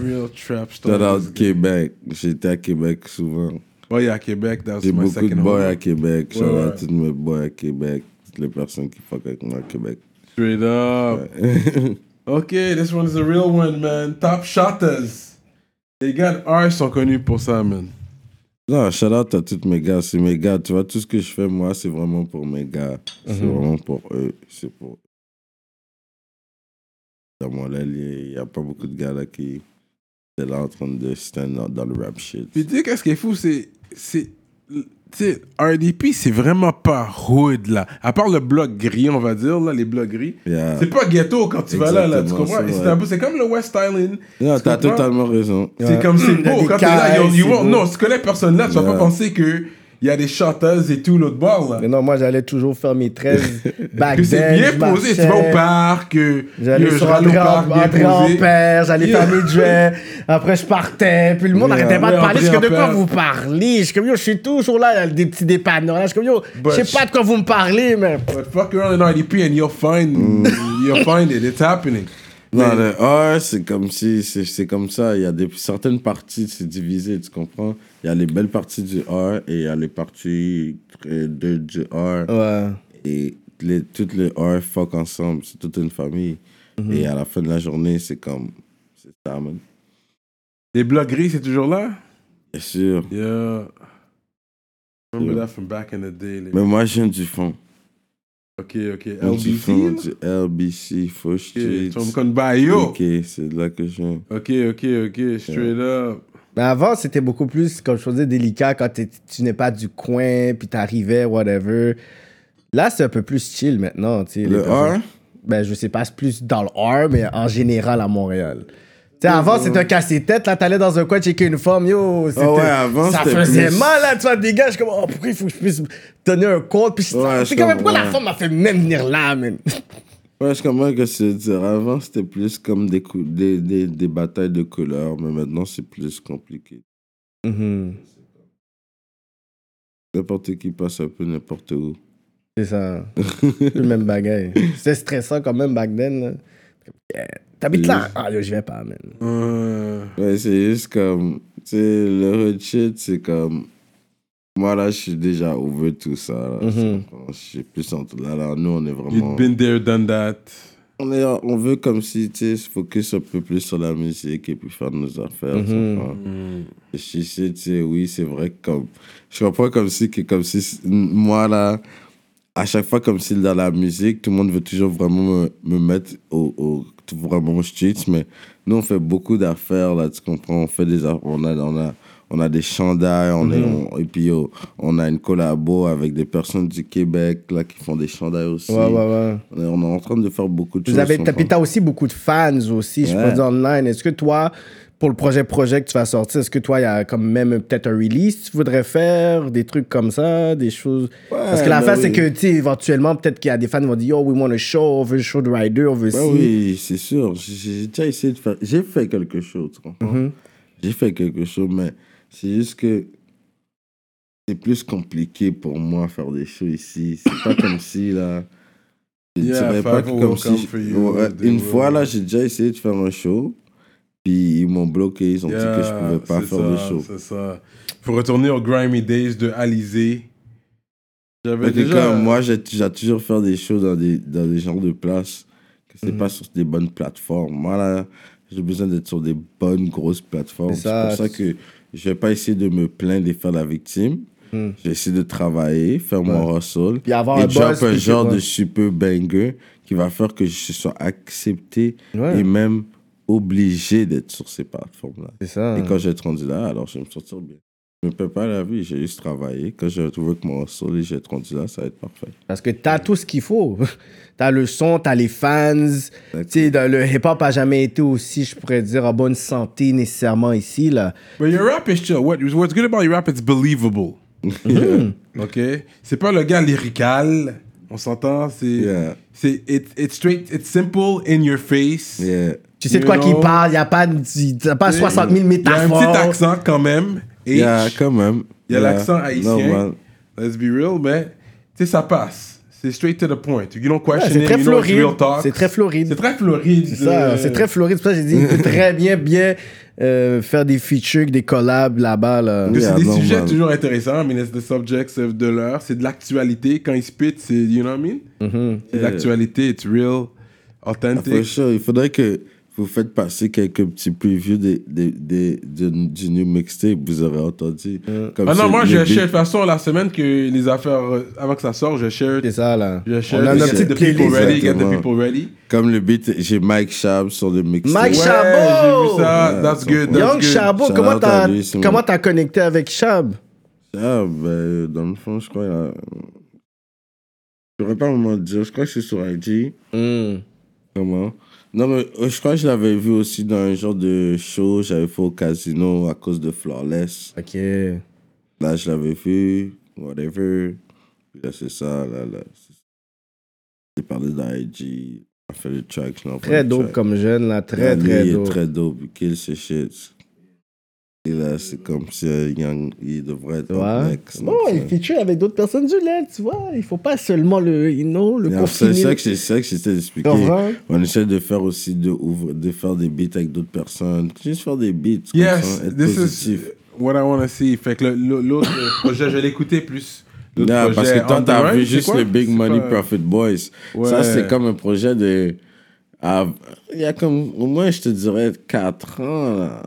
Speaker 3: Real trap
Speaker 4: Shout
Speaker 3: story.
Speaker 4: out Québec. J'étais à Québec souvent.
Speaker 3: Boy, à Québec, that's
Speaker 4: J'ai
Speaker 3: my
Speaker 4: beaucoup de
Speaker 3: second
Speaker 4: boys à
Speaker 3: home.
Speaker 4: Québec. Shout
Speaker 3: Ouais, ouais.
Speaker 4: out toutes mes boys à Québec. Toutes les personnes qui fuck avec moi à Québec.
Speaker 3: Straight up. Ok, this one is a real one, man. Top Shotters. Les gars de R sont connus pour ça, man.
Speaker 4: non, shout out à toutes mes gars. C'est mes gars. Tu vois, tout ce que je fais, moi, c'est vraiment pour mes gars.
Speaker 3: Mhm.
Speaker 4: C'est vraiment pour eux. C'est pour Dans mon aile, il n'y a pas beaucoup de gars là qui étaient là en train de stand out dans le rap shit.
Speaker 3: Puis tu sais, qu'est-ce qui est fou, c'est. c'est tu sais, RDP, c'est vraiment pas hood, là. À part le bloc gris, on va dire, là, les blocs gris.
Speaker 4: Yeah.
Speaker 3: C'est pas ghetto quand tu vas là, là, tu
Speaker 4: Exactement,
Speaker 3: comprends?
Speaker 4: c'est
Speaker 3: Et C'est
Speaker 4: vrai.
Speaker 3: un peu- c'est comme le West Island.
Speaker 4: Non,
Speaker 3: Tu
Speaker 4: t'as
Speaker 3: comprends?
Speaker 4: totalement raison.
Speaker 3: C'est comme
Speaker 6: y
Speaker 3: c'est
Speaker 6: a
Speaker 3: beau.
Speaker 6: Hmm, des
Speaker 3: Quand t'es là,
Speaker 6: cailles,
Speaker 3: you- you
Speaker 6: c'est
Speaker 3: won't-
Speaker 6: beau.
Speaker 3: non, tu connais personne là, tu vas
Speaker 4: Yeah.
Speaker 3: pas penser qu'il y a des chanteuses et tout l'autre bord, là.
Speaker 6: Mais non, moi, j'allais toujours faire mes 13 back
Speaker 3: Que c'est bien posé, tu vas au parc, euh,
Speaker 6: J'allais
Speaker 3: je
Speaker 6: sur
Speaker 3: râle
Speaker 6: un
Speaker 3: au parc, bien posé.
Speaker 6: grand-père, j'allais
Speaker 3: Yeah.
Speaker 6: faire mes duets. Après, je partais. Puis le monde
Speaker 4: Yeah.
Speaker 6: n'arrêtait pas
Speaker 3: Ouais,
Speaker 6: de parler. Je suis comme, de quoi
Speaker 3: grand-père.
Speaker 6: vous parlez? Je suis comme, yo, je suis toujours là, il y a des petits dépanneurs. là. Je suis comme, yo, je
Speaker 3: But-
Speaker 6: sais pas de quoi vous me parlez, mais...
Speaker 4: Hmm.
Speaker 3: But fuck around in RDP and you'll find, you'll find it. It's happening.
Speaker 4: Non, le R, c'est comme si, c'est c'est comme ça. Il y a des, certaines parties, c'est divisé, tu comprends? Il y a les belles parties du R et il y a les parties très de, du R.
Speaker 6: Ouais.
Speaker 4: Et les, toutes les R fuck ensemble, c'est toute une famille.
Speaker 3: Mhm.
Speaker 4: Et à la fin de la journée, c'est comme, c'est ça, man.
Speaker 3: Les blocs gris, c'est toujours là?
Speaker 4: Bien sûr.
Speaker 3: Yeah. Remember
Speaker 4: Yeah.
Speaker 3: that from back in the day. les-
Speaker 4: Mais moi, je viens du fond.
Speaker 3: Ok, ok.
Speaker 4: Je viens Du, fond,
Speaker 3: LBC? là?
Speaker 4: du LBC, Full Street.
Speaker 3: Ok, Tu me connais pas, yo.
Speaker 4: Ok, c'est de là que je viens.
Speaker 3: Ok, ok, ok. Straight up.
Speaker 6: Mais avant, c'était beaucoup plus, comme je disais, délicat quand t'es- tu n'es pas du coin, puis t'arrivais, whatever. Là, c'est un peu plus chill maintenant. tu sais, les
Speaker 4: Le
Speaker 6: personnes-
Speaker 4: R?
Speaker 6: Ben, je sais pas, c'est plus dans le R, mais en général à Montréal. Tu sais, avant, c'était un casse-tête. Là, t'allais dans un coin checker une forme, yo. c'était-
Speaker 4: Mhm. Ah ouais, avant,
Speaker 6: Ça
Speaker 4: c'était
Speaker 6: faisait
Speaker 4: plus-
Speaker 6: mal, là, tu vois, des gars. Je suis comme, oh, pourquoi il faut que je puisse donner un compte? Puis je-
Speaker 4: Ouais,
Speaker 6: c'est
Speaker 4: je
Speaker 6: quand même, pourquoi
Speaker 4: comprends.
Speaker 6: la forme m'a fait même venir là, man?
Speaker 4: Ouais, je comprends ce que je veux dire. Avant, c'était plus comme des, cou- des, des, des batailles de couleurs, mais maintenant, c'est plus compliqué. Mhm. N'importe qui passe un peu n'importe où.
Speaker 6: C'est ça. C'est le même bagage. C'était stressant quand même back then. là. Yeah. T'habites là? Ah, yo, je vais pas, man.
Speaker 3: Euh,
Speaker 4: Ouais, c'est juste comme. Tu sais, le hot shit, c'est comme. Moi, là, je suis déjà over tout ça. Là, tu comprends? Je suis plus entre. Là, là, nous, on est vraiment.
Speaker 3: you'd been there, done that.
Speaker 4: On, est, on veut comme si, tu sais, se focus un peu plus sur la musique et puis faire nos affaires. tu
Speaker 6: Mhm.
Speaker 4: comprends? Je suis ici, tu sais, oui, c'est vrai que comme. Je comprends comme si, que, comme si s- moi, là, à chaque fois, comme si dans la musique, tout le monde veut toujours vraiment me, me mettre au, au- tout vraiment streets, mais nous, on fait beaucoup d'affaires, là, tu comprends? On fait des aff- on a, on a, on a des chandails, on est,
Speaker 6: Mhm.
Speaker 4: on- et puis oh, on a une collabo avec des personnes du Québec, là, qui font des chandails aussi.
Speaker 6: Ouais, ouais, ouais.
Speaker 4: On est, on est en train de faire beaucoup de
Speaker 6: Vous
Speaker 4: choses.
Speaker 6: avez,
Speaker 4: tu
Speaker 6: t'as, puis
Speaker 4: comprends?
Speaker 6: t'as aussi beaucoup de fans aussi, je
Speaker 4: Ouais.
Speaker 6: pense, online. Est-ce que toi, pour le projet projet que tu vas sortir, est-ce que toi, il y a comme même peut-être un release que tu voudrais faire, des trucs comme ça, des choses. Parce
Speaker 3: Ah,
Speaker 6: que la
Speaker 4: bah
Speaker 3: ben
Speaker 6: face, c'est
Speaker 4: oui.
Speaker 6: que, tu sais, éventuellement, peut-être qu'il y a des fans qui vont dire, yo, we want a show, on veut le show de Rider, on veut
Speaker 3: Ben
Speaker 4: Bah
Speaker 6: ci.
Speaker 4: oui, c'est sûr. J'ai- J'ai déjà essayé de faire. J'ai fait quelque chose, tu
Speaker 6: Mhm.
Speaker 4: comprends? J'ai fait quelque chose, mais c'est juste que c'est plus compliqué pour moi faire des shows ici. C'est pas comme si là. Je
Speaker 3: Yeah,
Speaker 4: dirais pas
Speaker 3: five
Speaker 4: que
Speaker 3: will
Speaker 4: comme
Speaker 3: come
Speaker 4: si.
Speaker 3: for you,
Speaker 4: Ouais,
Speaker 3: they
Speaker 4: une
Speaker 3: will.
Speaker 4: fois là, j'ai déjà essayé de faire un show, puis ils m'ont bloqué. Ils ont dit que je pouvais pas
Speaker 3: c'est
Speaker 4: faire
Speaker 3: ça,
Speaker 4: de show.
Speaker 3: C'est ça. Faut retourner aux Grimy Days de Alizé. J'avais
Speaker 4: Parce que
Speaker 3: déjà.
Speaker 4: comme moi, j'ai j'ai toujours faire des choses dans des, dans des genres de places que
Speaker 6: Mhm.
Speaker 4: c'est pas sur des bonnes plateformes. Moi, là, j'ai besoin d'être sur des bonnes grosses plateformes.
Speaker 6: C'est
Speaker 4: C'est
Speaker 6: ça,
Speaker 4: pour ça que je vais pas essayer de me plaindre et faire la victime. J'ai essayé de travailler, faire mon hustle.
Speaker 6: Mhm. Puis avoir
Speaker 4: et
Speaker 6: un
Speaker 4: drop
Speaker 6: buzz,
Speaker 4: un
Speaker 6: puis
Speaker 4: genre
Speaker 6: c'est bon.
Speaker 4: de super banger qui va faire que je sois accepté
Speaker 6: Ouais.
Speaker 4: et même obligé d'être sur ces plateformes-là.
Speaker 6: C'est ça.
Speaker 4: Et quand j'ai rendu là, alors je vais me sortir bien. Je ne peux pas la vie, j'ai juste travaillé. Quand j'ai trouvé que mon soleil, j'ai rendu là, ça va être parfait.
Speaker 6: Parce que t'as tout ce qu'il faut. T'as le son, t'as les fans. Tu sais, dans le hip-hop a jamais été aussi, je pourrais dire, en bonne santé nécessairement ici, là.
Speaker 3: But your rap is chill. What, what's good about your rap, it's believable. OK? C'est pas le gars lyrical. On s'entend? C'est.
Speaker 4: Yeah.
Speaker 3: c'est it's, it's straight, it's simple, in your face.
Speaker 4: Yeah.
Speaker 6: Tu sais de
Speaker 3: You
Speaker 6: quoi qu'il
Speaker 3: know.
Speaker 6: parle, y a pas, de- y a pas 60 000
Speaker 3: Il y a un
Speaker 6: métaphores.
Speaker 3: petit accent quand même.
Speaker 4: Il y a
Speaker 3: H.
Speaker 4: quand même.
Speaker 3: Il y a
Speaker 4: yeah,
Speaker 3: l'accent haïtien.
Speaker 4: normal.
Speaker 3: Let's be real, mais tu sais, ça passe. C'est straight to the point. You don't question
Speaker 6: Ouais, c'est
Speaker 3: it,
Speaker 6: très
Speaker 3: you know it's
Speaker 6: floride.
Speaker 3: real talk.
Speaker 6: C'est très floride.
Speaker 3: C'est très floride.
Speaker 6: C'est ça,
Speaker 3: euh,
Speaker 6: c'est très floride. C'est pour ça que j'ai dit, il peut très bien, bien euh, faire des features, des collabs là-bas, là.
Speaker 3: que c'est
Speaker 4: Yeah,
Speaker 3: des
Speaker 4: normal.
Speaker 3: sujets toujours intéressants. I mean, it's the subjects of de l'heure. C'est de l'actualité. Quand ils spit, c'est, you know what I mean?
Speaker 6: Mm-hmm.
Speaker 3: C'est de l'actualité, it's real,
Speaker 4: Ah, For
Speaker 3: authentic.
Speaker 4: sure, il faudrait que vous faites passer quelques petits previews des, des, des, du, du new mixtape, vous aurez entendu. Comme
Speaker 3: Ah non,
Speaker 4: c'est
Speaker 3: moi,
Speaker 4: le
Speaker 3: je
Speaker 4: beat-
Speaker 3: share de toute façon la semaine que les affaires, euh, avant que ça sorte, je share.
Speaker 6: C'est ça, là.
Speaker 3: Je share.
Speaker 6: On a
Speaker 3: to
Speaker 6: notre
Speaker 3: get
Speaker 6: petite
Speaker 3: the people
Speaker 6: playlist.
Speaker 3: ready, get the
Speaker 4: Exactement.
Speaker 3: people ready.
Speaker 4: Comme le beat, j'ai Mike Shab sur le mixtape.
Speaker 6: Mike
Speaker 3: Ouais,
Speaker 6: Shab-
Speaker 4: Shab.
Speaker 6: Chabot!
Speaker 3: j'ai vu ça. That's good. That's
Speaker 6: Young
Speaker 3: good.
Speaker 6: Chabot,
Speaker 4: Shout
Speaker 6: comment
Speaker 4: out
Speaker 6: t'as
Speaker 4: à lui, c'est
Speaker 6: comment
Speaker 4: mon-
Speaker 6: t'as connecté avec Chab?
Speaker 4: ben, dans le fond, je crois. euh, Je ne saurais pas vraiment dire. Je crois que c'est sur IG. Comment Non, mais euh, je crois que je l'avais vu aussi dans un genre de show. J'avais fait au casino à cause de Flawless.
Speaker 6: Ok.
Speaker 4: Là, je l'avais vu, whatever. Puis là, c'est ça, là, là. c'est- J'ai parlé d'IG, on a fait le track, je l'ai envoyé
Speaker 6: Très
Speaker 4: le
Speaker 6: dope
Speaker 4: track.
Speaker 6: comme jeune, là. Très,
Speaker 4: Là, lui,
Speaker 6: très
Speaker 4: il est
Speaker 6: dope.
Speaker 4: très dope. Kill ce shit. Et là, c'est comme si euh, Young, il devrait être
Speaker 7: Ouais.
Speaker 4: un euh, mec. c'est
Speaker 7: Non,
Speaker 4: ça.
Speaker 7: il feature avec d'autres personnes du LED, tu vois. Il faut pas seulement le, you know, le
Speaker 4: Et alors, C'est
Speaker 7: confiner.
Speaker 4: ça que c'est ça que j'essaie d'expliquer.
Speaker 7: Au revoir.
Speaker 4: On essaie de faire aussi de, ouvre- de faire des beats avec d'autres personnes. Juste faire des beats. comme
Speaker 3: Yes,
Speaker 4: ça, être
Speaker 3: this
Speaker 4: positif.
Speaker 3: is what I want to see. Fait que le- le- l'autre euh, projet, je l'ai écouté plus. L'autre
Speaker 4: Non,
Speaker 3: projet,
Speaker 4: parce que toi,
Speaker 3: On The
Speaker 4: t'as
Speaker 3: Run,
Speaker 4: vu
Speaker 3: c'est
Speaker 4: juste
Speaker 3: quoi?
Speaker 4: le Big
Speaker 3: C'est
Speaker 4: Money
Speaker 3: pas-
Speaker 4: Profit Boys.
Speaker 3: Ouais.
Speaker 4: Ça, c'est comme un projet de. à- Il y a comme, au moins, je te dirais, 4 ans. Là.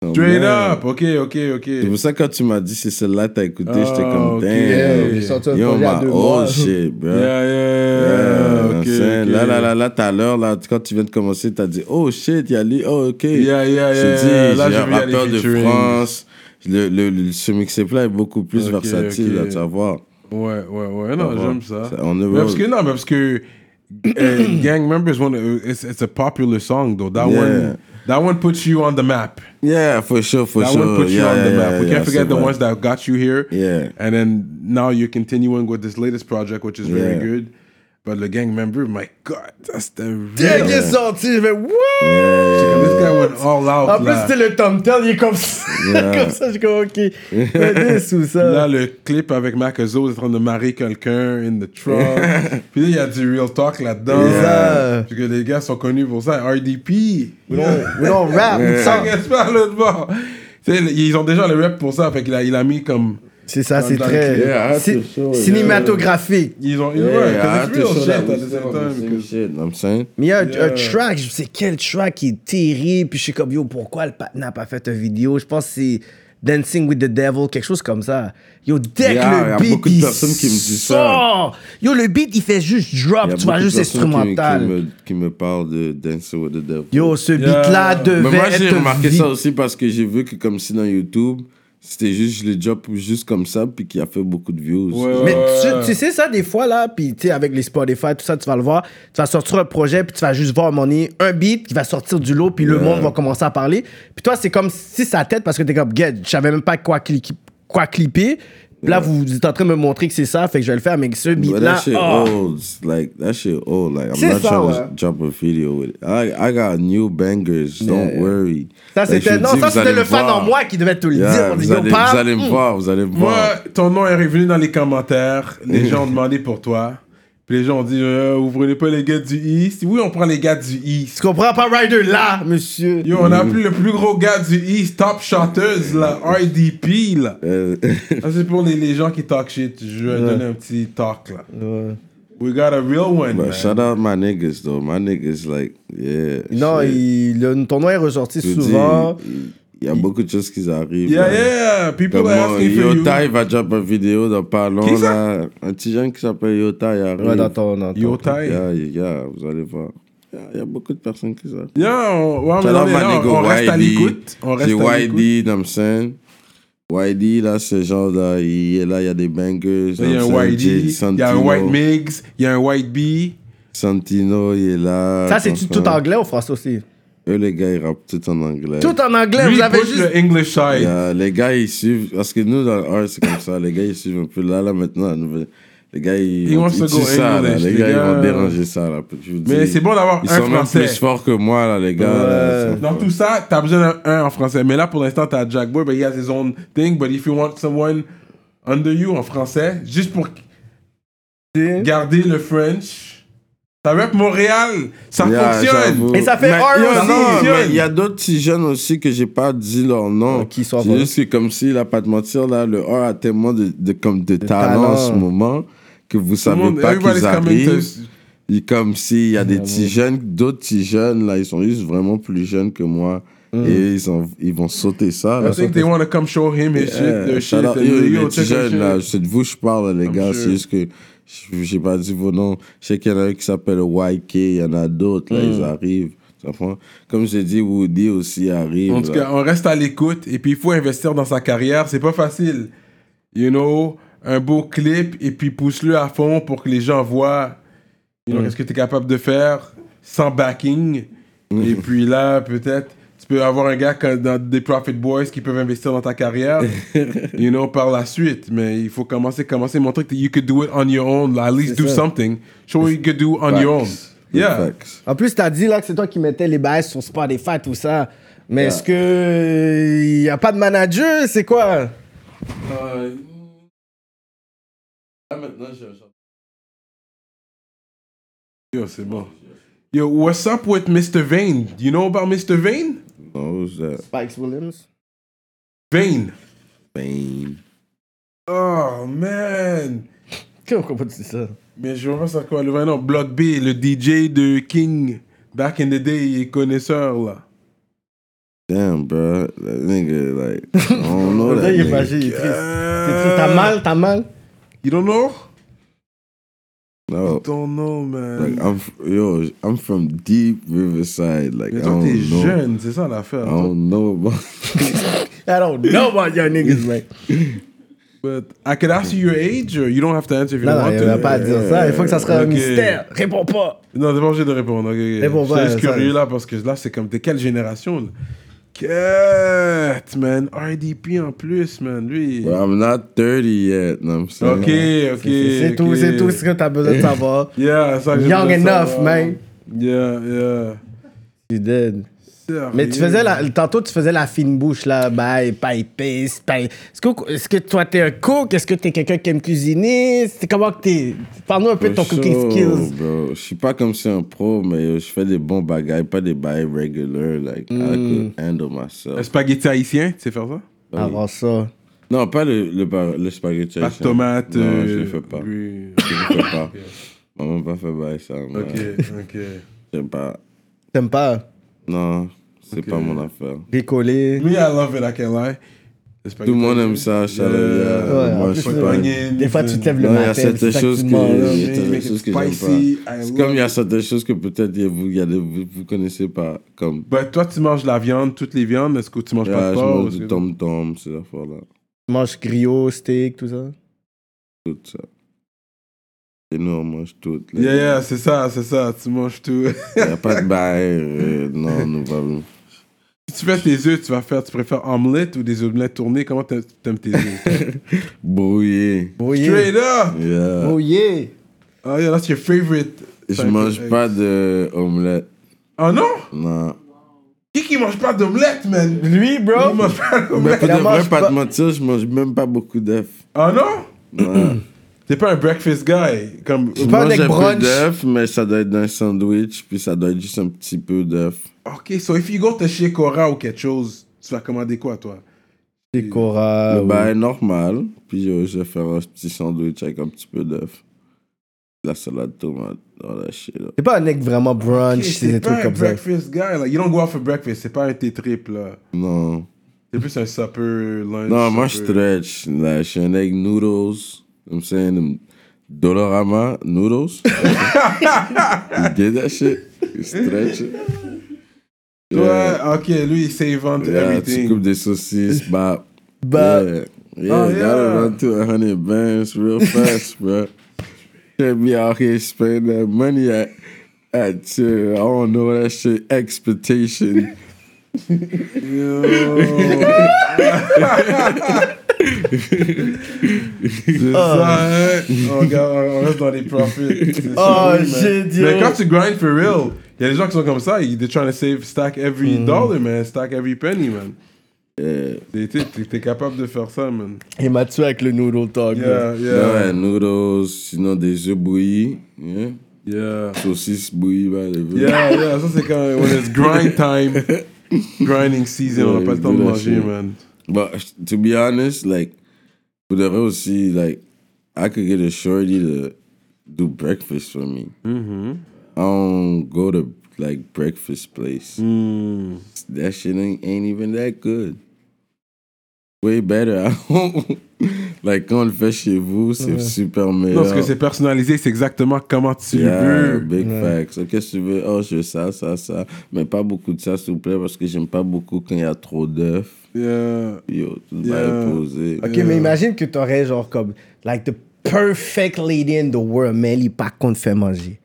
Speaker 4: Quand
Speaker 3: Straight
Speaker 4: même.
Speaker 3: up, ok, ok, ok.
Speaker 4: C'est pour ça, que quand tu m'as dit c'est celle-là que t'as écouté,
Speaker 3: Ah,
Speaker 4: j'étais comme,
Speaker 3: ok.
Speaker 4: damn.
Speaker 3: Yeah.
Speaker 6: J'ai sorti un
Speaker 4: Yo,
Speaker 6: projet à
Speaker 4: my
Speaker 6: deux mois.
Speaker 4: old shit, bro.
Speaker 3: Yeah, yeah, Euh, ok,
Speaker 4: Yeah, you know what I'm saying?
Speaker 3: ok.
Speaker 4: Là, là, là, là, tout à l'heure, là, quand tu viens de commencer, t'as dit, oh shit, il y a lui, oh ok.
Speaker 3: Yeah, yeah,
Speaker 4: J'ai
Speaker 3: yeah.
Speaker 4: dit,
Speaker 3: là,
Speaker 4: j'ai
Speaker 3: j'ai
Speaker 4: un
Speaker 3: vu il y a des
Speaker 4: rappeur de
Speaker 3: featuring.
Speaker 4: France. Le, le, le- ce mixtape-là est beaucoup plus
Speaker 3: Ok,
Speaker 4: versatile,
Speaker 3: ok.
Speaker 4: à savoir.
Speaker 3: Ouais, ouais, ouais. Non,
Speaker 4: Ouais.
Speaker 3: j'aime ça.
Speaker 4: Ça, on est
Speaker 3: Mais parce que, non, mais parce que euh, Gang Members, wanna, it's, it's a popular song, though. That,
Speaker 4: Yeah.
Speaker 3: one, that one puts you on the map.
Speaker 4: Yeah, for sure, for
Speaker 3: that
Speaker 4: sure.
Speaker 3: one puts
Speaker 4: Yeah,
Speaker 3: you on the
Speaker 4: yeah,
Speaker 3: map.
Speaker 4: yeah,
Speaker 3: we
Speaker 4: yeah,
Speaker 3: can't forget
Speaker 4: c'est
Speaker 3: the
Speaker 4: vrai.
Speaker 3: ones that got you here.
Speaker 4: Yeah.
Speaker 3: And then now you're continuing with this latest project, which is very
Speaker 4: Yeah.
Speaker 3: good. But the gang member, my God, that's the real.
Speaker 6: Dès qu'il est sorti, je fais What?
Speaker 3: This guy went all out.
Speaker 6: En plus,
Speaker 3: là.
Speaker 6: c'était le Tom Tell, il est comme ça.
Speaker 4: Yeah.
Speaker 6: comme ça, je comme, OK. Fais des sous
Speaker 4: Euh.
Speaker 6: ça.
Speaker 3: Là, le clip avec Macazo est en train de marier quelqu'un in the truck. Puis là, il y a du real talk là-dedans.
Speaker 6: Yeah.
Speaker 3: Parce que les gars sont connus pour ça. RDP.
Speaker 6: We don't, we don't rap.
Speaker 3: Ils s'engagent pas à l'autre bord. Tu sais, Ils ont déjà le rap pour ça. Fait qu'il a, il a mis comme.
Speaker 6: C'est ça, c'est
Speaker 3: Dans le
Speaker 6: très
Speaker 3: clip.
Speaker 4: Yeah, I
Speaker 6: ci-
Speaker 4: have to show it.
Speaker 6: cinématographique.
Speaker 3: Ils ont.
Speaker 4: Yeah,
Speaker 3: ouais,
Speaker 4: I
Speaker 3: cause
Speaker 4: have
Speaker 3: it's
Speaker 4: to
Speaker 3: real
Speaker 4: show
Speaker 3: shit
Speaker 4: that
Speaker 3: at the
Speaker 4: we
Speaker 3: same
Speaker 4: still on the
Speaker 3: time,
Speaker 4: same
Speaker 3: because-
Speaker 4: shit, know what I'm saying?
Speaker 6: Mais il y a un,
Speaker 3: Yeah.
Speaker 6: un track, je sais quel track qui est terrible, puis je suis comme, yo, pourquoi le patin n'a pas fait une vidéo? Je pense que c'est Dancing with the Devil, quelque chose comme ça. Yo, dès que
Speaker 4: Yeah, y
Speaker 6: le
Speaker 4: a
Speaker 6: beat,
Speaker 4: beaucoup de
Speaker 6: il
Speaker 4: personnes qui me disent ça.
Speaker 6: sort, Yo, le beat, il fait juste
Speaker 4: Il y a
Speaker 6: drop, tu vois,
Speaker 4: beaucoup de
Speaker 6: juste
Speaker 4: personnes qui me- Qui
Speaker 6: instrumental.
Speaker 4: me, qui me parlent de Dancing with the Devil.
Speaker 6: Yo, ce
Speaker 3: Yeah.
Speaker 6: beat-là devait
Speaker 4: Mais moi, j'ai
Speaker 6: être
Speaker 4: remarqué
Speaker 6: vi-
Speaker 4: ça aussi parce que j'ai vu que, comme si dans YouTube, c'était juste, je l'ai drop juste comme ça, puis qu'il a fait beaucoup de views.
Speaker 3: Ouais,
Speaker 6: Mais
Speaker 3: ouais.
Speaker 4: Euh.
Speaker 6: tu, tu sais ça des fois là, puis tu sais avec les Spotify tout ça, tu vas le voir, tu vas sortir un projet puis tu vas juste voir mon nez, un beat qui va sortir du lot puis le monde va commencer à parler. Puis toi c'est comme si ça tête parce que t'es comme get, je savais même pas quoi cli- quoi clipper. Puis Là vous êtes en train de me montrer que c'est ça, fait que je vais le faire mais que ce beat
Speaker 4: But
Speaker 6: là.
Speaker 4: that shit
Speaker 6: ah.
Speaker 4: old. It's Like that shit old. Like I'm
Speaker 6: C'est
Speaker 4: not
Speaker 6: ça,
Speaker 4: trying
Speaker 6: ouais.
Speaker 4: to drop a video with it. I I got new bangers. Don't worry.
Speaker 6: Ça
Speaker 4: Like,
Speaker 6: c'était
Speaker 4: je
Speaker 6: non
Speaker 4: dis,
Speaker 6: ça
Speaker 4: vous allez
Speaker 6: c'était le
Speaker 4: me
Speaker 6: fan
Speaker 4: voir.
Speaker 6: en moi qui devait te le
Speaker 4: Yeah,
Speaker 6: dire. On dit,
Speaker 4: vous,
Speaker 6: yo,
Speaker 4: allez,
Speaker 6: parle.
Speaker 4: vous allez me voir. Vous allez me
Speaker 3: Moi,
Speaker 4: voir.
Speaker 3: ton nom est revenu dans les commentaires. Les gens ont demandé pour toi. Puis les gens ont dit euh, Vous prenez pas les gars du East Oui, on prend les gars du East.
Speaker 6: Tu comprends pas Rider là, monsieur.
Speaker 3: Yo, on
Speaker 4: Mm.
Speaker 3: a appelé le plus gros gars du East, top chanteuse, là, RDP, là.
Speaker 4: Euh,
Speaker 3: Ça, Ah, c'est pour les, les gens qui talk shit. Je vais donner un petit talk, là. We got a real one,
Speaker 4: but
Speaker 3: man.
Speaker 4: shout out my niggas though. My niggas like yeah.
Speaker 6: Non,
Speaker 4: shit.
Speaker 6: il, le tournoi est ressorti
Speaker 4: Je dis,
Speaker 6: souvent.
Speaker 4: il- Il y a beaucoup de choses qui arrivent.
Speaker 3: Yeah,
Speaker 4: là.
Speaker 3: yeah, people
Speaker 4: Comme
Speaker 3: are
Speaker 4: moi,
Speaker 3: asking for you.
Speaker 4: Yota, il va drop une vidéo dans pas long,
Speaker 3: Qui ça?
Speaker 4: là. Un petit jeune qui s'appelle Yota, il arrive.
Speaker 7: Ouais, dans ton- dans ton-
Speaker 3: Yotai. Yeah,
Speaker 4: Yeah, yeah, vous allez voir. Yeah, Il y a beaucoup de personnes qui arrivent.
Speaker 3: on, ouais, mais
Speaker 4: Shout
Speaker 3: on,
Speaker 4: out
Speaker 3: est
Speaker 4: my
Speaker 3: là,
Speaker 4: nigga
Speaker 3: on reste à
Speaker 4: YD.
Speaker 3: l'écoute. On reste
Speaker 4: C'est
Speaker 3: à l'écoute.
Speaker 4: YD, know what I'm saying? YD, là, ce genre là, il est là, il y a des bangers.
Speaker 3: Il y a
Speaker 4: know what
Speaker 3: un
Speaker 4: I'm
Speaker 3: YD, il
Speaker 4: saying? Jay
Speaker 3: y a un
Speaker 4: Santino.
Speaker 3: White Migs, il y a un White B.
Speaker 4: Santino, il est là.
Speaker 6: Ça c'est tout
Speaker 4: anglais.
Speaker 6: anglais ou français aussi.
Speaker 4: Eux, les gars, ils rappent tout en anglais.
Speaker 6: Tout en anglais,
Speaker 3: Euh, Lui,
Speaker 6: vous
Speaker 3: il
Speaker 6: avez
Speaker 3: push
Speaker 6: juste
Speaker 3: le English side.
Speaker 4: Yeah, Euh, les gars, ils suivent. Parce que nous, dans le art, c'est comme ça. Les gars, ils suivent un peu là, là, maintenant. la nouvelle- Les gars, ils,
Speaker 3: He wants
Speaker 4: ils
Speaker 3: to
Speaker 4: tuent
Speaker 3: go
Speaker 4: ça, là.
Speaker 3: English,
Speaker 4: Les
Speaker 3: les
Speaker 4: gars, ils
Speaker 3: gars.
Speaker 4: vont déranger ça, là. Je vous
Speaker 3: Mais
Speaker 4: dis,
Speaker 3: c'est bon d'avoir
Speaker 4: Ils
Speaker 3: un
Speaker 4: sont même
Speaker 3: français.
Speaker 4: plus forts que moi, là, les gars. là. Ils sont
Speaker 3: Dans
Speaker 4: forts.
Speaker 3: tout ça, t'as besoin d'un un en français. Mais là, pour l'instant, t'as Jack Boy, but he has his own thing. But if you want someone under you en français, juste pour garder le French, ça rap Montréal, ça
Speaker 4: Yeah,
Speaker 3: fonctionne.
Speaker 4: j'avoue.
Speaker 6: Et ça fait
Speaker 4: Mais
Speaker 6: R
Speaker 4: yo,
Speaker 6: aussi.
Speaker 4: non, mais Il y a d'autres petits jeunes aussi que j'ai pas dit leur nom.
Speaker 7: Euh, qui sont
Speaker 4: C'est
Speaker 7: pas-
Speaker 4: juste que comme s'il a pas de mentir, là, le R a tellement de, de- comme de talent en
Speaker 7: talent.
Speaker 4: ce moment que vous
Speaker 3: Tout le
Speaker 4: savez
Speaker 3: monde-
Speaker 4: pas
Speaker 3: everybody's
Speaker 4: qu'ils
Speaker 3: coming to-
Speaker 4: arrivent. Et comme s'il y a des petits jeunes, d'autres petits jeunes, là, ils sont juste vraiment plus jeunes que moi.
Speaker 3: Mm.
Speaker 4: Et ils, sont- ils vont sauter ça.
Speaker 3: I
Speaker 4: Là,
Speaker 3: think they want to come show him his shit,
Speaker 4: Yeah,
Speaker 3: their
Speaker 4: shout
Speaker 3: shit.
Speaker 4: out-
Speaker 3: and
Speaker 4: yo,
Speaker 3: they,
Speaker 4: les
Speaker 3: yo,
Speaker 4: petits
Speaker 3: check our
Speaker 4: jeunes, là,
Speaker 3: shit.
Speaker 4: c'est de vous que je parle, les gars.
Speaker 3: sure.
Speaker 4: C'est juste que je- j'ai pas dit vos noms. Je sais qu'il y en a un qui s'appelle YK, il y en a d'autres, là,
Speaker 3: Mm.
Speaker 4: ils arrivent. Tu comprends? Comme j'ai dit, Woody aussi arrive.
Speaker 3: En tout
Speaker 4: là.
Speaker 3: cas, on reste à l'écoute et puis il faut investir dans sa carrière. C'est pas facile. You know, un beau clip et puis pousse-le à fond pour que les gens voient you know,
Speaker 4: Mm.
Speaker 3: qu'est-ce que tu es capable de faire sans backing.
Speaker 4: Mm.
Speaker 3: Et puis là, peut-être, tu peux avoir un gars comme dans des Profit Boys qui peuvent investir dans ta carrière, you know, par la suite. Mais il faut commencer, commencer, montrer que you could do it on your own. At least do something. Show you could do on your own.
Speaker 4: Facts.
Speaker 3: Yeah.
Speaker 4: Facts.
Speaker 6: En plus, t'as dit là que c'est toi qui mettais les bases sur Spotify, tout ça. Mais est-ce que il n'y a pas de manager, c'est quoi
Speaker 3: Yo, c'est bon. Yo, what's up with Mr. Vane? You know about Mr. Vane?
Speaker 4: No, who's that?
Speaker 6: Spikes Williams
Speaker 3: Vane.
Speaker 4: Bane.
Speaker 3: Oh, man.
Speaker 6: Comment comment tu dis ça
Speaker 3: Mais je pense à quoi le vrai nom. Block B, le DJ de King. Back in the day, il est connaisseur, là.
Speaker 4: Damn, bro. That nigga, like, I don't
Speaker 3: Oh
Speaker 4: know
Speaker 6: Là,
Speaker 4: that
Speaker 6: il est
Speaker 4: nigga.
Speaker 6: fâché, il est triste. Il est triste. T'as mal, t'as mal
Speaker 3: You don't know?
Speaker 6: Oh.
Speaker 4: No.
Speaker 3: Don't know, man.
Speaker 4: Like, I'm, f- yo, I'm from deep Riverside. Like, I
Speaker 3: Mais toi,
Speaker 4: don't
Speaker 3: t'es
Speaker 4: know.
Speaker 3: jeune, c'est ça l'affaire.
Speaker 4: I don't know about.
Speaker 6: I don't know about your niggas, man.
Speaker 3: But I could ask you your age, or you don't have to answer if you
Speaker 6: Non, non,
Speaker 3: don't want
Speaker 6: il
Speaker 3: to.
Speaker 6: n'y a pas à dire ça. Il faut que ça soit un
Speaker 3: Ok.
Speaker 6: mystère. Réponds pas.
Speaker 3: Non, t'es pas obligé de répondre. ok, ok.
Speaker 6: Réponds pas,
Speaker 3: Je suis juste
Speaker 6: ça-
Speaker 3: curieux là parce que là, c'est comme t'es quelle génération là? Quête, man. RDP en plus, man. Lui.
Speaker 4: Bro, I'm not 30 yet. Know what I'm
Speaker 3: Ok,
Speaker 4: saying.
Speaker 3: ok.
Speaker 6: C'est c'est tout,
Speaker 3: ok.
Speaker 6: c'est tout ce que t'as besoin de savoir.
Speaker 3: Yeah, ça que j'ai
Speaker 6: Young
Speaker 3: besoin de
Speaker 6: enough,
Speaker 3: savoir.
Speaker 6: man.
Speaker 3: Yeah, yeah.
Speaker 6: Tu dead. Mais tu
Speaker 3: Sérieux.
Speaker 6: faisais la, tantôt tu faisais la fine bouche là, bye, pas épice, pas. Est-ce que, est-ce que toi t'es un cook? Est-ce que t'es quelqu'un qui aime cuisiner? C'est comment que t'es? Parle-nous un peu de ton
Speaker 4: For
Speaker 6: cooking
Speaker 4: sure,
Speaker 6: skills.
Speaker 4: Bro. Je suis pas comme si un pro, mais euh, je fais des bons bagailles, pas des bails regular. Like,
Speaker 3: Hmm.
Speaker 4: I could handle
Speaker 3: Un
Speaker 4: myself.
Speaker 3: spaghetti haïtien, tu sais faire ça?
Speaker 6: Avant ça.
Speaker 4: Non, pas le, le, bar- le spaghetti.
Speaker 3: Pâte
Speaker 4: haïtien.
Speaker 3: tomate.
Speaker 4: Non,
Speaker 3: euh,
Speaker 4: je le fais pas.
Speaker 3: oui.
Speaker 4: Je le fais pas. Maman m'a pas fait bail ça. moi.
Speaker 3: Ok, ok.
Speaker 4: J'aime pas.
Speaker 6: T'aimes pas
Speaker 4: Non, c'est pas mon affaire.
Speaker 6: bricoler?
Speaker 3: Me, I love it, I can lie.
Speaker 4: Tout le monde aime ça, Charles.
Speaker 3: Yeah.
Speaker 6: Ouais, en
Speaker 4: Moi, je
Speaker 6: plus,
Speaker 4: suis
Speaker 6: euh,
Speaker 4: pas.
Speaker 6: Des fois tu te lèves le
Speaker 4: Non, il y a
Speaker 6: matin. c'est
Speaker 4: certaines
Speaker 6: ça que
Speaker 4: choses
Speaker 6: tu
Speaker 4: que,
Speaker 6: demandes, là.
Speaker 4: il y a certaines
Speaker 3: Make it
Speaker 4: choses que j'aime
Speaker 3: spicy,
Speaker 4: pas.
Speaker 3: I
Speaker 4: C'est
Speaker 3: love
Speaker 4: comme il y a
Speaker 3: it.
Speaker 4: certaines choses que peut-être y a- vous, y a des- vous, vous connaissez pas. Comme,
Speaker 3: Ben, toi, tu manges la viande, toutes les viandes. Est-ce que tu manges pas
Speaker 4: Ah,
Speaker 3: de
Speaker 4: je
Speaker 3: porc?
Speaker 4: mange
Speaker 3: est-ce
Speaker 4: du
Speaker 3: que-
Speaker 4: tom-tom, ces affaires-là.
Speaker 6: Tu manges griot, steak, tout ça.
Speaker 4: Tout ça. Et nous, on mange tout. là.
Speaker 3: Yeah, yeah, c'est ça, c'est ça. Tu manges tout.
Speaker 4: Il n'y a pas de bail. euh, non, nous, pas nous.
Speaker 3: si tu fais tes œufs, tu vas faire, tu préfères omelette ou des omelettes tournées? Comment t'a- t'aimes tes œufs?
Speaker 4: Brouillé.
Speaker 6: Brouillé.
Speaker 3: Straight up!
Speaker 4: Yeah.
Speaker 6: Brouillé.
Speaker 3: Oh yeah, that's your favorite.
Speaker 4: Je
Speaker 3: type
Speaker 4: mange
Speaker 3: of
Speaker 4: pas
Speaker 3: eggs.
Speaker 4: d'omelette.
Speaker 3: Oh non?
Speaker 4: Non.
Speaker 3: Qui qui mange pas d'omelette, man?
Speaker 6: Lui, bro.
Speaker 3: Il mange pas
Speaker 4: Mais
Speaker 3: d'omelette.
Speaker 4: pour de
Speaker 6: la
Speaker 4: vrai,
Speaker 6: mange
Speaker 4: pas
Speaker 6: pas.
Speaker 4: te mentir, je mange même pas beaucoup d'œufs.
Speaker 3: Oh non?
Speaker 4: Non.
Speaker 3: T'es pas un breakfast guy. Comme.
Speaker 4: Je
Speaker 6: pas un
Speaker 4: mange
Speaker 6: mec
Speaker 4: un peu
Speaker 6: brunch.
Speaker 4: d'œufs, mais ça doit être dans un sandwich, puis ça doit être juste un petit peu d'œufs.
Speaker 3: Ok, so if you go to chez Cora ou quelque chose, tu vas commander quoi, toi?
Speaker 6: C'est Cora.
Speaker 4: le bail normal, puis euh, je vais faire un petit sandwich avec un petit peu d'œuf. La salade tomate, dans la shit. là.
Speaker 6: T'es pas un mec vraiment brunch,
Speaker 3: Ok,
Speaker 6: c'est des
Speaker 3: T'es
Speaker 6: trucs
Speaker 3: pas un
Speaker 6: comme ça.
Speaker 3: breakfast guy. Like, you don't go out for breakfast. C'est pas un tea trip, là.
Speaker 4: Non.
Speaker 3: C'est plus un supper, lunch.
Speaker 4: Non, moi je
Speaker 3: supper.
Speaker 4: stretch. Là, je suis un egg noodles. You know what I'm saying them Dolorama noodles. you did that shit. You stretch it.
Speaker 3: Ouais, ok, lui, il save on to
Speaker 4: euh, Yeah, tu
Speaker 3: everything.
Speaker 4: coupes des saucisses, bap.
Speaker 6: Bap.
Speaker 4: Yeah, yeah,
Speaker 3: Oh,
Speaker 4: you
Speaker 3: yeah.
Speaker 4: gotta run to 100 bands real fast, bro. Can't be out here spending that money at, at shit. I don't know that shit. Expectation.
Speaker 3: C'est ça, hein? On, regarde, on reste dans les profits. C'est
Speaker 6: Oh,
Speaker 3: ça, oui, man.
Speaker 6: shit, yo.
Speaker 3: Mais quand tu grind for real, il y a des gens qui sont comme ça. Ils- They're trying to save, stack every dollar, man. Stack every penny, man. T'es- T'es t'es capable de faire ça, man.
Speaker 6: Il m'a tué avec le noodle talk. là.
Speaker 3: Yeah, yeah,
Speaker 4: Ouais, noodles, sinon des œufs bouillis. Yeah.
Speaker 3: yeah.
Speaker 4: Saucisses bouillies, bah, les veux.
Speaker 3: Yeah, yeah, ça c'est quand même. When it's grind time, grinding season, on n'a pas le temps de manger, man.
Speaker 4: But to be honest, like, for the real, see, like, I could get a shorty to do breakfast for me. Mm-hmm. I don't go to like breakfast place.
Speaker 3: Mm.
Speaker 4: That shit ain't, ain't even that good. Way better at home. like quand on le fait chez vous, c'est super meilleur.
Speaker 3: Non, parce que c'est personnalisé, c'est exactement comment tu le
Speaker 4: Yeah,
Speaker 6: ben,
Speaker 3: veux.
Speaker 4: big facts. Ok, si tu veux, oh, je veux ça, ça, ça. Mais pas beaucoup de ça, s'il vous plaît, parce que j'aime pas beaucoup quand il y a trop d'œufs.
Speaker 3: Yeah.
Speaker 4: Yo, tout le
Speaker 3: Yeah.
Speaker 4: bail est posé.
Speaker 6: Ok, mais imagine que t'aurais genre comme, like the perfect lady in the world, mais elle est pas contre faire manger.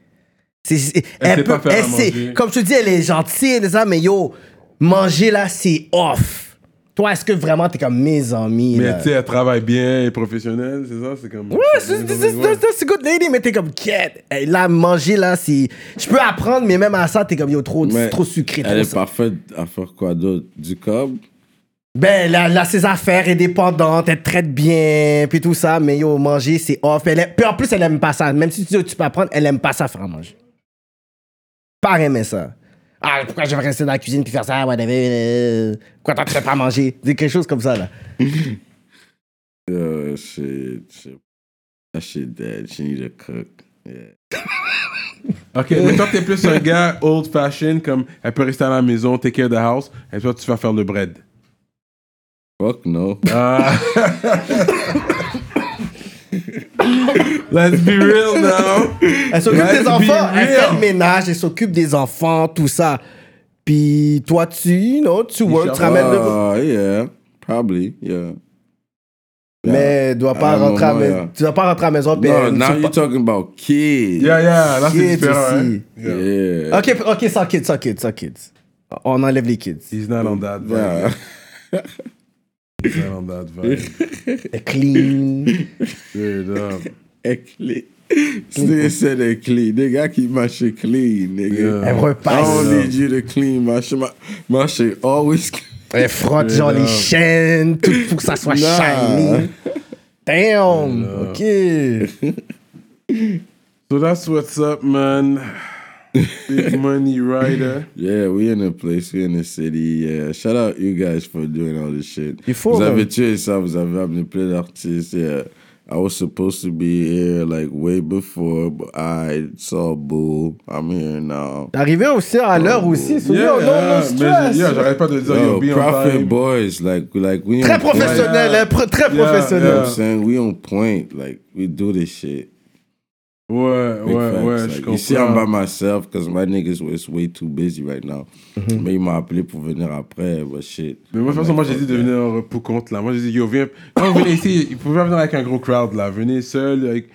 Speaker 6: C'est- c'est-
Speaker 3: Elle sait pas faire à
Speaker 6: elle sait-
Speaker 3: manger.
Speaker 6: Comme je te dis, elle est gentille, et tout ça, mais yo, manger là, c'est off. Toi, est-ce que vraiment t'es comme mes amis?
Speaker 3: Mais
Speaker 6: là?
Speaker 3: tu sais, elle travaille bien, elle est professionnelle, c'est ça? C'est comme.
Speaker 6: Ouais, c'est c'est- c'est-
Speaker 3: Ouais.
Speaker 6: c'est- c'est good lady, mais t'es comme, quête. Là, manger, là, c'est. Je peux apprendre, mais même à ça, t'es comme, yo, trop,
Speaker 4: Mais
Speaker 6: c'est trop sucré.
Speaker 4: Elle
Speaker 6: Trop
Speaker 4: est
Speaker 6: ça.
Speaker 4: parfaite à faire quoi d'autre Du cob
Speaker 6: Ben, là, là, ses affaires, indépendantes, elle te traite bien, puis tout ça, mais yo, manger, c'est off. Elle aime- Puis en plus, elle aime pas ça. Même si tu, tu peux apprendre, elle aime pas ça faire à manger. Pas aimer ça. Ah, pourquoi je vais rester dans la cuisine puis faire ça, ouais, euh, Pourquoi t'en fais pas à manger? Des quelque chose comme ça, là.
Speaker 4: Euh, shit, shit. That shit dead. She need a cook. Yeah.
Speaker 3: Ok, mais toi, t'es plus un gars old fashioned, comme elle peut rester à la maison, take care of the house, et toi, tu vas faire le bread.
Speaker 4: Fuck no.
Speaker 3: Ah. Let's be real now.
Speaker 6: Elle s'occupe
Speaker 3: Ouais,
Speaker 6: des
Speaker 3: be
Speaker 6: enfants, elle
Speaker 3: real.
Speaker 4: hein.
Speaker 6: fait le ménage, elle s'occupe des enfants, tout ça. Puis toi, tu, you know, tu work, tu
Speaker 3: cherche-
Speaker 6: ramènes le...
Speaker 4: Ah, yeah. Probably, yeah.
Speaker 6: Mais dois
Speaker 4: À
Speaker 6: pas
Speaker 4: un
Speaker 6: rentrer à
Speaker 4: moment, euh,
Speaker 6: mais-
Speaker 4: yeah.
Speaker 6: tu dois pas rentrer à la maison. puis
Speaker 4: No,
Speaker 6: elle-
Speaker 4: now
Speaker 6: tu-
Speaker 4: you're talking about kids.
Speaker 3: Yeah, yeah, là, c'est
Speaker 6: Shit,
Speaker 3: différent. hein.
Speaker 6: ici.
Speaker 3: Yeah.
Speaker 4: Yeah.
Speaker 6: Ok, p- ok, sans kids, sans kids, sans kids. On enlève les kids.
Speaker 3: He's not on that vibe.
Speaker 4: Yeah.
Speaker 3: He's not on that vibe.
Speaker 6: T'es clean.
Speaker 3: Straight up.
Speaker 4: Hey, clean.
Speaker 3: Mm-hmm.
Speaker 4: Nigga said they clean. Nigga, I keep my shit clean, nigga.
Speaker 3: Yeah.
Speaker 6: Elle
Speaker 4: I
Speaker 6: repasse.
Speaker 4: don't need you to clean my shit. My, my shit always clean.
Speaker 6: Elle frotte genre les chaînes, tout pour que ça soit
Speaker 4: Nah.
Speaker 6: shiny. Damn. Ok.
Speaker 3: So that's what's up, man. Big Money Rider.
Speaker 4: Yeah, we in a place, we in a city. Yeah, shout out you guys for doing all this shit.
Speaker 6: Before,
Speaker 4: vous avez
Speaker 6: um,
Speaker 4: tué ça, vous avez amené plein d'artistes. Yeah, I was supposed to be here like way before, but I saw Boo. I'm here now.
Speaker 6: T'es arrivé aussi à l'heure aussi. so yo, no, no
Speaker 3: yeah, mais
Speaker 6: stress.
Speaker 3: je- yeah, j'arrête pas de dire
Speaker 4: Yo,
Speaker 3: you'll be on
Speaker 4: Prophet
Speaker 3: time.
Speaker 4: Boys, like like we
Speaker 6: Très
Speaker 4: on point.
Speaker 6: professionnel,
Speaker 3: Yeah.
Speaker 6: hein, pr- très
Speaker 3: Yeah,
Speaker 4: You
Speaker 6: professionnel.
Speaker 4: know what
Speaker 3: yeah.
Speaker 4: I'm saying we on point. Like we do this shit.
Speaker 3: Ouais,
Speaker 4: Big
Speaker 3: ouais,
Speaker 4: facts.
Speaker 3: ouais,
Speaker 4: Like,
Speaker 3: je
Speaker 4: You see, I'm by
Speaker 3: comprends.
Speaker 4: myself because my niggas was way too busy right now. Mais ils m'ont appelé pour venir après, but shit.
Speaker 3: Mais moi, de toute façon, moi, j'ai dit de venir en repos contre, là. Moi, j'ai dit, yo, viens. Quand vous venez ici, vous pouvez pas venir avec un gros crowd, là. Venez seul, avec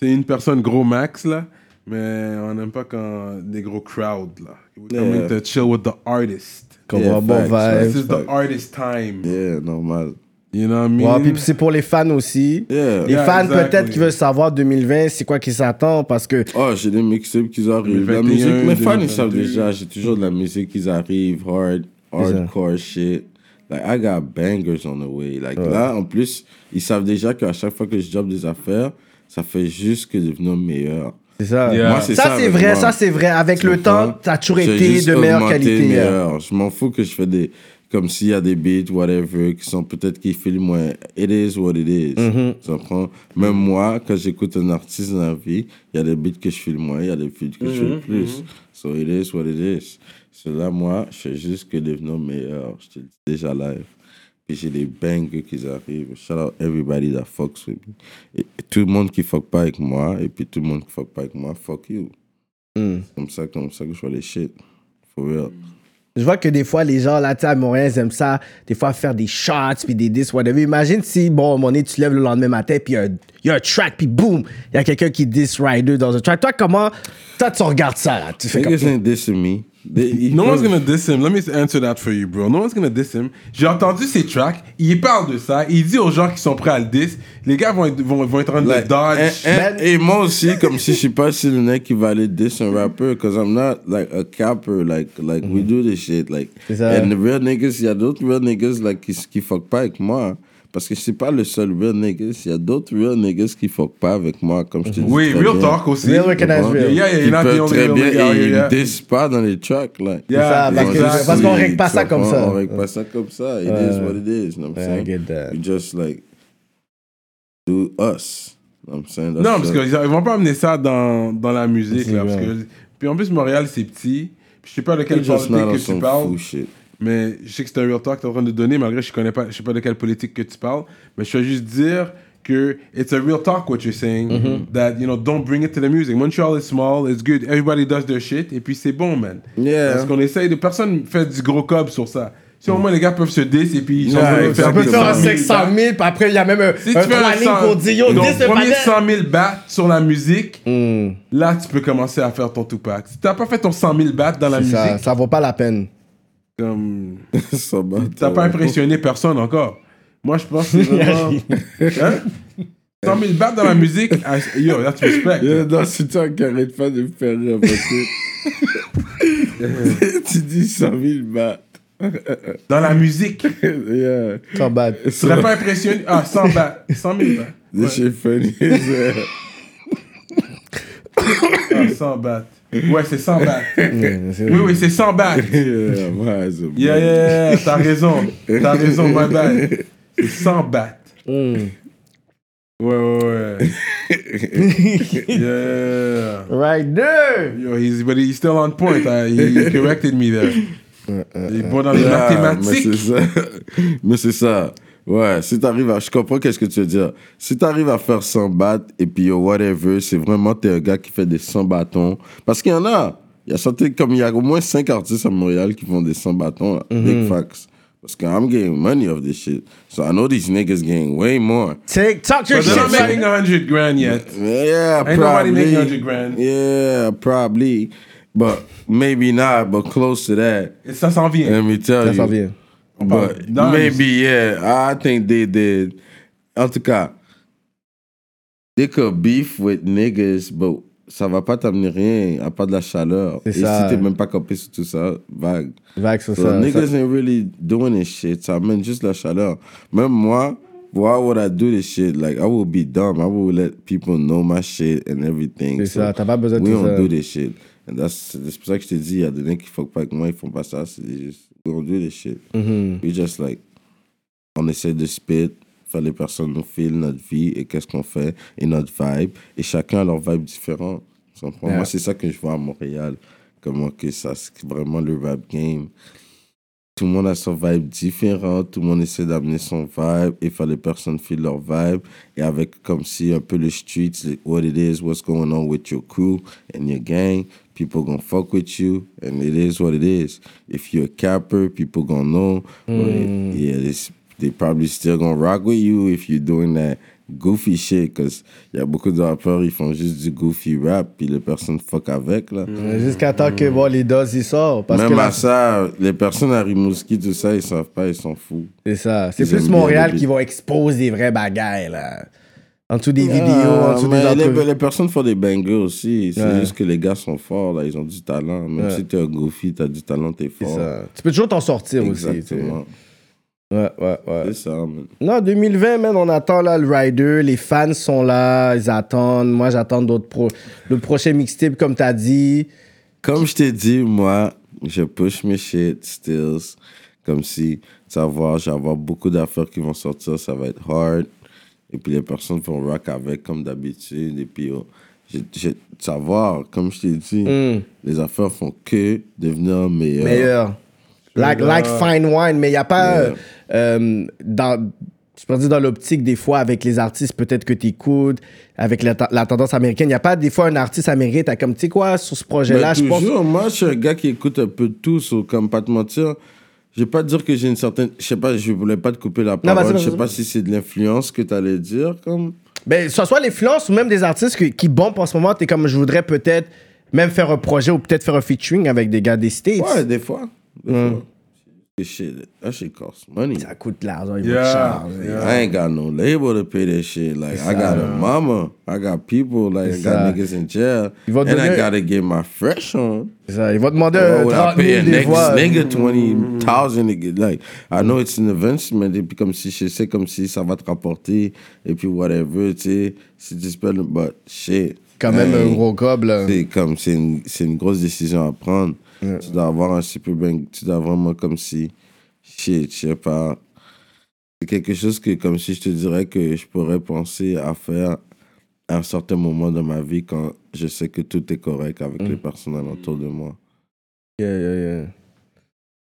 Speaker 3: c'est une personne gros max, là. Mais on n'aime pas quand des gros crowds, là. We're coming
Speaker 4: Yeah.
Speaker 3: to chill with the artist.
Speaker 6: Comme
Speaker 4: Yeah,
Speaker 6: un bon
Speaker 4: facts, facts.
Speaker 6: vibe.
Speaker 3: This is the
Speaker 4: Facts.
Speaker 3: artist time.
Speaker 4: Yeah, normal.
Speaker 3: You know what I
Speaker 6: Ouais,
Speaker 3: mean?
Speaker 6: puis c'est pour les fans aussi.
Speaker 4: Yeah.
Speaker 6: Les
Speaker 3: Yeah,
Speaker 6: fans,
Speaker 3: exactly.
Speaker 6: peut-être, qui veulent savoir 2020, c'est quoi qui s'attend parce que.
Speaker 4: Oh, j'ai des mixtapes qui arrivent. La
Speaker 3: 2021,
Speaker 4: musique, mes fans, ils
Speaker 3: 2022.
Speaker 4: savent déjà. J'ai toujours de la musique qui arrive, hard, hardcore shit. Like, I got bangers on the way. Like, là, en plus, ils savent déjà qu'à chaque fois que je job des affaires, ça fait juste que devenir meilleur.
Speaker 6: C'est ça.
Speaker 3: Yeah.
Speaker 4: Moi, c'est ça.
Speaker 6: Ça, c'est
Speaker 4: avec
Speaker 6: vrai,
Speaker 4: moi.
Speaker 6: ça, c'est vrai. Avec
Speaker 4: Tu
Speaker 6: le
Speaker 4: comprends?
Speaker 6: temps, ça a toujours
Speaker 4: J'ai
Speaker 6: été
Speaker 4: juste
Speaker 6: de meilleure
Speaker 4: augmenté,
Speaker 6: qualité. hein.
Speaker 4: meilleur. Je m'en fous que je fais des. Comme s'il y a des beats, whatever, qui sont peut-être qui filment moins. It is what it is.
Speaker 6: Mm-hmm.
Speaker 4: Tu comprends? Même moi, quand j'écoute un artiste dans la vie, il y a des beats que je filme moins, il y a des beats
Speaker 6: Mm-hmm,
Speaker 4: que je filme plus. So it is what it is. So là, moi, je fais juste que devenir meilleur. Je te le dis déjà live. Puis j'ai des bangers qui arrivent. Shout out everybody that fucks with me. Et, et tout le monde qui fuck pas avec moi, et puis tout le monde qui fuck pas avec moi, fuck you. C'est Comme ça, comme ça que je vois les shit. For real.
Speaker 6: Je vois que des fois, les gens, là, tu sais, à Montréal, ils aiment ça. Des fois, faire des shots, puis des this, whatever. Imagine si, bon, à un moment donné, tu lèves le lendemain matin, puis il y a un- il y, a un track, puis boum, il y a quelqu'un qui diss Rider dans un track. Toi, comment. Toi, tu regardes ça, là. Tu fais comme.
Speaker 4: Niggas ain't dissing me. They- he-
Speaker 3: No one's gonna diss him. Let me answer that for you, bro. No one's gonna diss him. J'ai entendu ses tracks. Il parle de ça. Il dit aux gens qui sont prêts à le diss. Les gars vont être, vont, vont être en train de
Speaker 4: Like,
Speaker 3: dodge. Ben-
Speaker 4: and- and- et moi aussi, comme si je suis pas si le mec qui va aller diss un rapper, cause I'm not like a capper, like, like we
Speaker 3: Mhm.
Speaker 4: do this shit, like.
Speaker 6: C'est ça.
Speaker 4: And the real niggas, il y a d'autres real niggas like, qui, qui fuck pas avec moi. Parce que je suis pas le seul real niggas, il y a d'autres real niggas qui fuck pas avec moi, comme je te dis.
Speaker 3: Mhm. oui,
Speaker 4: très
Speaker 3: real
Speaker 4: bien.
Speaker 3: talk aussi.
Speaker 6: Real recognized real.
Speaker 3: Yeah, yeah, you're
Speaker 4: Ils
Speaker 3: not the
Speaker 4: peuvent
Speaker 3: only
Speaker 4: très
Speaker 3: real
Speaker 4: bien
Speaker 3: nigga out
Speaker 4: et
Speaker 3: here,
Speaker 4: ils
Speaker 3: yeah.
Speaker 4: dissent pas dans les tracks, like.
Speaker 3: Yeah,
Speaker 6: ça, parce que-
Speaker 3: exactly.
Speaker 6: parce qu'on règle pas ça comme
Speaker 4: Exactement,
Speaker 6: ça.
Speaker 4: On règle pas ça comme ça. It is what it is. You know what I'm
Speaker 6: Yeah, I
Speaker 4: saying?
Speaker 6: get that.
Speaker 4: We just like do us. You know what I'm saying? That's
Speaker 3: Non, parce
Speaker 4: it.
Speaker 3: qu'ils ils vont pas amener ça dans, dans la musique. Là,
Speaker 6: C'est
Speaker 3: parce
Speaker 6: vrai.
Speaker 3: que- puis en plus, Montréal, c'est petit. Puis je sais pas de quelle
Speaker 4: We're just
Speaker 3: politique
Speaker 4: not on
Speaker 3: que tu
Speaker 4: some
Speaker 3: parles,
Speaker 4: fool shit.
Speaker 3: mais je sais que c'est un real talk que t'es en train de donner, malgré que je connais pas, je sais pas de quelle politique que tu parles, mais je veux juste dire que it's a real talk what you're saying, that, you know, don't bring it to the music. Montreal is small, it's good, everybody does their shit, et puis c'est bon, man.
Speaker 4: Yeah.
Speaker 3: Parce qu'on essaye de... Personne fait du gros cob sur ça. Si au moins les gars peuvent se diss, et puis ils sont
Speaker 4: Yeah,
Speaker 3: heureux de faire
Speaker 4: exactement.
Speaker 6: On peut
Speaker 3: des
Speaker 6: faire un
Speaker 3: 100 000
Speaker 6: 500 000, puis après, il y a même un,
Speaker 3: si
Speaker 6: un
Speaker 3: tu fais
Speaker 6: trois
Speaker 3: un
Speaker 6: lignes pour
Speaker 3: 100
Speaker 6: dire, yo,
Speaker 3: 000,
Speaker 6: diss
Speaker 3: donc
Speaker 6: le
Speaker 3: premier
Speaker 6: panel. Hmm,
Speaker 3: 100 000 bahts sur la musique,
Speaker 6: Mm.
Speaker 3: là tu peux commencer à faire ton Tupac. Si t'as pas fait ton 100 000 bahts dans la
Speaker 6: C'est
Speaker 3: musique,
Speaker 6: Ça, ça vaut pas la peine.
Speaker 3: Comme,
Speaker 4: Ça va,
Speaker 3: t'as pas impressionné personne encore. Moi, je pense que c'est vraiment. hein? 100 000 bahts dans la musique, ah, yo, that's respect.
Speaker 4: Il y a un danseur qui arrête pas de me faire rire parce que- tu dis 100 000 bahts.
Speaker 3: Dans la musique,
Speaker 4: Yeah.
Speaker 6: Sans bad.
Speaker 3: tu serais pas impressionné. Ah, 100 bahts, 100 000 bahts.
Speaker 4: This shit funny as hell.
Speaker 3: Ah, 100 bahts. Ouais, c'est 100 bahts. Oui,
Speaker 6: Oui,
Speaker 3: oui, c'est 100 bahts.
Speaker 4: Yeah, I'm high as a
Speaker 3: Yeah,
Speaker 4: bird.
Speaker 3: yeah, yeah, t'as raison. T'as raison, my bad. C'est 100 bahts.
Speaker 4: Hmm.
Speaker 3: Ouais, ouais, ouais. yeah.
Speaker 6: Right there.
Speaker 3: Yo, he's but he's still on point. I, he corrected me there.
Speaker 4: Uh,
Speaker 3: Il est bon dans les
Speaker 4: Ah,
Speaker 3: mathématiques.
Speaker 4: Mais c'est ça. Mais c'est ça. Ouais, si t'arrives à. Je comprends qu'est-ce que tu veux dire. Si t'arrives à faire 100 bahts et puis yo, whatever, c'est vraiment t'es un gars qui fait des 100 bâtons. Parce qu'il y en a. Il y a certains, comme il y a au moins 5 artistes à Montréal qui font des 100 bâtons. Là.
Speaker 3: Mm-hmm.
Speaker 4: Big facts. Parce que I'm getting money off this shit. So I know these niggas getting way more.
Speaker 5: Take, talk your
Speaker 3: But they're
Speaker 5: shit,
Speaker 3: not making
Speaker 5: son.
Speaker 3: 100 grand yet.
Speaker 4: Yeah,
Speaker 3: Ain't nobody
Speaker 4: probably.
Speaker 3: making 100 grand.
Speaker 4: Yeah, probably. But maybe not, but close to that.
Speaker 3: Et ça s'en vient.
Speaker 4: Let me tell
Speaker 6: Ça
Speaker 4: you.
Speaker 6: s'en vient.
Speaker 4: But
Speaker 3: Nice.
Speaker 4: maybe, yeah, I think they did. En tout cas, they could beef with niggas, but ça va pas t'amener rien à part de la chaleur.
Speaker 6: C'est
Speaker 4: Et
Speaker 6: ça.
Speaker 4: si t'es même pas copé sur tout ça, vague.
Speaker 6: Vague sur
Speaker 4: So
Speaker 6: ça.
Speaker 4: niggas
Speaker 6: ça-
Speaker 4: ain't really doing this shit. Ça amène juste la chaleur. Même moi, why would I do this shit? Like, I would be dumb. I would let people know my shit and everything.
Speaker 6: C'est ça, t'as pas besoin de
Speaker 4: We
Speaker 6: tout
Speaker 4: don't
Speaker 6: ça.
Speaker 4: do this shit. And that's, c'est pour ça que je te dis, il y a des niggas qui fuck pas avec moi, ils font pas ça. C'est juste, we don't do this shit.
Speaker 6: Mm-hmm.
Speaker 4: We just like, on essaie de spit, faire les personnes nous filent notre vie et qu'est-ce qu'on fait et notre vibe. Et chacun a leur vibe différent. Tu comprends? Moi, c'est ça que je vois à Montréal. Comment que ça, c'est vraiment le rap game. Tout le monde a son vibe différent, tout le monde essaie d'amener son vibe et faire les personnes filent leur vibe. Et avec comme si un peu le streets, like, what it is, what's going on with your crew and your gang. People gonna fuck with you and it is what it is. If you're a capper, people gonna know. But yeah, this, they probably still gonna rock with you if you're doing that goofy shit. Cause y a beaucoup de rappeurs, ils font juste du goofy rap puis les personnes fuck avec là.
Speaker 6: Jusqu'à temps que bon, les doses ils sortent. Parce que
Speaker 4: Même
Speaker 6: la-
Speaker 4: à ça, les personnes à Rimouski, tout ça, ils savent pas, ils s'en foutent.
Speaker 6: c'est ça. C'est
Speaker 4: Ils
Speaker 6: plus
Speaker 4: aiment bien
Speaker 6: Montréal
Speaker 4: les-
Speaker 6: qui vont exposer des vraies bagailles, là. En dessous des vidéos,
Speaker 4: Ah,
Speaker 6: en dessous des
Speaker 4: mais les,
Speaker 6: entrevues.
Speaker 4: les personnes font des bangers aussi. C'est
Speaker 6: Ouais.
Speaker 4: juste que les gars sont forts, là, ils ont du talent. Même
Speaker 6: Ouais.
Speaker 4: si t'es un goofy, t'as du talent, t'es
Speaker 6: C'est
Speaker 4: fort.
Speaker 6: ça. Tu peux toujours t'en sortir aussi. tu sais.
Speaker 4: Exactement.
Speaker 6: Ouais, ouais, ouais.
Speaker 4: C'est ça, man.
Speaker 6: Non, 2020, man, on attend là le Rider. Les fans sont là, ils attendent. Moi, j'attends d'autres pro le prochain mixtape, comme t'as dit.
Speaker 4: Comme je t'ai dit, moi, je push mes shit, stills. Comme si, savoir, j'ai avoir beaucoup d'affaires qui vont sortir, ça va être hard. Et puis les personnes vont rock avec comme d'habitude. Et puis, oh, je, je- savoir, comme je t'ai dit, les affaires font que devenir
Speaker 6: Hmm. Meilleur. Like, like fine wine, mais il n'y a pas.
Speaker 4: Yeah.
Speaker 6: euh, euh, dans, je peux dire dans l'optique, des fois, avec les artistes, peut-être que tu écoutes, avec la, ta- la tendance américaine, il n'y a pas des fois un artiste américain, t'as comme, tu sais quoi, sur ce projet-là,
Speaker 4: Ben,
Speaker 6: je pense.
Speaker 4: toujours, moi, je suis un gars qui écoute un peu de tout, so, comme pas te mentir. Je vais pas te dire que j'ai une certaine. Je sais pas, je voulais pas te couper la
Speaker 6: vas-y,
Speaker 4: parole.
Speaker 6: vas-y,
Speaker 4: Je sais
Speaker 6: vas-y.
Speaker 4: pas si c'est de l'influence que t'allais dire, comme.
Speaker 6: Ben, soit soit les freelances ou même des artistes qui, qui bombent en ce moment, t'es comme, je voudrais peut-être même faire un projet ou peut-être faire un featuring avec des gars des States.
Speaker 4: Ouais, des fois. Des fois. This Shit, that shit costs money.
Speaker 6: Ça coûte de l'argent, ils vont te
Speaker 3: Yeah,
Speaker 6: charger.
Speaker 3: yeah.
Speaker 4: I ain't got no label to pay that shit. Like, I got a mama. I got people. Like, I
Speaker 6: ça.
Speaker 4: got niggas in jail.
Speaker 6: Ils vont
Speaker 4: And
Speaker 6: te
Speaker 4: I
Speaker 6: donner-
Speaker 4: gotta get my fresh on.
Speaker 6: Ça, ils vont demander
Speaker 4: Why
Speaker 6: euh,
Speaker 4: would I
Speaker 6: 30
Speaker 4: pay
Speaker 6: 000
Speaker 4: a
Speaker 6: des
Speaker 4: Oh, next
Speaker 6: fois.
Speaker 4: nigga
Speaker 6: Mm-hmm.
Speaker 4: 20,000 to get like I know it's an investment et puis comme si je sais comme si ça va te rapporter et puis whatever tu sais si tu spends but shit
Speaker 6: Quand même
Speaker 4: Hey,
Speaker 6: un gros cob, là.
Speaker 4: c'est comme c'est une c'est une grosse décision à prendre tu dois avoir un super bang tu dois vraiment comme si shit je sais pas c'est quelque chose que comme si je te dirais que je pourrais penser à faire à un certain moment de ma vie quand je sais que tout est correct avec
Speaker 3: Mm.
Speaker 4: les personnes alentour de moi
Speaker 6: Yeah, yeah, yeah.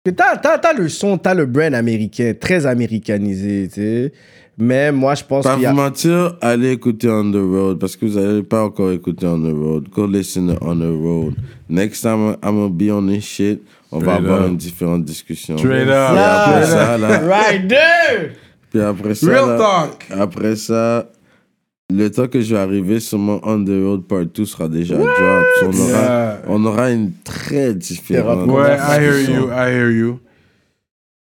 Speaker 6: Mais T'as, t'as- t'as le son, t'as le brand américain, très américanisé, tu sais. Mais moi, je pense
Speaker 4: Pas
Speaker 6: qu'il y
Speaker 4: vous
Speaker 6: a...
Speaker 4: mentir, allez écouter On The Road parce que vous n'avez pas encore écouté On The Road. Go listen to On The Road. Next time I'm gonna be on this shit, on va
Speaker 3: Straight
Speaker 4: avoir
Speaker 3: up.
Speaker 4: une différente discussion.
Speaker 3: Straight
Speaker 4: Puis
Speaker 3: up.
Speaker 4: après
Speaker 3: Straight up.
Speaker 4: ça, là,
Speaker 6: Right there!
Speaker 4: puis après ça,
Speaker 3: Real
Speaker 4: là,
Speaker 3: talk.
Speaker 4: après ça, le temps que je vais arriver, sûrement On The Road Part 2 sera déjà drop. So, on, aura,
Speaker 3: Yeah.
Speaker 4: on aura une très différente
Speaker 3: Ouais, I hear you, I hear you.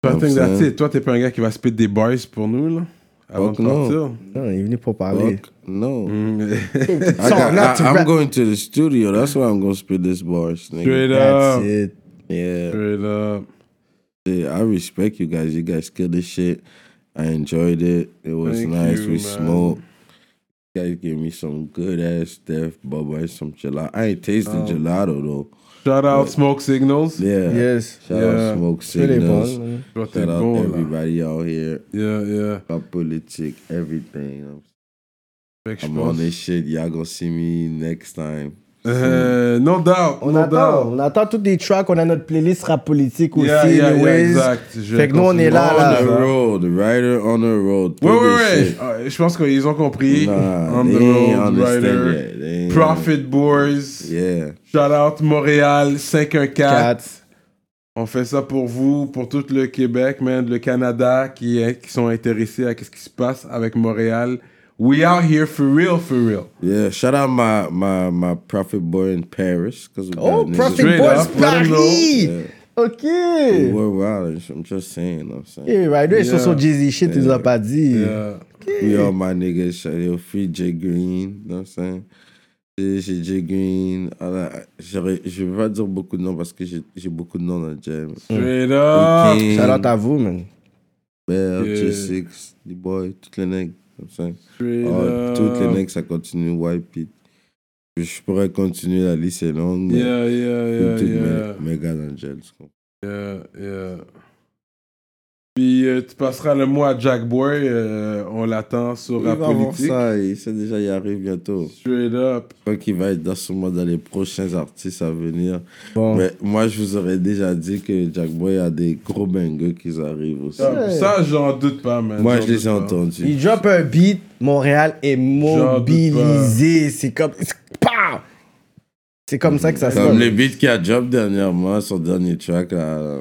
Speaker 3: So I think
Speaker 4: Comme ça.
Speaker 3: that's it. Toi, t'es pas un gars qui va spit des bars pour nous, là, avant
Speaker 4: Fuck
Speaker 3: de partir.
Speaker 6: Non, il est venu pour parler.
Speaker 4: Fuck, no.
Speaker 3: Mm.
Speaker 4: I
Speaker 5: So, not
Speaker 4: got,
Speaker 5: to
Speaker 4: I, I'm
Speaker 5: rap.
Speaker 4: going to the studio. That's why I'm going to spit this bars, nigga.
Speaker 3: Straight up.
Speaker 6: That's it.
Speaker 4: Yeah.
Speaker 3: Straight up.
Speaker 4: Yeah, I respect you guys. You guys killed this shit. I enjoyed it. It was
Speaker 3: Thank
Speaker 4: nice.
Speaker 3: you,
Speaker 4: we
Speaker 3: man.
Speaker 4: smoked. You guys gave me some good ass stuff, bubba, and some gelato. I ain't tasted gelato though.
Speaker 3: Shout out Smoke Signals.
Speaker 4: Yeah.
Speaker 6: Yes.
Speaker 4: Shout
Speaker 3: Oh. Yeah.
Speaker 4: out Smoke
Speaker 6: Il est bon.
Speaker 4: Signals.
Speaker 6: man.
Speaker 3: Toi, t'es
Speaker 4: Shout out
Speaker 3: bon, là.
Speaker 4: everybody out here.
Speaker 3: Yeah, yeah.
Speaker 4: Pop politic, everything.
Speaker 3: Fait que je
Speaker 4: I'm, I'm
Speaker 3: pense-
Speaker 4: on this shit. Y'all gonna see me next time.
Speaker 3: Euh, no doubt,
Speaker 6: On
Speaker 3: no
Speaker 6: attend,
Speaker 3: doubt.
Speaker 6: on attend tous des tracks, on a notre playlist rap politique aussi,
Speaker 3: ben. Yeah, yeah, yeah,
Speaker 6: anyways.
Speaker 3: exact. Je
Speaker 6: Fait que nous, on est
Speaker 3: continue.
Speaker 6: là, là.
Speaker 4: On the road, rider on the road.
Speaker 3: Ouais,
Speaker 4: Through
Speaker 3: ouais,
Speaker 4: this
Speaker 3: ouais.
Speaker 4: shit.
Speaker 3: Ah, Je pense qu'ils ont compris.
Speaker 4: Nah,
Speaker 3: on the
Speaker 4: they ain't
Speaker 3: road,
Speaker 4: understand
Speaker 3: rider.
Speaker 4: yet. They ain't-
Speaker 3: Profit Boys.
Speaker 4: Yeah.
Speaker 3: Shout out Montréal 514.
Speaker 6: Quatre.
Speaker 3: On fait ça pour vous, pour tout le Québec, man, le Canada qui, est- qui sont intéressés à quest ce qui se passe avec Montréal. We are here for real, for real.
Speaker 4: Yeah, shout out my my my prophet boy in Paris because
Speaker 6: Oh, Profit
Speaker 3: Straight
Speaker 6: Boys
Speaker 3: up, let 'em know.
Speaker 6: Paris! OK!
Speaker 4: We're wild. I'm just saying. you know what I'm saying.
Speaker 6: Hey, Ryder, ils sont
Speaker 3: Yeah.
Speaker 6: sur Jay-Z shit, ils nous ont pas dit.
Speaker 3: Yeah.
Speaker 4: We all my niggas. Shout out free J Green. You know what I'm saying. J'ai j'ai J Green. all that. J'aurais- Je vais pas dire beaucoup de noms parce que j'ai j'ai beaucoup de noms dans le jam.
Speaker 3: Straight up.
Speaker 4: King,
Speaker 6: Shout out à vous, man.
Speaker 4: Bell,
Speaker 3: Yeah.
Speaker 4: J6, The Boy, toutes les nègres. you know what I'm saying.
Speaker 3: Straight
Speaker 4: Ah,
Speaker 3: up.
Speaker 4: toutes les nègres, ça continue. White Pit. Je pourrais continuer, la liste est longue. mais
Speaker 3: Yeah, yeah, yeah,
Speaker 4: toutes
Speaker 3: yeah.
Speaker 4: mes, mes gars dans le jam, tu comprends?
Speaker 3: Yeah, yeah. Puis euh, tu passeras le mois à Jack Boy. euh, on l'attend sur
Speaker 4: Il
Speaker 3: la
Speaker 4: va avoir
Speaker 3: politique.
Speaker 4: ça, il sait déjà, il arrive bientôt.
Speaker 3: Straight up.
Speaker 4: Je crois qu'il va être dans ce mois dans les prochains artistes à venir.
Speaker 6: Bon.
Speaker 4: Mais moi, je vous aurais déjà dit que Jack Boy a des gros bangers qui arrivent aussi.
Speaker 3: Ça, ça, j'en doute pas, man.
Speaker 4: Moi,
Speaker 3: J'en
Speaker 4: je les ai
Speaker 3: doute pas.
Speaker 4: entendus.
Speaker 6: Il drop un beat, Montréal est
Speaker 3: doute
Speaker 6: mobilisé. C'est comme. Pow! C'est comme ça que ça se
Speaker 4: Comme
Speaker 6: passe.
Speaker 4: le beat qu'il a drop dernièrement, son dernier track, là,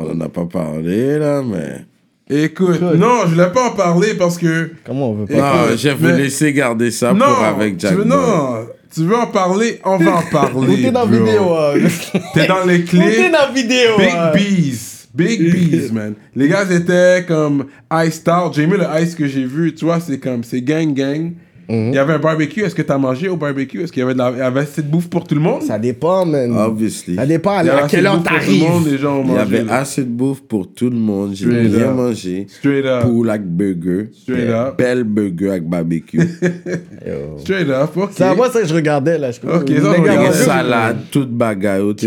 Speaker 4: on en a pas parlé, là, mais...
Speaker 3: Écoute, non, je voulais pas en parler parce que.
Speaker 6: Comment on veut pas?
Speaker 4: Non, je vais vous
Speaker 3: mais-
Speaker 4: laisser garder ça
Speaker 3: non,
Speaker 4: pour avec Jack
Speaker 3: tu veux,
Speaker 4: Boy.
Speaker 3: non, tu veux en parler, on va en parler.
Speaker 6: Écoutez dans la
Speaker 3: bro.
Speaker 6: vidéo. hein.
Speaker 3: T'es dans les
Speaker 6: Écoutez
Speaker 3: clips.
Speaker 6: dans la vidéo.
Speaker 3: Big
Speaker 6: hein.
Speaker 3: Bees. Big Bees, man. Les gars étaient comme Ice Star. J'ai aimé le Ice que j'ai vu. Tu vois, c'est comme, c'est gang gang.
Speaker 4: Mhm.
Speaker 3: Il y avait un barbecue. Est-ce que t'as mangé au barbecue? Est-ce qu'il y avait, de la... il y avait assez de bouffe pour tout le monde?
Speaker 6: Ça dépend,
Speaker 3: Ah
Speaker 6: man.
Speaker 4: Obviously.
Speaker 6: Ça dépend à
Speaker 3: Il y avait
Speaker 6: la- à
Speaker 3: assez
Speaker 6: quelle
Speaker 3: de
Speaker 6: heure
Speaker 3: bouffe pour tout le monde,
Speaker 6: t'arrives.
Speaker 3: les gens ont
Speaker 4: Il y
Speaker 3: mangé.
Speaker 4: avait
Speaker 3: là.
Speaker 4: assez de bouffe pour tout le monde. J'ai
Speaker 3: Straight
Speaker 4: bien
Speaker 3: up.
Speaker 4: mangé.
Speaker 3: Straight up.
Speaker 4: Pour avec burger.
Speaker 3: Straight up.
Speaker 4: Belle burger avec barbecue.
Speaker 3: Straight up, ok.
Speaker 6: C'est à moi ça que je regardais, là. Je
Speaker 3: Ok,
Speaker 6: Les
Speaker 3: ça, on
Speaker 6: gars,
Speaker 3: regarde
Speaker 4: Et
Speaker 6: moi,
Speaker 3: ça.
Speaker 6: je-
Speaker 4: salade, toute bagaille. Il
Speaker 3: ok.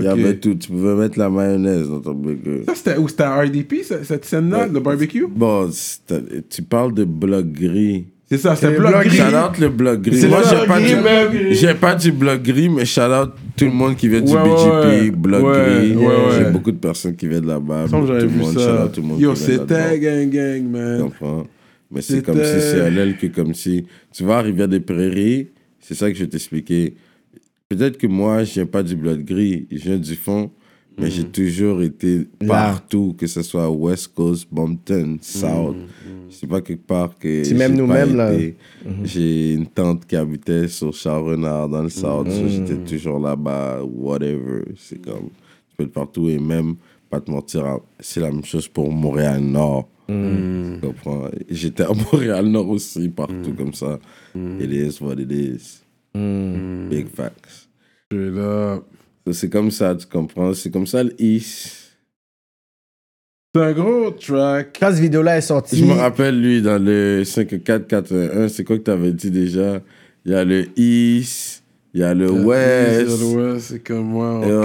Speaker 4: y avait tout. Tu pouvais mettre la mayonnaise dans ton burger.
Speaker 3: Ça, c'était où? C'était à RDP, ce- cette scène-là, le barbecue?
Speaker 4: Bon, c'est- tu parles de bloc gris.
Speaker 3: C'est ça, c'était bloc
Speaker 6: bloc
Speaker 3: gris.
Speaker 4: Shout out le bloc gris.
Speaker 3: C'est
Speaker 4: Moi,
Speaker 3: le
Speaker 4: j'ai
Speaker 3: bloc
Speaker 4: pas,
Speaker 3: gris,
Speaker 4: du- j'ai pas du bloc gris, mais shout out tout le monde qui vient du
Speaker 3: Ouais, ouais, ouais.
Speaker 4: BGP, bloc
Speaker 3: Ouais,
Speaker 4: gris.
Speaker 3: ouais,
Speaker 4: J'ai
Speaker 3: ouais.
Speaker 4: beaucoup de personnes qui viennent de là-bas.
Speaker 3: Il me semble que
Speaker 4: Tout
Speaker 3: j'avais
Speaker 4: le
Speaker 3: vu
Speaker 4: monde, shout
Speaker 3: ça.
Speaker 4: out tout le monde
Speaker 3: Yo,
Speaker 4: qui vient
Speaker 3: c'était
Speaker 4: là-dedans.
Speaker 3: gang gang, man.
Speaker 4: comprends? Mais c'est
Speaker 3: C'était-
Speaker 4: comme si c'est à l'aile que comme si. Tu vas arriver à des prairies, c'est ça que je vais t'expliquer. Peut-être que moi, je viens pas du blood gris, je viens du fond, mais
Speaker 6: Mm.
Speaker 4: j'ai toujours été partout, que ce soit West Coast,
Speaker 6: Mm.
Speaker 4: Brompton, South. C'est pas quelque part que. euh,
Speaker 6: C'est même
Speaker 4: j'ai pas
Speaker 6: Mm. nous-mêmes, là. Mm-hmm.
Speaker 4: été. J'ai une tante qui habitait sur Charles-Renard dans le
Speaker 6: Mm.
Speaker 4: South, so j'étais toujours là-bas, whatever. C'est comme. Tu peux être partout et même, pas te mentir, hein, c'est la même chose pour Montréal-Nord.
Speaker 3: Mm.
Speaker 4: Tu comprends? J'étais à Montréal Nord aussi, partout
Speaker 3: Mm.
Speaker 4: comme ça. It is what it is.
Speaker 6: Mm.
Speaker 4: Big facts.
Speaker 3: Mm. Straight up.
Speaker 4: So, C'est comme ça, tu comprends? C'est comme ça le East.
Speaker 3: C'est un gros track.
Speaker 6: Quand cette vidéo-là est
Speaker 4: Je
Speaker 3: Mm.
Speaker 6: sortie,
Speaker 4: me rappelle, lui, dans le 5441, c'est quoi que t'avais dit déjà? Il y a le East, il y a le West.
Speaker 3: Ouais, c'est comme moi, on connect.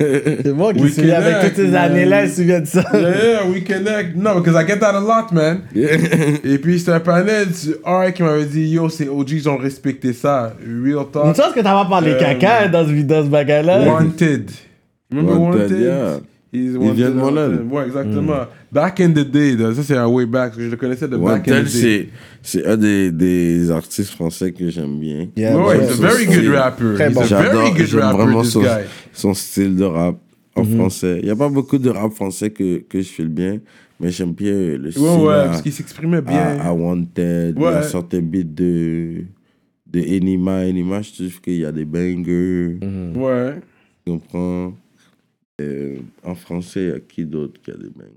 Speaker 4: Ouais.
Speaker 6: c'est moi qui me
Speaker 3: We
Speaker 6: souviens avec
Speaker 3: connect,
Speaker 6: toutes ces
Speaker 3: man.
Speaker 6: années-là, je me souviens de ça.
Speaker 3: Yeah, yeah, we connect. No, because I get that a lot, man. Et puis, c'est un panel du R qui m'avait dit, yo, c'est OG, ils ont respecté ça. Real
Speaker 6: Une
Speaker 3: talk.
Speaker 6: chance que t'as pas parlé
Speaker 3: Euh,
Speaker 6: caca dans ce, dans ce bagage-là.
Speaker 3: Wanted. Remember Wanted?
Speaker 4: Wanted, yeah.
Speaker 3: He's
Speaker 4: Il vient
Speaker 3: wanted,
Speaker 4: de Montréal. Mm.
Speaker 3: wanted. Ouais, exactement. Back in the day, là. ça c'est un way back. Je le connaissais de back in
Speaker 4: Wantel,
Speaker 3: the day.
Speaker 4: c'est c'est un des, des artistes français que j'aime bien.
Speaker 6: Yeah,
Speaker 3: Ouais,
Speaker 6: ouais,
Speaker 3: he's a
Speaker 4: c'est-
Speaker 3: very
Speaker 4: c'est-
Speaker 3: good rapper.
Speaker 6: Très
Speaker 3: He's
Speaker 6: bon.
Speaker 3: a very
Speaker 4: J'adore,
Speaker 3: good
Speaker 4: j'aime
Speaker 3: rapper,
Speaker 4: vraiment
Speaker 3: this
Speaker 4: son,
Speaker 3: guy.
Speaker 4: son style de rap en
Speaker 3: Mhm.
Speaker 4: français. Il n'y a pas beaucoup de rap français que, que je fais le bien, mais j'aime bien le style
Speaker 3: Ouais, ouais,
Speaker 4: à-
Speaker 3: parce qu'il s'exprimait bien.
Speaker 4: à, à Wanted,
Speaker 3: Ouais.
Speaker 4: la sorte de beat de, de Enima. Enima, je
Speaker 3: Mhm.
Speaker 4: ah. trouve qu'il y a des bangers,
Speaker 3: Ouais.
Speaker 4: tu comprends? Euh, en en français, il y a qui d'autre qui a des bangs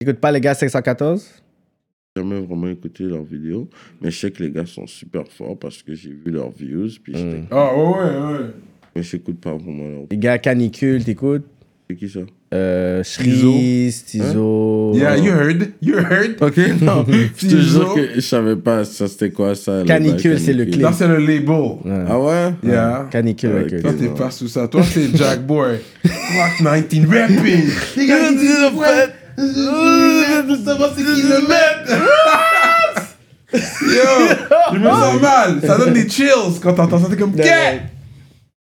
Speaker 6: T'écoutes pas les gars 514
Speaker 4: J'ai jamais vraiment écouté leurs vidéos, mais je sais que les gars sont super forts parce que j'ai vu leurs views, puis j'étais-
Speaker 3: Ah, ouais, ouais.
Speaker 4: mais j'écoute pas vraiment leurs.
Speaker 6: Les gars Canicule, t'écoutes
Speaker 4: C'est qui ça
Speaker 6: euh, Shreeze, Tizo.
Speaker 3: Yeah, you heard. You heard.
Speaker 4: Ok, non, je te jure
Speaker 3: Ciseaux.
Speaker 4: que je savais pas ça c'était quoi ça. les
Speaker 6: Canicule,
Speaker 4: bails
Speaker 6: c'est le
Speaker 4: canicules.
Speaker 3: Là, c'est le label.
Speaker 4: Ah ouais
Speaker 3: Yeah.
Speaker 6: Canicule,
Speaker 4: Ouais,
Speaker 6: ok, ok.
Speaker 3: Toi, t'es pas sous ça. Toi, c'est Jack Boy. Clock 19 rapping. Les gars, ils disent, ouais, je sais pas c'est qui le maître. Yo, je me
Speaker 4: Ah.
Speaker 3: sens mal. Ça donne des chills quand t'entends ça. T'es comme, yeah.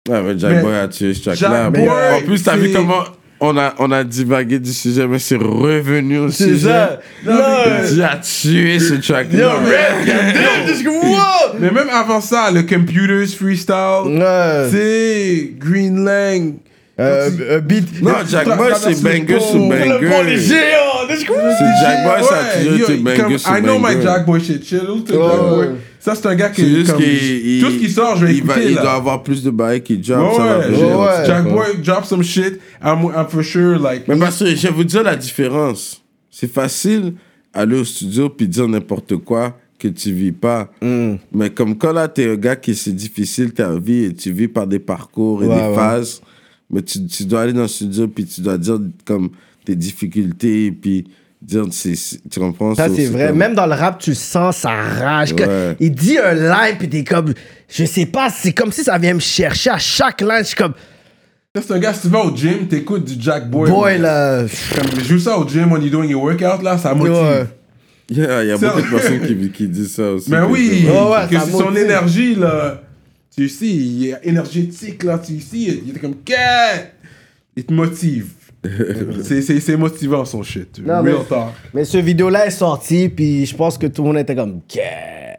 Speaker 4: Ouais, mais Jack
Speaker 3: Mais-
Speaker 4: Boy a tué ce
Speaker 3: Jack
Speaker 4: track-là.
Speaker 3: Boy,
Speaker 4: En plus, t'as vu
Speaker 3: c'est-
Speaker 4: comment on a, on a divagué du sujet, mais c'est revenu au
Speaker 6: C'est
Speaker 4: sujet.
Speaker 6: ça. Là,
Speaker 4: Tu as tué ce
Speaker 6: Yo,
Speaker 4: track-là.
Speaker 6: rap, goddamn, just go, wow!
Speaker 3: Mais même avant ça, le Computers Freestyle,
Speaker 6: Ouais.
Speaker 3: c'est Green Lang.
Speaker 6: Euh, un beat.
Speaker 4: Non, Jack Boy, c'est banger sous
Speaker 6: Le bon
Speaker 4: banger.
Speaker 6: les
Speaker 4: C'est
Speaker 6: géants, let's go.
Speaker 4: Jack Boy, ça a
Speaker 3: yo,
Speaker 4: toujours été
Speaker 3: il-
Speaker 4: banger
Speaker 3: comme,
Speaker 4: sous banger.
Speaker 3: I know my Jack Boy shit. Chill, out to Jack Boy. Ça, c'est un gars
Speaker 4: C'est
Speaker 3: qui.
Speaker 4: juste
Speaker 3: comme-
Speaker 4: qu'il.
Speaker 3: Tout ce qui sort, je vais
Speaker 4: il va-
Speaker 3: écouter.
Speaker 4: Il
Speaker 3: là.
Speaker 4: doit avoir plus de bails qui
Speaker 3: Ouais,
Speaker 4: drop. ça va
Speaker 3: ouais.
Speaker 4: bouger,
Speaker 3: Ouais,
Speaker 4: on sait
Speaker 3: Jack
Speaker 4: pas.
Speaker 3: Boy drop some shit. I'm, I'm for sure like.
Speaker 4: Mais parce que je vais vous dire la différence. C'est facile aller au studio puis dire n'importe quoi que tu vis pas. Mais comme quand là, t'es un gars qui c'est difficile ta vie et tu vis par des parcours et des phases, mais tu, tu dois aller dans le studio puis tu dois dire comme tes difficultés et puis dire c'est- c'est- tu comprends
Speaker 5: Ça, c'est vrai.
Speaker 4: comme-
Speaker 5: Même dans le rap, tu sens sa rage. que-
Speaker 4: Ouais.
Speaker 5: il dit un line, puis t'es comme... Je sais pas, c'est comme si ça vient me chercher à chaque line. Je suis comme...
Speaker 3: Ça, C'est un gars, si tu vas au gym, t'écoutes du Jack Boy.
Speaker 5: Boy, là...
Speaker 3: Comme, je joue ça au gym when you're doing your workout, là, ça motive.
Speaker 5: Ouais.
Speaker 4: Il y a- il y a
Speaker 3: Ça-
Speaker 4: beaucoup de personnes qui, qui disent ça aussi.
Speaker 3: Mais
Speaker 4: que
Speaker 3: oui,
Speaker 4: c'est vrai.
Speaker 5: ouais,
Speaker 3: que
Speaker 5: ça
Speaker 3: c'est son
Speaker 5: motive.
Speaker 3: énergie, là. Tu sais, il est énergétique, là. Tu sais, il était comme, qu'est Il te motive. c'est, c'est, c'est motivant, son shit.
Speaker 6: Non,
Speaker 3: Real
Speaker 6: mais-
Speaker 3: talk.
Speaker 6: Mais ce vidéo-là est sorti, puis je pense que tout le monde était comme. Yeah.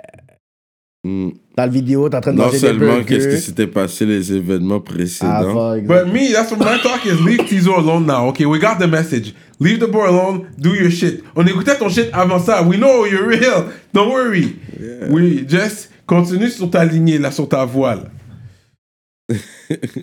Speaker 4: Mm.
Speaker 6: Dans la vidéo, t'es en train de
Speaker 4: Non
Speaker 6: manger des
Speaker 4: seulement
Speaker 6: burgers. Ah,
Speaker 4: qu'est-ce qui s'était passé les événements
Speaker 5: Ah,
Speaker 4: précédents.
Speaker 6: Avant, exact.
Speaker 3: But me, that's what my talk is. Leave Tizo alone now. Okay, we got the message. Leave the boy alone. Do your shit. On écoutait ton shit avant ça. We know you're real. Don't worry. Oui, just continue sur ta lignée, là, sur ta voile. Parce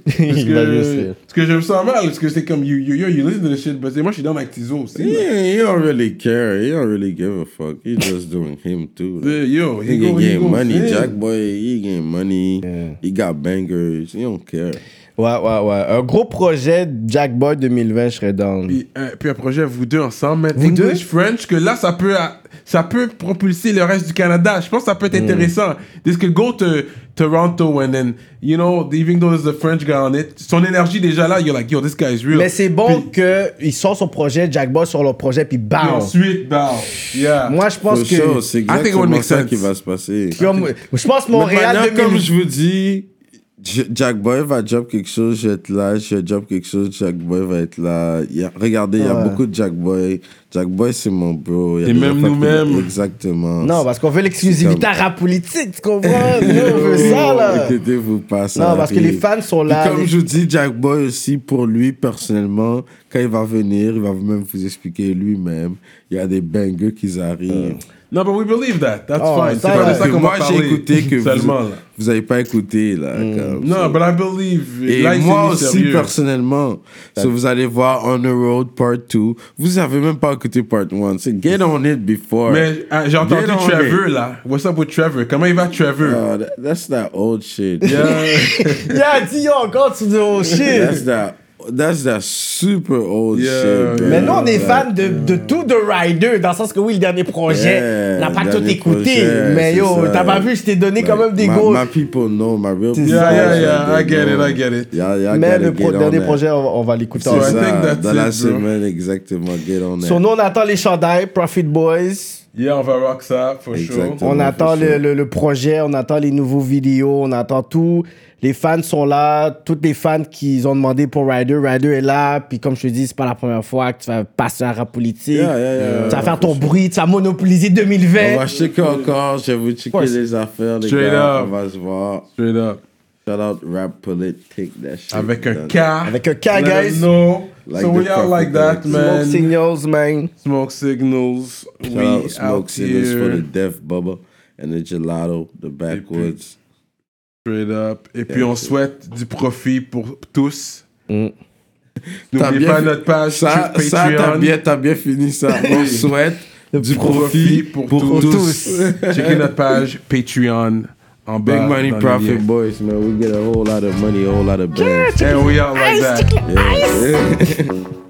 Speaker 6: Il va juste
Speaker 3: que,
Speaker 6: rire.
Speaker 3: parce que je me sens mal. Parce que c'est comme, you, you, you, you listen to this shit. But c'est- moi, je suis dans avec Tizo aussi. là.
Speaker 4: Yeah, he don't really care. He don't really give a fuck. He just doing him too.
Speaker 3: Yeah, Yo,
Speaker 4: He
Speaker 3: he
Speaker 4: can
Speaker 3: go, he
Speaker 4: get
Speaker 3: go
Speaker 4: money,
Speaker 3: thin.
Speaker 4: Jack boy. He get money. He got bangers. He don't care.
Speaker 6: Ouais, ouais, ouais. Un gros projet Jack Boy 2020, je serais down.
Speaker 3: Puis, un- puis un projet, vous deux ensemble, man.
Speaker 6: Vous
Speaker 3: English, French, que là, ça peut, ah, ça peut propulser le reste du Canada. Je pense que ça peut
Speaker 4: Hmm.
Speaker 3: être intéressant. This could go to Toronto and then, you know, even though there's a French guy on it, son énergie déjà là, you're like, yo, this guy is real.
Speaker 6: Mais c'est bon qu'ils sortent son projet, Jack Boy sur leur projet, puis
Speaker 3: Puis
Speaker 6: bam.
Speaker 3: ensuite, bah, yeah.
Speaker 6: Moi, je pense
Speaker 4: For
Speaker 6: que.
Speaker 4: sure, c'est
Speaker 3: think it would
Speaker 4: exactement
Speaker 3: make
Speaker 4: ça
Speaker 3: sense.
Speaker 4: qui va se passer.
Speaker 6: Comme- je pense que
Speaker 4: Mais
Speaker 6: Montréal
Speaker 4: maintenant,
Speaker 6: 2000
Speaker 4: comme je vous dis, J- Jack Boy va job quelque chose, je vais être là, je vais job quelque chose, Jack Boy va être là. Il y a- regardez, il y a
Speaker 6: Ouais.
Speaker 4: beaucoup de Jack Boy. Jack Boy, c'est mon bro. Il y a
Speaker 3: Et
Speaker 4: des
Speaker 3: même
Speaker 4: affaires qui-
Speaker 3: nous-mêmes.
Speaker 4: Exactement.
Speaker 6: Non, parce qu'on veut
Speaker 4: C'est
Speaker 6: l'exclusivité
Speaker 4: comme-
Speaker 6: à rap politique, tu comprends? Nous, on veut ça, là.
Speaker 4: Inquiétez-vous pas, ça
Speaker 6: Non, parce que les
Speaker 4: arrive.
Speaker 6: fans sont
Speaker 4: Oh, Puis
Speaker 6: là.
Speaker 4: comme
Speaker 6: les-
Speaker 4: je vous dis, Jack Boy aussi, pour lui, personnellement, quand il va venir, il va même vous expliquer lui-même. Il y a des bangers qui arrivent.
Speaker 3: Non, but we believe that. That's
Speaker 6: Oh,
Speaker 3: fine.
Speaker 6: ça,
Speaker 3: C'est pas de
Speaker 6: ouais.
Speaker 3: ça
Speaker 4: que
Speaker 3: qu'on
Speaker 4: moi,
Speaker 3: va
Speaker 4: j'ai
Speaker 3: parler.
Speaker 4: écouté que
Speaker 3: Seulement,
Speaker 4: vous,
Speaker 3: là.
Speaker 4: vous avez pas écouté, là.
Speaker 6: Mm.
Speaker 4: comme ça.
Speaker 3: Non, but I believe.
Speaker 4: Et
Speaker 3: là, il s'est
Speaker 4: moi
Speaker 3: mis
Speaker 4: aussi,
Speaker 3: sérieux.
Speaker 4: personnellement, si vous allez voir On the Road Part 2, vous avez même pas écouté Part 1. C'est Get On It Before.
Speaker 3: Mais euh, j'ai entendu
Speaker 4: Get on
Speaker 3: Trevor, là. What's up with Trevor? Comment il va, Trevor?
Speaker 4: Oh, that- that's that old shit.
Speaker 3: Yeah.
Speaker 6: Il a dit yo, encore, tu dis oh shit.
Speaker 4: That's that, that's that super old
Speaker 3: Yeah.
Speaker 4: shit. bro.
Speaker 6: Mais nous, on est
Speaker 4: Like,
Speaker 6: fans de, de tout The Rider, dans le sens que oui, le dernier projet,
Speaker 4: Yeah,
Speaker 6: on n'a pas
Speaker 4: le
Speaker 6: tout
Speaker 4: dernier
Speaker 6: écouté.
Speaker 4: projet,
Speaker 6: mais
Speaker 4: c'est
Speaker 6: yo,
Speaker 4: ça.
Speaker 6: t'as pas vu, je t'ai donné quand
Speaker 4: Like,
Speaker 6: même des
Speaker 4: my-
Speaker 6: gros.
Speaker 4: My people know, my real people.
Speaker 3: Yeah, yeah,
Speaker 4: know,
Speaker 3: yeah,
Speaker 4: they
Speaker 3: I get it,
Speaker 4: know.
Speaker 3: I get it.
Speaker 4: Y'all- y'all
Speaker 6: mais
Speaker 4: gotta
Speaker 6: le
Speaker 4: get
Speaker 6: pro-
Speaker 4: on
Speaker 6: dernier
Speaker 4: that.
Speaker 6: projet, on, on va l'écouter
Speaker 4: C'est
Speaker 3: So I
Speaker 6: ensemble.
Speaker 3: think
Speaker 4: ça,
Speaker 3: that's
Speaker 4: dans
Speaker 3: it,
Speaker 4: la
Speaker 3: bro.
Speaker 4: semaine, exactement, get on
Speaker 6: So,
Speaker 4: that.
Speaker 6: nous, on attend les chandails, Profit Boys.
Speaker 3: Yeah, on va rock ça, for sure.
Speaker 4: Exactement.
Speaker 6: On
Speaker 4: Ouais,
Speaker 6: attend
Speaker 4: c'est
Speaker 6: le,
Speaker 4: ça.
Speaker 6: le- le projet, on attend les nouveaux vidéos, on attend tout. Les fans sont là, toutes les fans qu'ils ont demandé pour Ryder, Ryder est là. Puis comme je te dis, c'est pas la première fois que tu vas passer à rap politique.
Speaker 4: Yeah, yeah, yeah.
Speaker 6: tu vas faire ton bruit, tu vas monopoliser 2020.
Speaker 4: On va checker encore, je vais vous checker
Speaker 6: Ouais,
Speaker 4: les affaires, les
Speaker 3: Straight
Speaker 4: gars.
Speaker 3: up.
Speaker 4: On va se voir.
Speaker 3: Straight up.
Speaker 4: Shout out Rap Politic, that shit.
Speaker 3: Avec un
Speaker 4: Done.
Speaker 3: K.
Speaker 6: Avec un K,
Speaker 3: Let
Speaker 6: guys.
Speaker 3: them know.
Speaker 4: Like
Speaker 3: so
Speaker 4: the
Speaker 3: we out like that,
Speaker 4: prophet.
Speaker 3: man.
Speaker 6: Smoke signals, man.
Speaker 3: Smoke signals.
Speaker 4: Shout
Speaker 3: we
Speaker 4: out Smoke
Speaker 3: out
Speaker 4: Sinners
Speaker 3: here.
Speaker 4: for the Deaf Bubba and the Gelato, the Backwoods.
Speaker 3: Straight up. Et puis on souhaite du profit pour tous.
Speaker 4: Mm. T'as
Speaker 3: N'oubliez
Speaker 4: bien
Speaker 3: pas
Speaker 4: fi-
Speaker 3: notre page
Speaker 4: Ça,
Speaker 3: Patreon.
Speaker 4: ça t'as bien, t'as bien fini ça. On souhaite du profit pour, tous.
Speaker 3: Checkez notre page Patreon en bas.
Speaker 4: Big money
Speaker 3: dans le
Speaker 4: profit
Speaker 3: lien.
Speaker 4: boys, man. We get a whole lot of money, a whole lot of bands.
Speaker 3: And we are like that.
Speaker 4: Yeah.